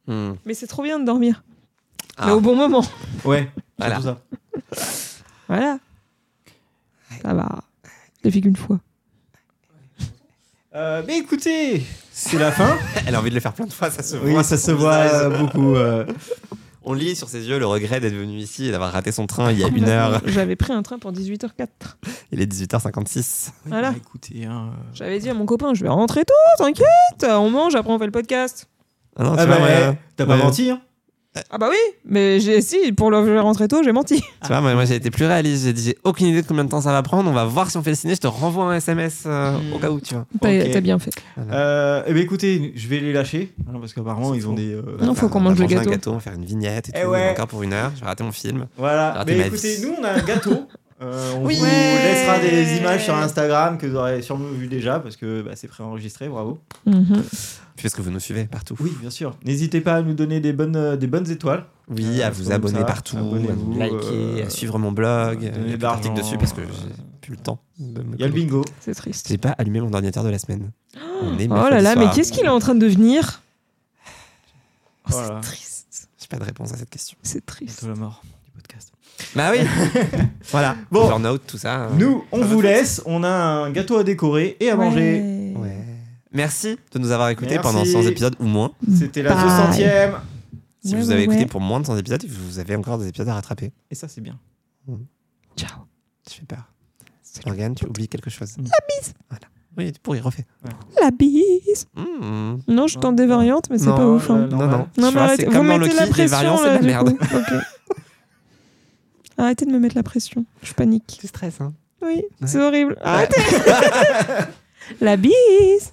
B: hum,
C: Mais c'est trop bien de dormir.
B: Ah.
C: Mais au bon moment.
A: Ouais,
B: Voilà.
A: surtout ça.
C: Voilà. Ça va. Je l'ai fait qu'une fois.
A: Euh, mais écoutez, c'est la fin.
B: Elle a envie de le faire plein de fois, ça se
A: Oui,
B: voit.
A: ça se
B: sur son
A: voit
B: visage.
A: euh, beaucoup. euh.
B: On lit sur ses yeux le regret d'être venu ici et d'avoir raté son train il y a une heure.
C: J'avais pris un train pour 18h04.
B: Il est 18h56.
A: Oui,
C: Voilà.
A: bah, écoutez, hein, euh.
C: J'avais dit à mon copain, je vais rentrer tôt, t'inquiète. On mange, après on fait le podcast.
B: Ah non,
A: Ah
B: tu
A: bah,
B: vois, moi,
A: ouais, t'as pas
B: ouais.
A: menti, hein
C: Ah bah oui, mais j'ai si pour le je vais rentrer tôt, j'ai menti.
B: tu vois, moi, moi, j'ai été plus réaliste. J'ai dit j'ai aucune idée de combien de temps ça va prendre. On va voir si on fait le ciné. Je te renvoie un SMS euh,
A: Hmm.
B: au cas où, tu vois.
C: T'as
A: Ok.
C: t'as bien fait.
A: Euh, Eh ben écoutez, je vais les lâcher, hein, parce qu'apparemment ils ont des... euh,
C: Non, faut
B: Enfin,
C: qu'on
B: on
C: mange
B: va
C: le
B: manger
C: gâteau.
B: un gâteau, on va faire une vignette et
A: Eh
B: tout.
A: ouais.
B: Encore pour une heure, j'ai raté mon film.
A: Voilà,
B: Raté
A: mais
B: ma
A: écoutez,
B: vie.
A: nous on a un gâteau Euh, on
C: Oui.
A: vous
C: Ouais.
A: laissera des images sur Instagram que vous aurez sûrement vu déjà parce que bah, c'est préenregistré, bravo.
C: Mhm.
B: Puisque vous nous suivez partout.
A: Oui, bien sûr. N'hésitez pas à nous donner des bonnes, euh, des bonnes étoiles.
B: Oui,
A: Euh,
B: à vous
A: comme
B: abonner
A: ça,
B: partout, à
A: abonnez-vous,
B: nous liker,
A: euh,
B: à suivre mon blog,
A: donnez
B: euh, il y a
A: de
B: plus d'articles
A: l'argent,
B: dessus parce que
A: euh,
B: j'ai plus le temps. de me
A: Il y a le
B: connecter.
A: bingo.
C: C'est triste.
B: J'ai pas allumé mon ordinateur de la semaine. On est
C: Oh là
B: mercredi
C: là, mais
B: soir.
C: qu'est-ce qu'il est en train de devenir Oh,
A: Voilà.
C: C'est triste.
B: J'ai pas de réponse à cette question.
C: C'est triste.
A: la mort du podcast.
B: Bah oui Voilà.
A: Bon.
B: Burnout, tout ça. euh,
A: Nous, on
B: pas
A: vous
B: votre
A: laisse. On a un gâteau à décorer et à manger.
B: Ouais. Merci de nous avoir écoutés
A: Merci.
B: pendant 100 épisodes ou moins.
A: C'était la
C: Bye.
A: 200ème.
B: Si
C: Ouais,
B: vous
C: ouais,
B: avez écouté
C: ouais.
B: pour moins de 100 épisodes, vous avez encore des épisodes à rattraper.
A: Et ça, c'est bien.
C: Ciao.
B: Je fais peur. Morgane, tu oublies quelque chose.
A: Mm.
C: bise.
B: Voilà. Oui, pour y refaire.
C: La bise.
B: Mm.
C: Non, je tente des variantes, mais c'est
B: Non,
C: pas ouf. hein.
A: euh,
B: Non, non.
C: Non,
B: Tu
C: mais
B: vois,
C: arrêtez.
B: c'est
C: Vous
B: comme dans
C: mettez
B: Loki,
C: la
B: les
C: pression,
B: variants, c'est de
C: là,
B: la
C: du
B: merde.
C: coup. Ok. Arrêtez de me mettre la pression. Je panique.
B: Tu stresses, hein.
C: Oui, c'est horrible. Arrêtez. la bise.